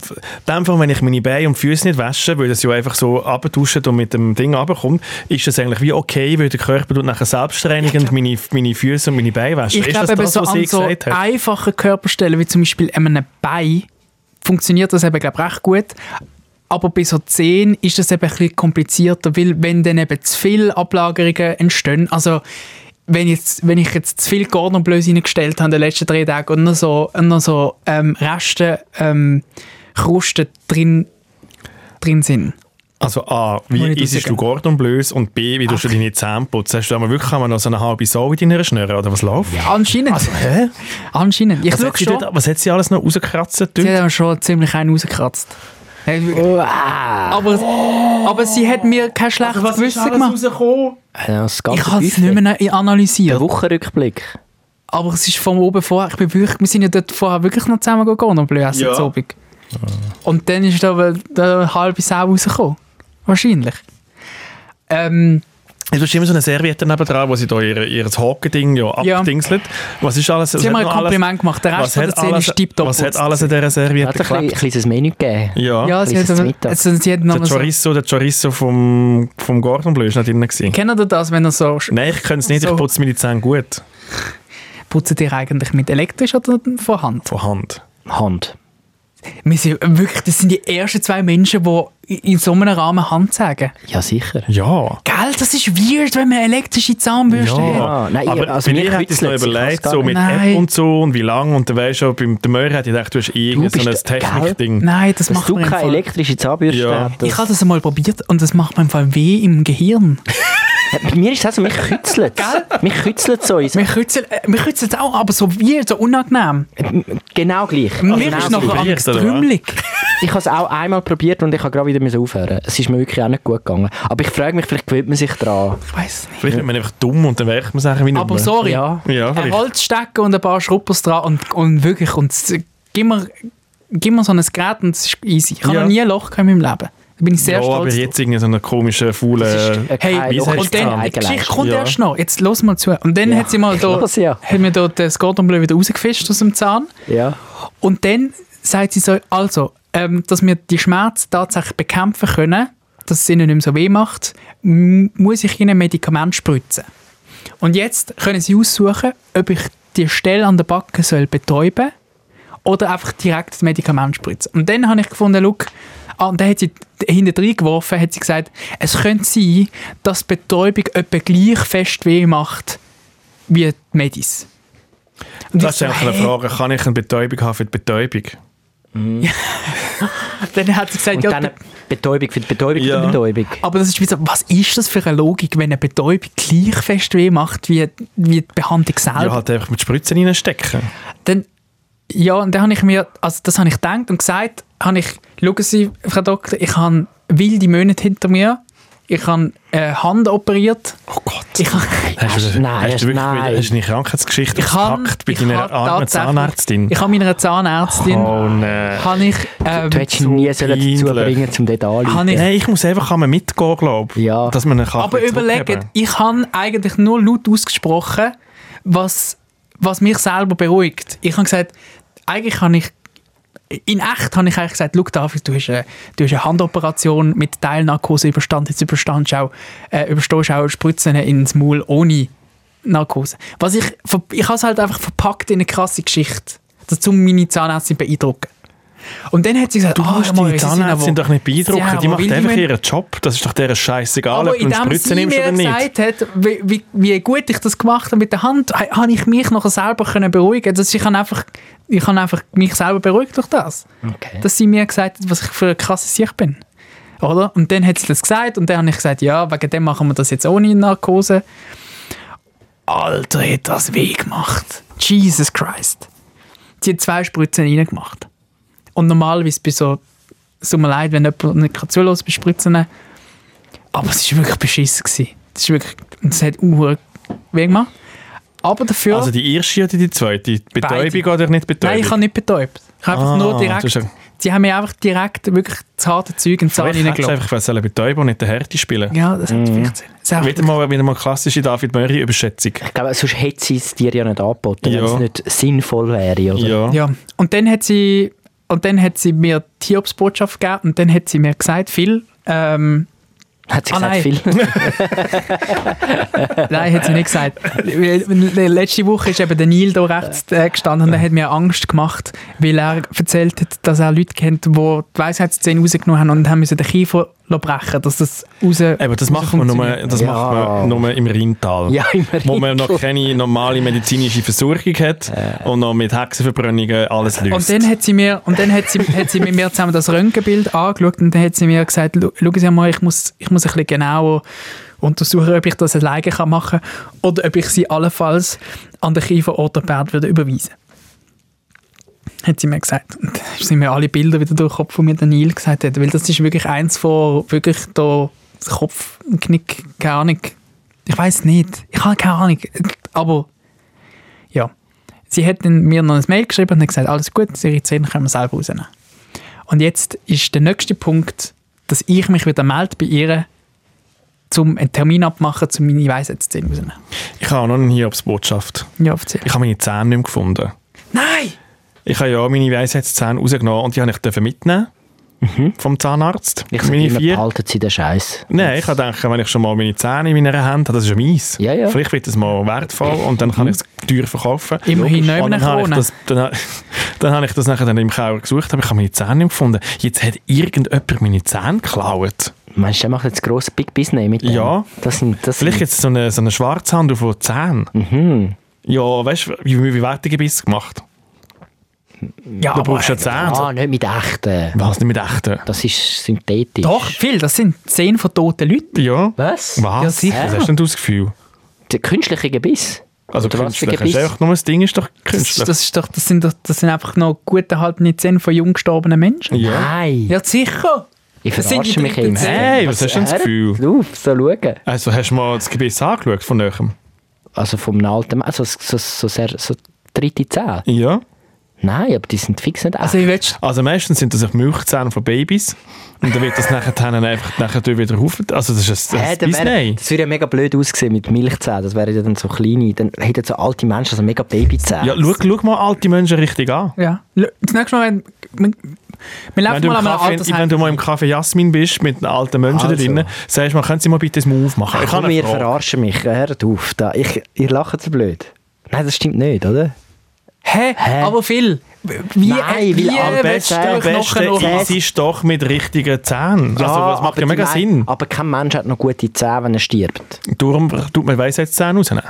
dem Fall, wenn ich meine Beine und Füße nicht wasche, weil das ja einfach so abtuschen und mit dem Ding runterkommt, ist das eigentlich wie okay, weil der Körper tut nachher selbstreinigend meine, meine Füße und meine Beine waschen.
Ich
ist
glaube
das
eben
das,
so
was
an
sie
so
gesagt hat?
einfachen Körperstellen, wie zum Beispiel an einem Bein, funktioniert das eben glaube ich, recht gut. Aber bei so Zehen ist das eben ein bisschen komplizierter, weil wenn dann eben zu viele Ablagerungen entstehen, also wenn, jetzt, wenn ich jetzt zu viel Gordonblöße reingestellt habe in den letzten drei Tagen und noch so, und noch so ähm, Reste, ähm, Krusten drin, drin sind.
Also A, wie
Muss ich
isst du
rausgehen?
Gordon blös und B, wie tust du deine Zähne putzen? Hast du einmal wirklich einmal noch so eine halbe Sau in deiner Schnürre oder was läuft?
Anscheinend.
Hä?
Anscheinend. Ich
Was Also,
schaue
hat, sie
schon.
dort, was hat sie alles noch rausgekratzt? dort?
Sie hat aber schon ziemlich einen rausgekratzt. Aber, aber sie hat mir kein schlechtes Gewissen gemacht.
rausgekommen?
Ja, Äh, das ganze
Ich habe es
Buffet.
nicht mehr
Der
analysiert.
Wochenrückblick.
Aber es ist von oben vorher. Ich bin wirklich, wir sind ja dort vorher wirklich noch zusammen gegangen und blöd essen
Ja.
zu Abend. Und dann ist da aber der halbe Sau rausgekommen. Wahrscheinlich. Ähm,
Es ist immer so eine Serviette nebendran, wo sie da ihr, ihr Hockeding ja
Ja.
abdingselt. Was ist alles? was
sie
hat
haben mir ein
noch alles-
Kompliment gemacht. Der Rest
Was
von der
hat,
Szene
alles,
ist tiptop.
was hat
geputzt.
alles an dieser
Er
Serviette
hat ein
geklebt?
kleines Menü gegeben.
Ja,
Ja, sie hat,
Kleines
aber-
Mittag.
also, sie hat noch
der
mal so...
Chorizo, der Chorizo vom, vom Gordon Bleu ist nicht drin. Gewesen.
Kennt ihr das, wenn ihr so...
Nein, ich kann es nicht, ich
So.
putze meine Zähne gut.
Putzt ihr eigentlich mit elektrisch oder von Hand?
Von Hand.
Hand.
Wir sind wirklich, das sind die ersten zwei Menschen, die in so einem Rahmen Hand sagen.
Ja, sicher.
Ja.
Gell, das ist weird, wenn man elektrische Zahnbürste hat.
Ja, nein,
aber
ich- also
bei
mir
ihr hätte ich es noch
kützelt, ich
überlegt,
kann's
so
gar
mit
nicht. Nein.
App und so und wie lange. Und dann weisst du, beim der Möhr hätte ich gedacht, du hast irgendein
bist-
so ein
gell?
Technikding.
Nein, das
Dass
macht
du
man im
keine
Fall.
elektrische Zahnbürste
Ja.
hast.
Ich habe das einmal probiert und das macht mir im Fall weh im Gehirn.
Bei mir ist es auch so, mich kützelt Mich kützelt so.
Wir kützeln äh, wir kützeln es auch, aber so weird, so unangenehm.
Genau gleich.
mir ist
so
nachher
weird,
Angst
oder was?
trümmelig.
Ich habe es auch einmal probiert und ich habe gerade wieder müssen aufhören. Es ist mir wirklich auch nicht gut gegangen. Aber ich frage mich, vielleicht gewöhnt man sich daran.
Äh,
Ich weiß nicht.
Vielleicht wird man einfach dumm und dann wäre man Sachen wie nicht
Aber
mehr.
sorry,
Ja.
Ja,
ein
vielleicht.
Holzstecken und ein paar Schruppers dran und, und wirklich, und s- gib mir, gib mir so ein Gerät und es ist easy. Ich habe
Ja.
noch nie ein Loch gehabt in meinem Leben. Da bin ich sehr
ja,
stolz
aber
drauf.
jetzt irgendwie so eine komische, faule...
Äh, kein
Hey,
Loch
wieso
ist
hast
und
du
dann,
keine
die Geschichte
Eigenleistung.
kommt
Ja.
erst noch. Jetzt los mal zu. Und dann
Ja,
hat sie
[LAUGHS]
mal
ich
da,
hör's ja.
hat mir da das Gordonbleu wieder rausgefischt aus dem Zahn.
Ja.
Und dann sagt sie so, also, ähm, dass wir die Schmerzen tatsächlich bekämpfen können, dass es ihnen nicht mehr so weh macht, m- muss ich ihnen Medikament spritzen. Und jetzt können sie aussuchen, ob ich die Stelle an der Backe soll betäuben oder einfach direkt das Medikament spritzen. Und dann habe ich gefunden, look, ah, und dann hat sie hinten reingeworfen, hat sie gesagt, es könnte sein, dass die Betäubung etwa gleich fest weh macht wie die Medis. Und
Das ist
ich so,
einfach eine
hä?
Frage, kann ich eine Betäubung haben für die Betäubung?
Dann hat sie gesagt,
Und
ja,
dann eine Betäubung für die Betäubung für
Ja.
die Betäubung.
Aber das ist wie so, was ist das für eine Logik, wenn eine Betäubung gleich fest weh macht wie, wie die Behandlung selber?
Ja, halt einfach mit Spritzen reinstecken.
Dann, ja, und dann habe ich mir, also das habe ich gedacht und gesagt, habe ich, schauen Sie, Frau Doktor, ich habe wilde Monate hinter mir, ich habe äh, Hand operiert,
Oh Gott.
ich habe...
Hast du,
Nein,
hast du wirklich
nein.
wieder, hast du eine Krankheitsgeschichte
Ich habe
gepackt bei
ich
deiner
habe
armen
tatsächlich-
Zahnärztin?
Ich habe meiner Zahnärztin,
Oh nein.
habe ich, ähm,
Du hättest ihn nie
so
sollen dazu
peinlich.
bringen, um dort
habe
anzuleiten.
ich
Nein, ich muss einfach einmal mitgehen, glaube ich.
Ja.
Dass man ihn kann
Aber
ein bisschen
überlegt,
zurückgeben.
ich habe eigentlich nur laut ausgesprochen, was, was mich selber beruhigt. Ich habe gesagt, eigentlich habe ich in echt habe ich eigentlich gesagt, «Schau, David, du hast, eine, du hast eine Handoperation mit Teilnarkose überstanden, jetzt überstandst du auch, äh, überstehst du auch Spritzen ins Maul ohne Narkose. Was ich, ver- ich habe es halt einfach verpackt in eine krasse Geschichte, das um meine Zahnärztin beeindrucken. Und dann hat sie gesagt,
Du
ah,
musst
ja, Mann,
deine
sie
Zahnärztin
aber-
doch nicht
Sie
beeindrucken.
haben
Die
aber
macht
wilde
einfach
Mön-
ihren Job. Das ist doch deren scheißegal,
aber
ob du
in
eine
dem
Spritze
sie
nimmst oder
mir
nicht.
gesagt hat, wie, wie, wie gut ich das gemacht habe mit der Hand, ha- habe ich mich nachher selber können beruhigen. Das, ich habe einfach, ich habe einfach mich selber beruhigt durch das.
Okay.
Dass sie mir gesagt hat, was ich für eine krasse Sicht bin. Oder? Und dann hat sie das gesagt und dann habe ich gesagt, ja, wegen dem machen wir das jetzt ohne Narkose. Alter, hat das weh gemacht. Jesus Christ. Sie hat zwei Spritzen reingemacht. Und normalerweise bei so, es tut mir leid, wenn jemand nicht kann zuhören bei Spritzen, aber es war wirklich beschissen. Gewesen. Das ist wirklich, und es hat unhöher weh gemacht. Aber dafür,
Also die erste oder die zweite? Betäubung oder nicht Betäubung?
nein, ich habe nicht betäubt. Ich habe einfach
Ah,
nur
du hast
direkt
ja-
Sie haben mir einfach direkt wirklich das harte Zeug in die Sahne
Vielleicht hättest du
reingelassen.
einfach sollen bei Teubo nicht der Härte spielen.
Ja, das hat vielleicht Sinn. Das ist auch-
Wieder mal, wieder mal klassische David Murray Überschätzung.
Ich glaube, sonst hätte sie es dir ja nicht angeboten,
Ja.
wenn es nicht sinnvoll wäre. Oder?
Ja.
Ja, und dann hat sie, und dann hat sie mir die Hiobsbotschaft gegeben und dann hat sie mir gesagt, Phil, ähm,
Hat sie
Ah,
gesagt,
nein.
viel.
nein, hat sie nicht gesagt. Weil Letzte Woche ist eben der Neil da rechts äh, gestanden und er hat mir Angst gemacht, weil er erzählt hat, dass er Leute kennt, die die Weisheitszähne rausgenommen haben und haben müssen den Kiefer brechen, dass das raus...
Aber das macht man nur, das
Ja.
macht man nur im [LAUGHS] Rheintal.
Ja, im
Wo man noch keine normale medizinische Versorgung hat und noch mit Hexenverbrennungen alles löst.
Und dann hat sie mir, und dann hat sie, hat sie mit mir zusammen das Röntgenbild angeschaut und dann hat sie mir gesagt, «Lu- schauen Sie mal, ich muss, ich muss ein bisschen genauer untersuchen, ob ich das alleine kann machen kann oder ob ich sie allenfalls an den Kieferorthopäd würde überweisen. Hat sie mir gesagt. Und dann sind mir alle Bilder wieder durch den Kopf, die mir der Neil gesagt hat, weil das ist wirklich eins von wirklich da das Kopfknick, keine Ahnung. Ich weiß nicht. Ich habe keine Ahnung. Aber ja sie hat dann mir noch ein Mail geschrieben und hat gesagt, alles gut, ihre Zähne können wir selber rausnehmen. Und jetzt ist der nächste Punkt, dass ich mich wieder melde bei ihr, um einen Termin abzumachen, um meine Weisheitszähne rauszunehmen.
ich habe auch noch eine Hiobsbotschaft.
Ja, erzähl.
Ich habe meine Zähne nicht mehr gefunden.
Nein!
Ich habe ja auch meine Weisheitszähne rausgenommen und die habe ich dürfen mitnehmen vom Zahnarzt.
[LAUGHS] Ich sage
meine
immer,
vier.
behalten sie den Scheiß.
Nein, ich habe gedacht, wenn ich schon mal meine Zähne in meiner Hand habe, das ist ja meins.
Ja, ja.
Vielleicht wird das mal wertvoll und dann kann ich es teuer verkaufen.
Immerhin nicht
Und
mehr
dann habe ich
Krone.
das, dann, ha- [LAUGHS] dann habe ich das nachher dann im Kauer gesucht, aber ich habe meine Zähne nicht gefunden. Jetzt hat irgendjemand meine Zähne geklaut.
Meinst du, der macht jetzt grosses Big Business mit dem?
Ja.
Das sind, das
Vielleicht
sind,
jetzt so eine, so eine Schwarzhandel von Zähnen.
Mhm.
Ja, weißt du, wie, wie werden die Gebisse gemacht?
Ja,
Da
aber,
brauchst du ja Zähne.
ah, nicht mit echten.
Was, nicht mit echten?
Das ist synthetisch.
doch, viel, das sind Zähne von toten Leuten.
Ja.
Was?
Was?
Ja, sicher.
Was hast denn du das Gefühl?
Der künstliche Gebiss?
Also
Oder was für
künstlich. Das ist einfach nur das Ding, ist doch
Das,
künstlich.
das, ist doch, das, sind doch, das sind einfach noch gut erhaltene Zähne von jung gestorbenen Menschen.
ja.
Nein.
Ja, sicher!
Ich
Das sind die
verarsche mich
dritten
immer.
Zähne.
Hey, was hast du denn das
Hört
Gefühl?
Auf, so schauen.
Also hast du mal das Gebiss angeschaut von Nöchem?
Also vom alten Mann, so, so, so, sehr, so dritte Zähne.
Ja.
Nein, aber die sind fix nicht
Also,
echt.
ich willst,
Also meistens sind das auch Milchzähne von Babys und dann wird das nachher, dann einfach, nachher wieder rauf. Also das ist ein,
Hä,
das
dann
ist
wär-
Disney.
das würde ja mega blöd aussehen mit Milchzähnen. Das wären ja dann so kleine, dann hätten so alte Menschen so mega Babyzähne.
Ja, schau, schau mal alte Menschen richtig an.
ja. Das nächste Mal, wenn. Wir, wir
Wenn
laufen
du,
mal
im
an einem
Kaffee,
Altersheim.
wenn du mal im Café Jasmin bist, mit den alten Menschen da
Also.
drinnen, sagst du mal, können Sie mal bitte das mal aufmachen?
ich
Ich habe
Komm,
eine
ihr
Frage.
verarschen mich. Hört auf. Da. Ich, ihr lacht so blöd. Nein, das stimmt nicht, oder?
Hä?
Hä?
Aber viel. Wie, äh,
Nein,
wie
weil am
Am
willst
besten,
du
am
den Knochen
besten
noch-
ist es doch mit richtigen Zähnen. also das macht
aber
ja mega
die-
Sinn.
Aber kein Mensch hat noch gute Zähne, wenn er stirbt.
Darum tut man Weisheitszähne rausnehmen.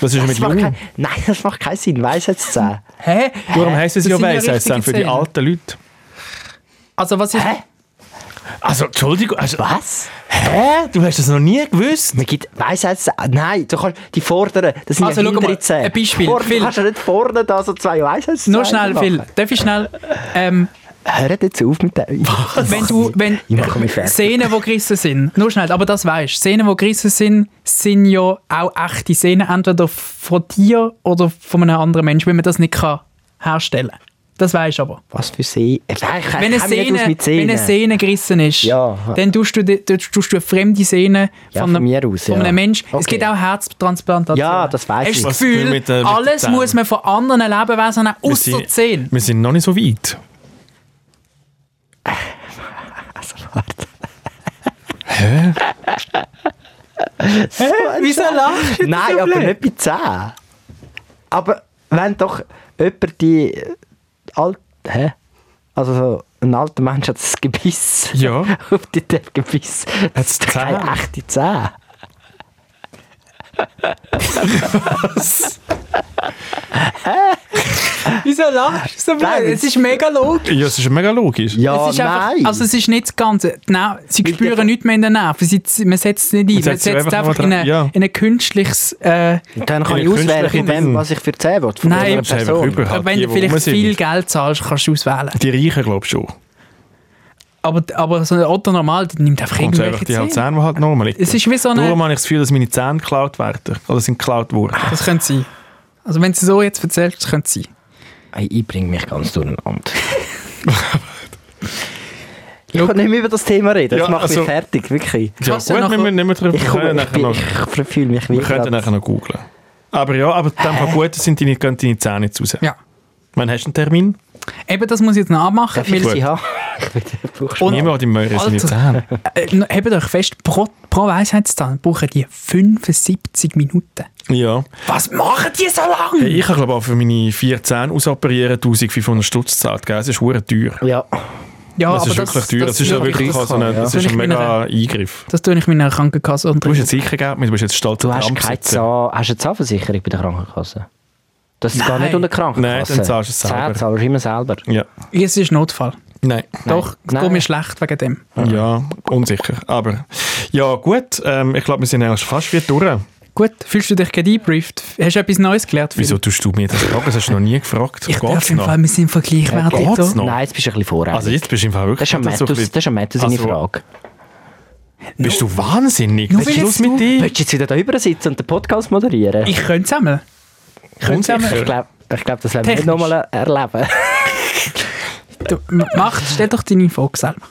Das ist ja mit
Das macht
Jungen.
kein, nein, das macht keinen Sinn. Weiss jetzt Zähne.
Hä?
Darum heisst es
Das
ja
sind ja
Weisheitszähne
richtige
für die
Zähne.
alten Leute.
Also was ich...
Hä?
Also, Entschuldigung, also,
Was?
hä? Du hast das noch nie gewusst?
Man gibt Weisheitszähne. Nein, du kannst die vorderen, das sind
Also,
ja
schau
hintere
mal,
Zähne.
ein Beispiel.
Vorne, du
Phil.
kannst ja nicht vorne da so zwei Weisheitszähne
Nur schnell,
machen.
Phil. Darf ich schnell... Ähm,
Hört jetzt auf mit dem. Was?
wenn du... Wenn
Ich mache mich fertig.
Szenen, die gerissen sind. Nur schnell, aber das weisst. Szenen, die gerissen sind, sind ja auch echte Szenen. Entweder von dir oder von einem anderen Menschen, wenn man das nicht kann herstellen kann. Das weisst aber.
Was für Sehne? Ich
wenn
kenne
eine
mich nicht aus mit
Szene, wenn
Sehnen.
eine Szene gerissen ist,
Ja.
dann tust du, die- tust tust du eine fremde Szene
Ja,
von,
von
einem,
mir aus,
von
ja.
einem Mensch. Es
Okay.
gibt auch Herztransplantationen.
Ja, das weiss
Hast
ich.
du das
Was will
Gefühl,
mit der- mit der
alles
Zähne?
muss man von anderen Lebewesen nehmen,
Wir
außer
sind-
die
[LAUGHS]
Zähne.
Wir sind noch nicht so weit.
Wieso lachst du?
Nein, aber nicht bei 10. Aber wenn doch jemand die äh, alt, hä? Also so ein alter Mensch hat das Gebiss.
Ja.
[LAUGHS] Auf die der Gebiss. Das ist doch
Zähne?
keine echte Zähne.
Wieso lachst du so blöd?
Nein,
Es ist mega logisch.
Ja, das ist mega logisch.
Ja,
es ist
nein.
einfach, also es ist nicht das Ganze. Nein, sie
Weil die-
spüren nichts mehr in den Nerven. Sie, man setzt es nicht ein. Man setzt
setzt sie
es
einfach
einfach,
nur
in,
dran,
ein,
ja.
in ein künstliches... Äh,
Dann kann
Ihre
ich auswählen, von
Künstlerin
wem,
ist-
was ich für 10 will. Von
Nein,
dieser
du
hast einfach
Person.
über- Überhaupt
wenn
die,
du
die
vielleicht
rum sind.
viel Geld zahlst, kannst du auswählen.
Die Reichen glaube ich schon. Und
Aber, aber so ein Otto normal der nimmt einfach
so einfach
irgendwelche
die halt
Zähne.
Zähne, die halt normal liegen.
Es ist wie so
Darum
eine... Ah,
habe ich das Gefühl, dass meine Zähne geklaut werden. Oder sind geklaut worden.
Das könnte sein. Also wenn sie so jetzt erzählt, das könnte sein.
Ey, Ich bringe mich ganz durcheinander. Ich kann nicht mehr über das Thema reden. Das
Ja,
macht
also-
mich fertig, wirklich.
Ja,
Kannst du
gut,
nachher-
wir müssen nicht mehr drüber
Ich,
können
komme, ich,
nachher
bin,
noch-
ich fühle mich wie
Wir könnten
gerade-
nachher noch googeln. Aber ja, aber dann paar gut sind deine, gehen deine Zähne zu raus.
Ja.
Wann hast du einen Termin?
Eben, das muss ich jetzt noch abmachen.
Darf ich
Weil,
sie [LAUGHS] haben?
Und-
Niemand im Möhrer seine
Alter. [LAUGHS]
Zähne.
äh, hebt euch fest, pro, pro Weisheitszahn brauchen die 75 Minuten.
Ja.
Was machen die so lange?
Hey, ich habe glaube auch für meine vier Zähne ausoperieren 1500 Stutz gezahlt. gell? Es ist hure teuer.
Ja.
Ja,
Es
aber
ist wirklich teuer. Es ist ja wirklich so eine, das ist
Soll
ein
ich
mega Eingriff.
Das tue ich meiner Krankenkasse
Du
unter.
bist jetzt sicher Geld, du bist jetzt stolz
Du
auf
hast
Tram
keine
sitzen.
Zahn, hast du eine Zahnversicherung bei der Krankenkasse? Das ist gar
Nein.
nicht unter Krankenkasse.
Nein, dann zahlst du es selber.
Zähne zahlst du immer selber.
Ja.
Es ist Notfall.
Nein.
Doch, es
Nein.
geht mir schlecht wegen dem.
Ja, unsicher. Aber ja, gut. Ähm, ich glaube, wir sind eigentlich fast wieder durch.
Gut, fühlst du dich gedebrieft? Hast du etwas Neues gelernt? Phil?
Wieso tust du mir das fragen? Das hast du noch nie gefragt.
Ich
Geht's
darf im
noch? Äh,
Fall, wir sind vergleichwertig.
Geht's
so.
noch?
Nein, jetzt bist du ein bisschen voreilig.
Also jetzt bist du im Fall
das
wirklich...
ist
so
ein
ein
Mattus, das
bisschen-
ist ein Mattus seine
Also,
Frage.
Bist du wahnsinnig? Was ist
weil
los
jetzt
mit
du-
dir?
Willst du jetzt wieder da drüber sitzen und den Podcast moderieren?
Ich könnte sammeln.
Kommt
Ich
sicher.
glaube, ich glaub, das werden wir nicht
Technisch.
nochmal
[LAUGHS]
erleben.
Du, m- mach, stell doch deine Frage selber.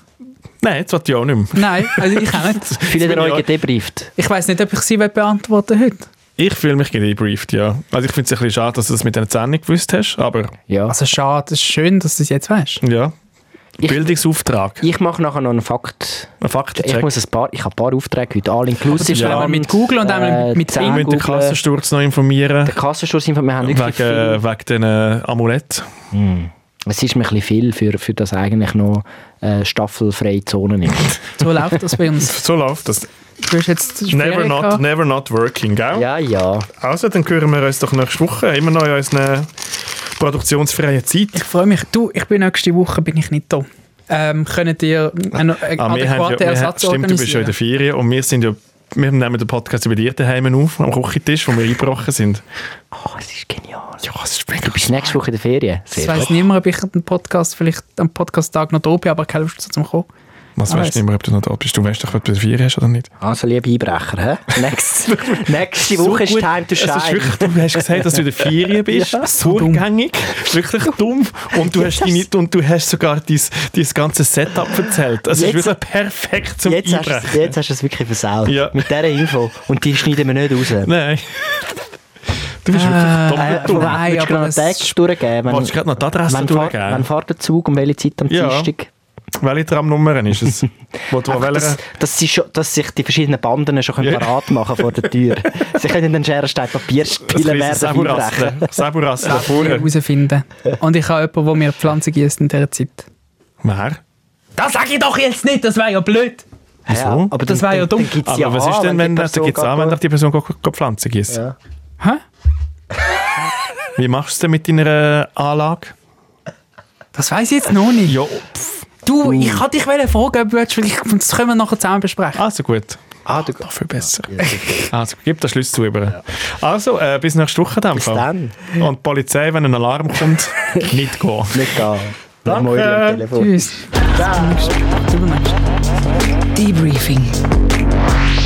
Nein, jetzt will ich auch nicht mehr.
Nein, also ich auch nicht.
Fühlt
bin
ihr
ich
euch
auch-
gedebrieft?
Ich weiß nicht, ob ich sie beantworten will heute.
Ich fühle mich gedebrieft, ja. Also ich finde es ein bisschen schade, dass du das mit deiner Zähne nicht gewusst hast, aber
Ja.
Also schade, es ist schön, dass du es jetzt weißt.
ja.
Ich-
Bildungsauftrag.
Ich mache nachher noch einen Fakt.
Ein
Ich,
Faktencheck.
muss ein paar, ich habe ein paar Aufträge heute. All inclusive.
Ja.
Einmal mit Google und einmal mit
Zähne
Wir müssen den
googlen.
Kassensturz noch informieren.
äh, Der Kassensturz sind wir haben
Wegen,
wirklich viel.
äh, wegen den äh, Amulett.
Es ist mir ein bisschen viel, für, für das eigentlich noch äh, staffelfreie Zonen ist.
[LAUGHS]
So läuft das bei uns.
So läuft das.
Du hast
[LAUGHS]
jetzt
Never
Ferien
not, Ne-
gehabt.
never not working, gell?
ja, ja.
Also, dann hören wir uns doch nächste Woche immer noch in unserer produktionsfreien Zeit.
Ich freue mich. Du, ich bin nächste Woche bin ich nicht da. Ähm, könnt ihr einen einen
Ah, wir haben ja,
adäquaten
wir haben,
Ersatz
stimmt, du bist ja in
organisieren?
der Ferien und wir sind ja wir nehmen den Podcast über dir daheim auf, am Küchentisch, wo wir eingebrochen sind.
Oh, es ist genial.
Ja, es ist mega
Du bist nächste Woche in der Ferien.
Ich
Sehr
weiß nicht mehr, ob ich den Podcast vielleicht am Podcast-Tag noch da bin, aber keine Lust zum Kommen.
Was
Ah,
weißt du nicht mehr, ob du noch da bist? Du weißt doch, ob du Ferien hast oder nicht.
Also, liebe Einbrecher, hä?
[LAUGHS]
Nächste, nächste Woche ist
gut.
Time to
Es ist
Shine.
wirklich, du hast gesagt, dass du in der
[LAUGHS]
Ferien bist, so durchgängig, wirklich dumm. Und du, hast deine, und du hast sogar dein, dein ganzes Setup erzählt. Es ist
Jetzt-
wirklich perfekt zum
Jetzt hast, du es-
Einbrechen.
jetzt hast du es wirklich versaut.
Ja.
Mit dieser Info. Und die schneiden wir nicht raus.
[LAUGHS] Nein. Du bist
Ah,
wirklich doppelt
von
dumm.
wem willst
Nein,
du
aber
gerade
es-
einen Text durchgeben?
Wolltest du gerade noch die Adresse
wann fahr-
durchgeben?
Wann fährt der Zug? Um welche Zeit am
Ja.
Dienstag?
Welche Tramnummer ist
[LAUGHS]
es? Wo du
Einfach,
welcher?
dass, dass, sie schon, dass sich die verschiedenen Banden schon können
Ja.
parat machen vor der Tür. sie können den Scherenstein Papier spielen, werden einbrechen.
Saburasse davor.
herausfinden. Und ich habe jemanden, der mir Pflanzen gießt in dieser Zeit.
Wer?
Das sage ich doch jetzt nicht, das wäre ja blöd.
Wieso?
aber
Das wär ja dumm.
gibt's
Aber
ja
was ist
an,
denn, wenn, da
die Person
gibt's auch, wenn
geht-
doch die Person go- go- go Pflanzen gießt?
Ja.
Hä?
Wie machst du es denn mit deiner äh, Anlage?
Das weiß ich jetzt noch nicht.
Ja,
Du, ich hatte dich wollen fragen, ob du willst, weil ich, das können wir nachher zusammen besprechen.
also gut.
Ah, du
Noch viel besser. [LAUGHS] Also, gib den Schlüssel zu. Über. Also, äh, bis nächste Woche dann.
Bis dann.
Und die Polizei, wenn ein Alarm
[LAUGHS]
kommt, nicht gehen.
nicht gehen. Danke. am Telefon.
Tá. Tschüss. Bis zum nächsten Mal. Bis zum nächsten Mal.
Debriefing.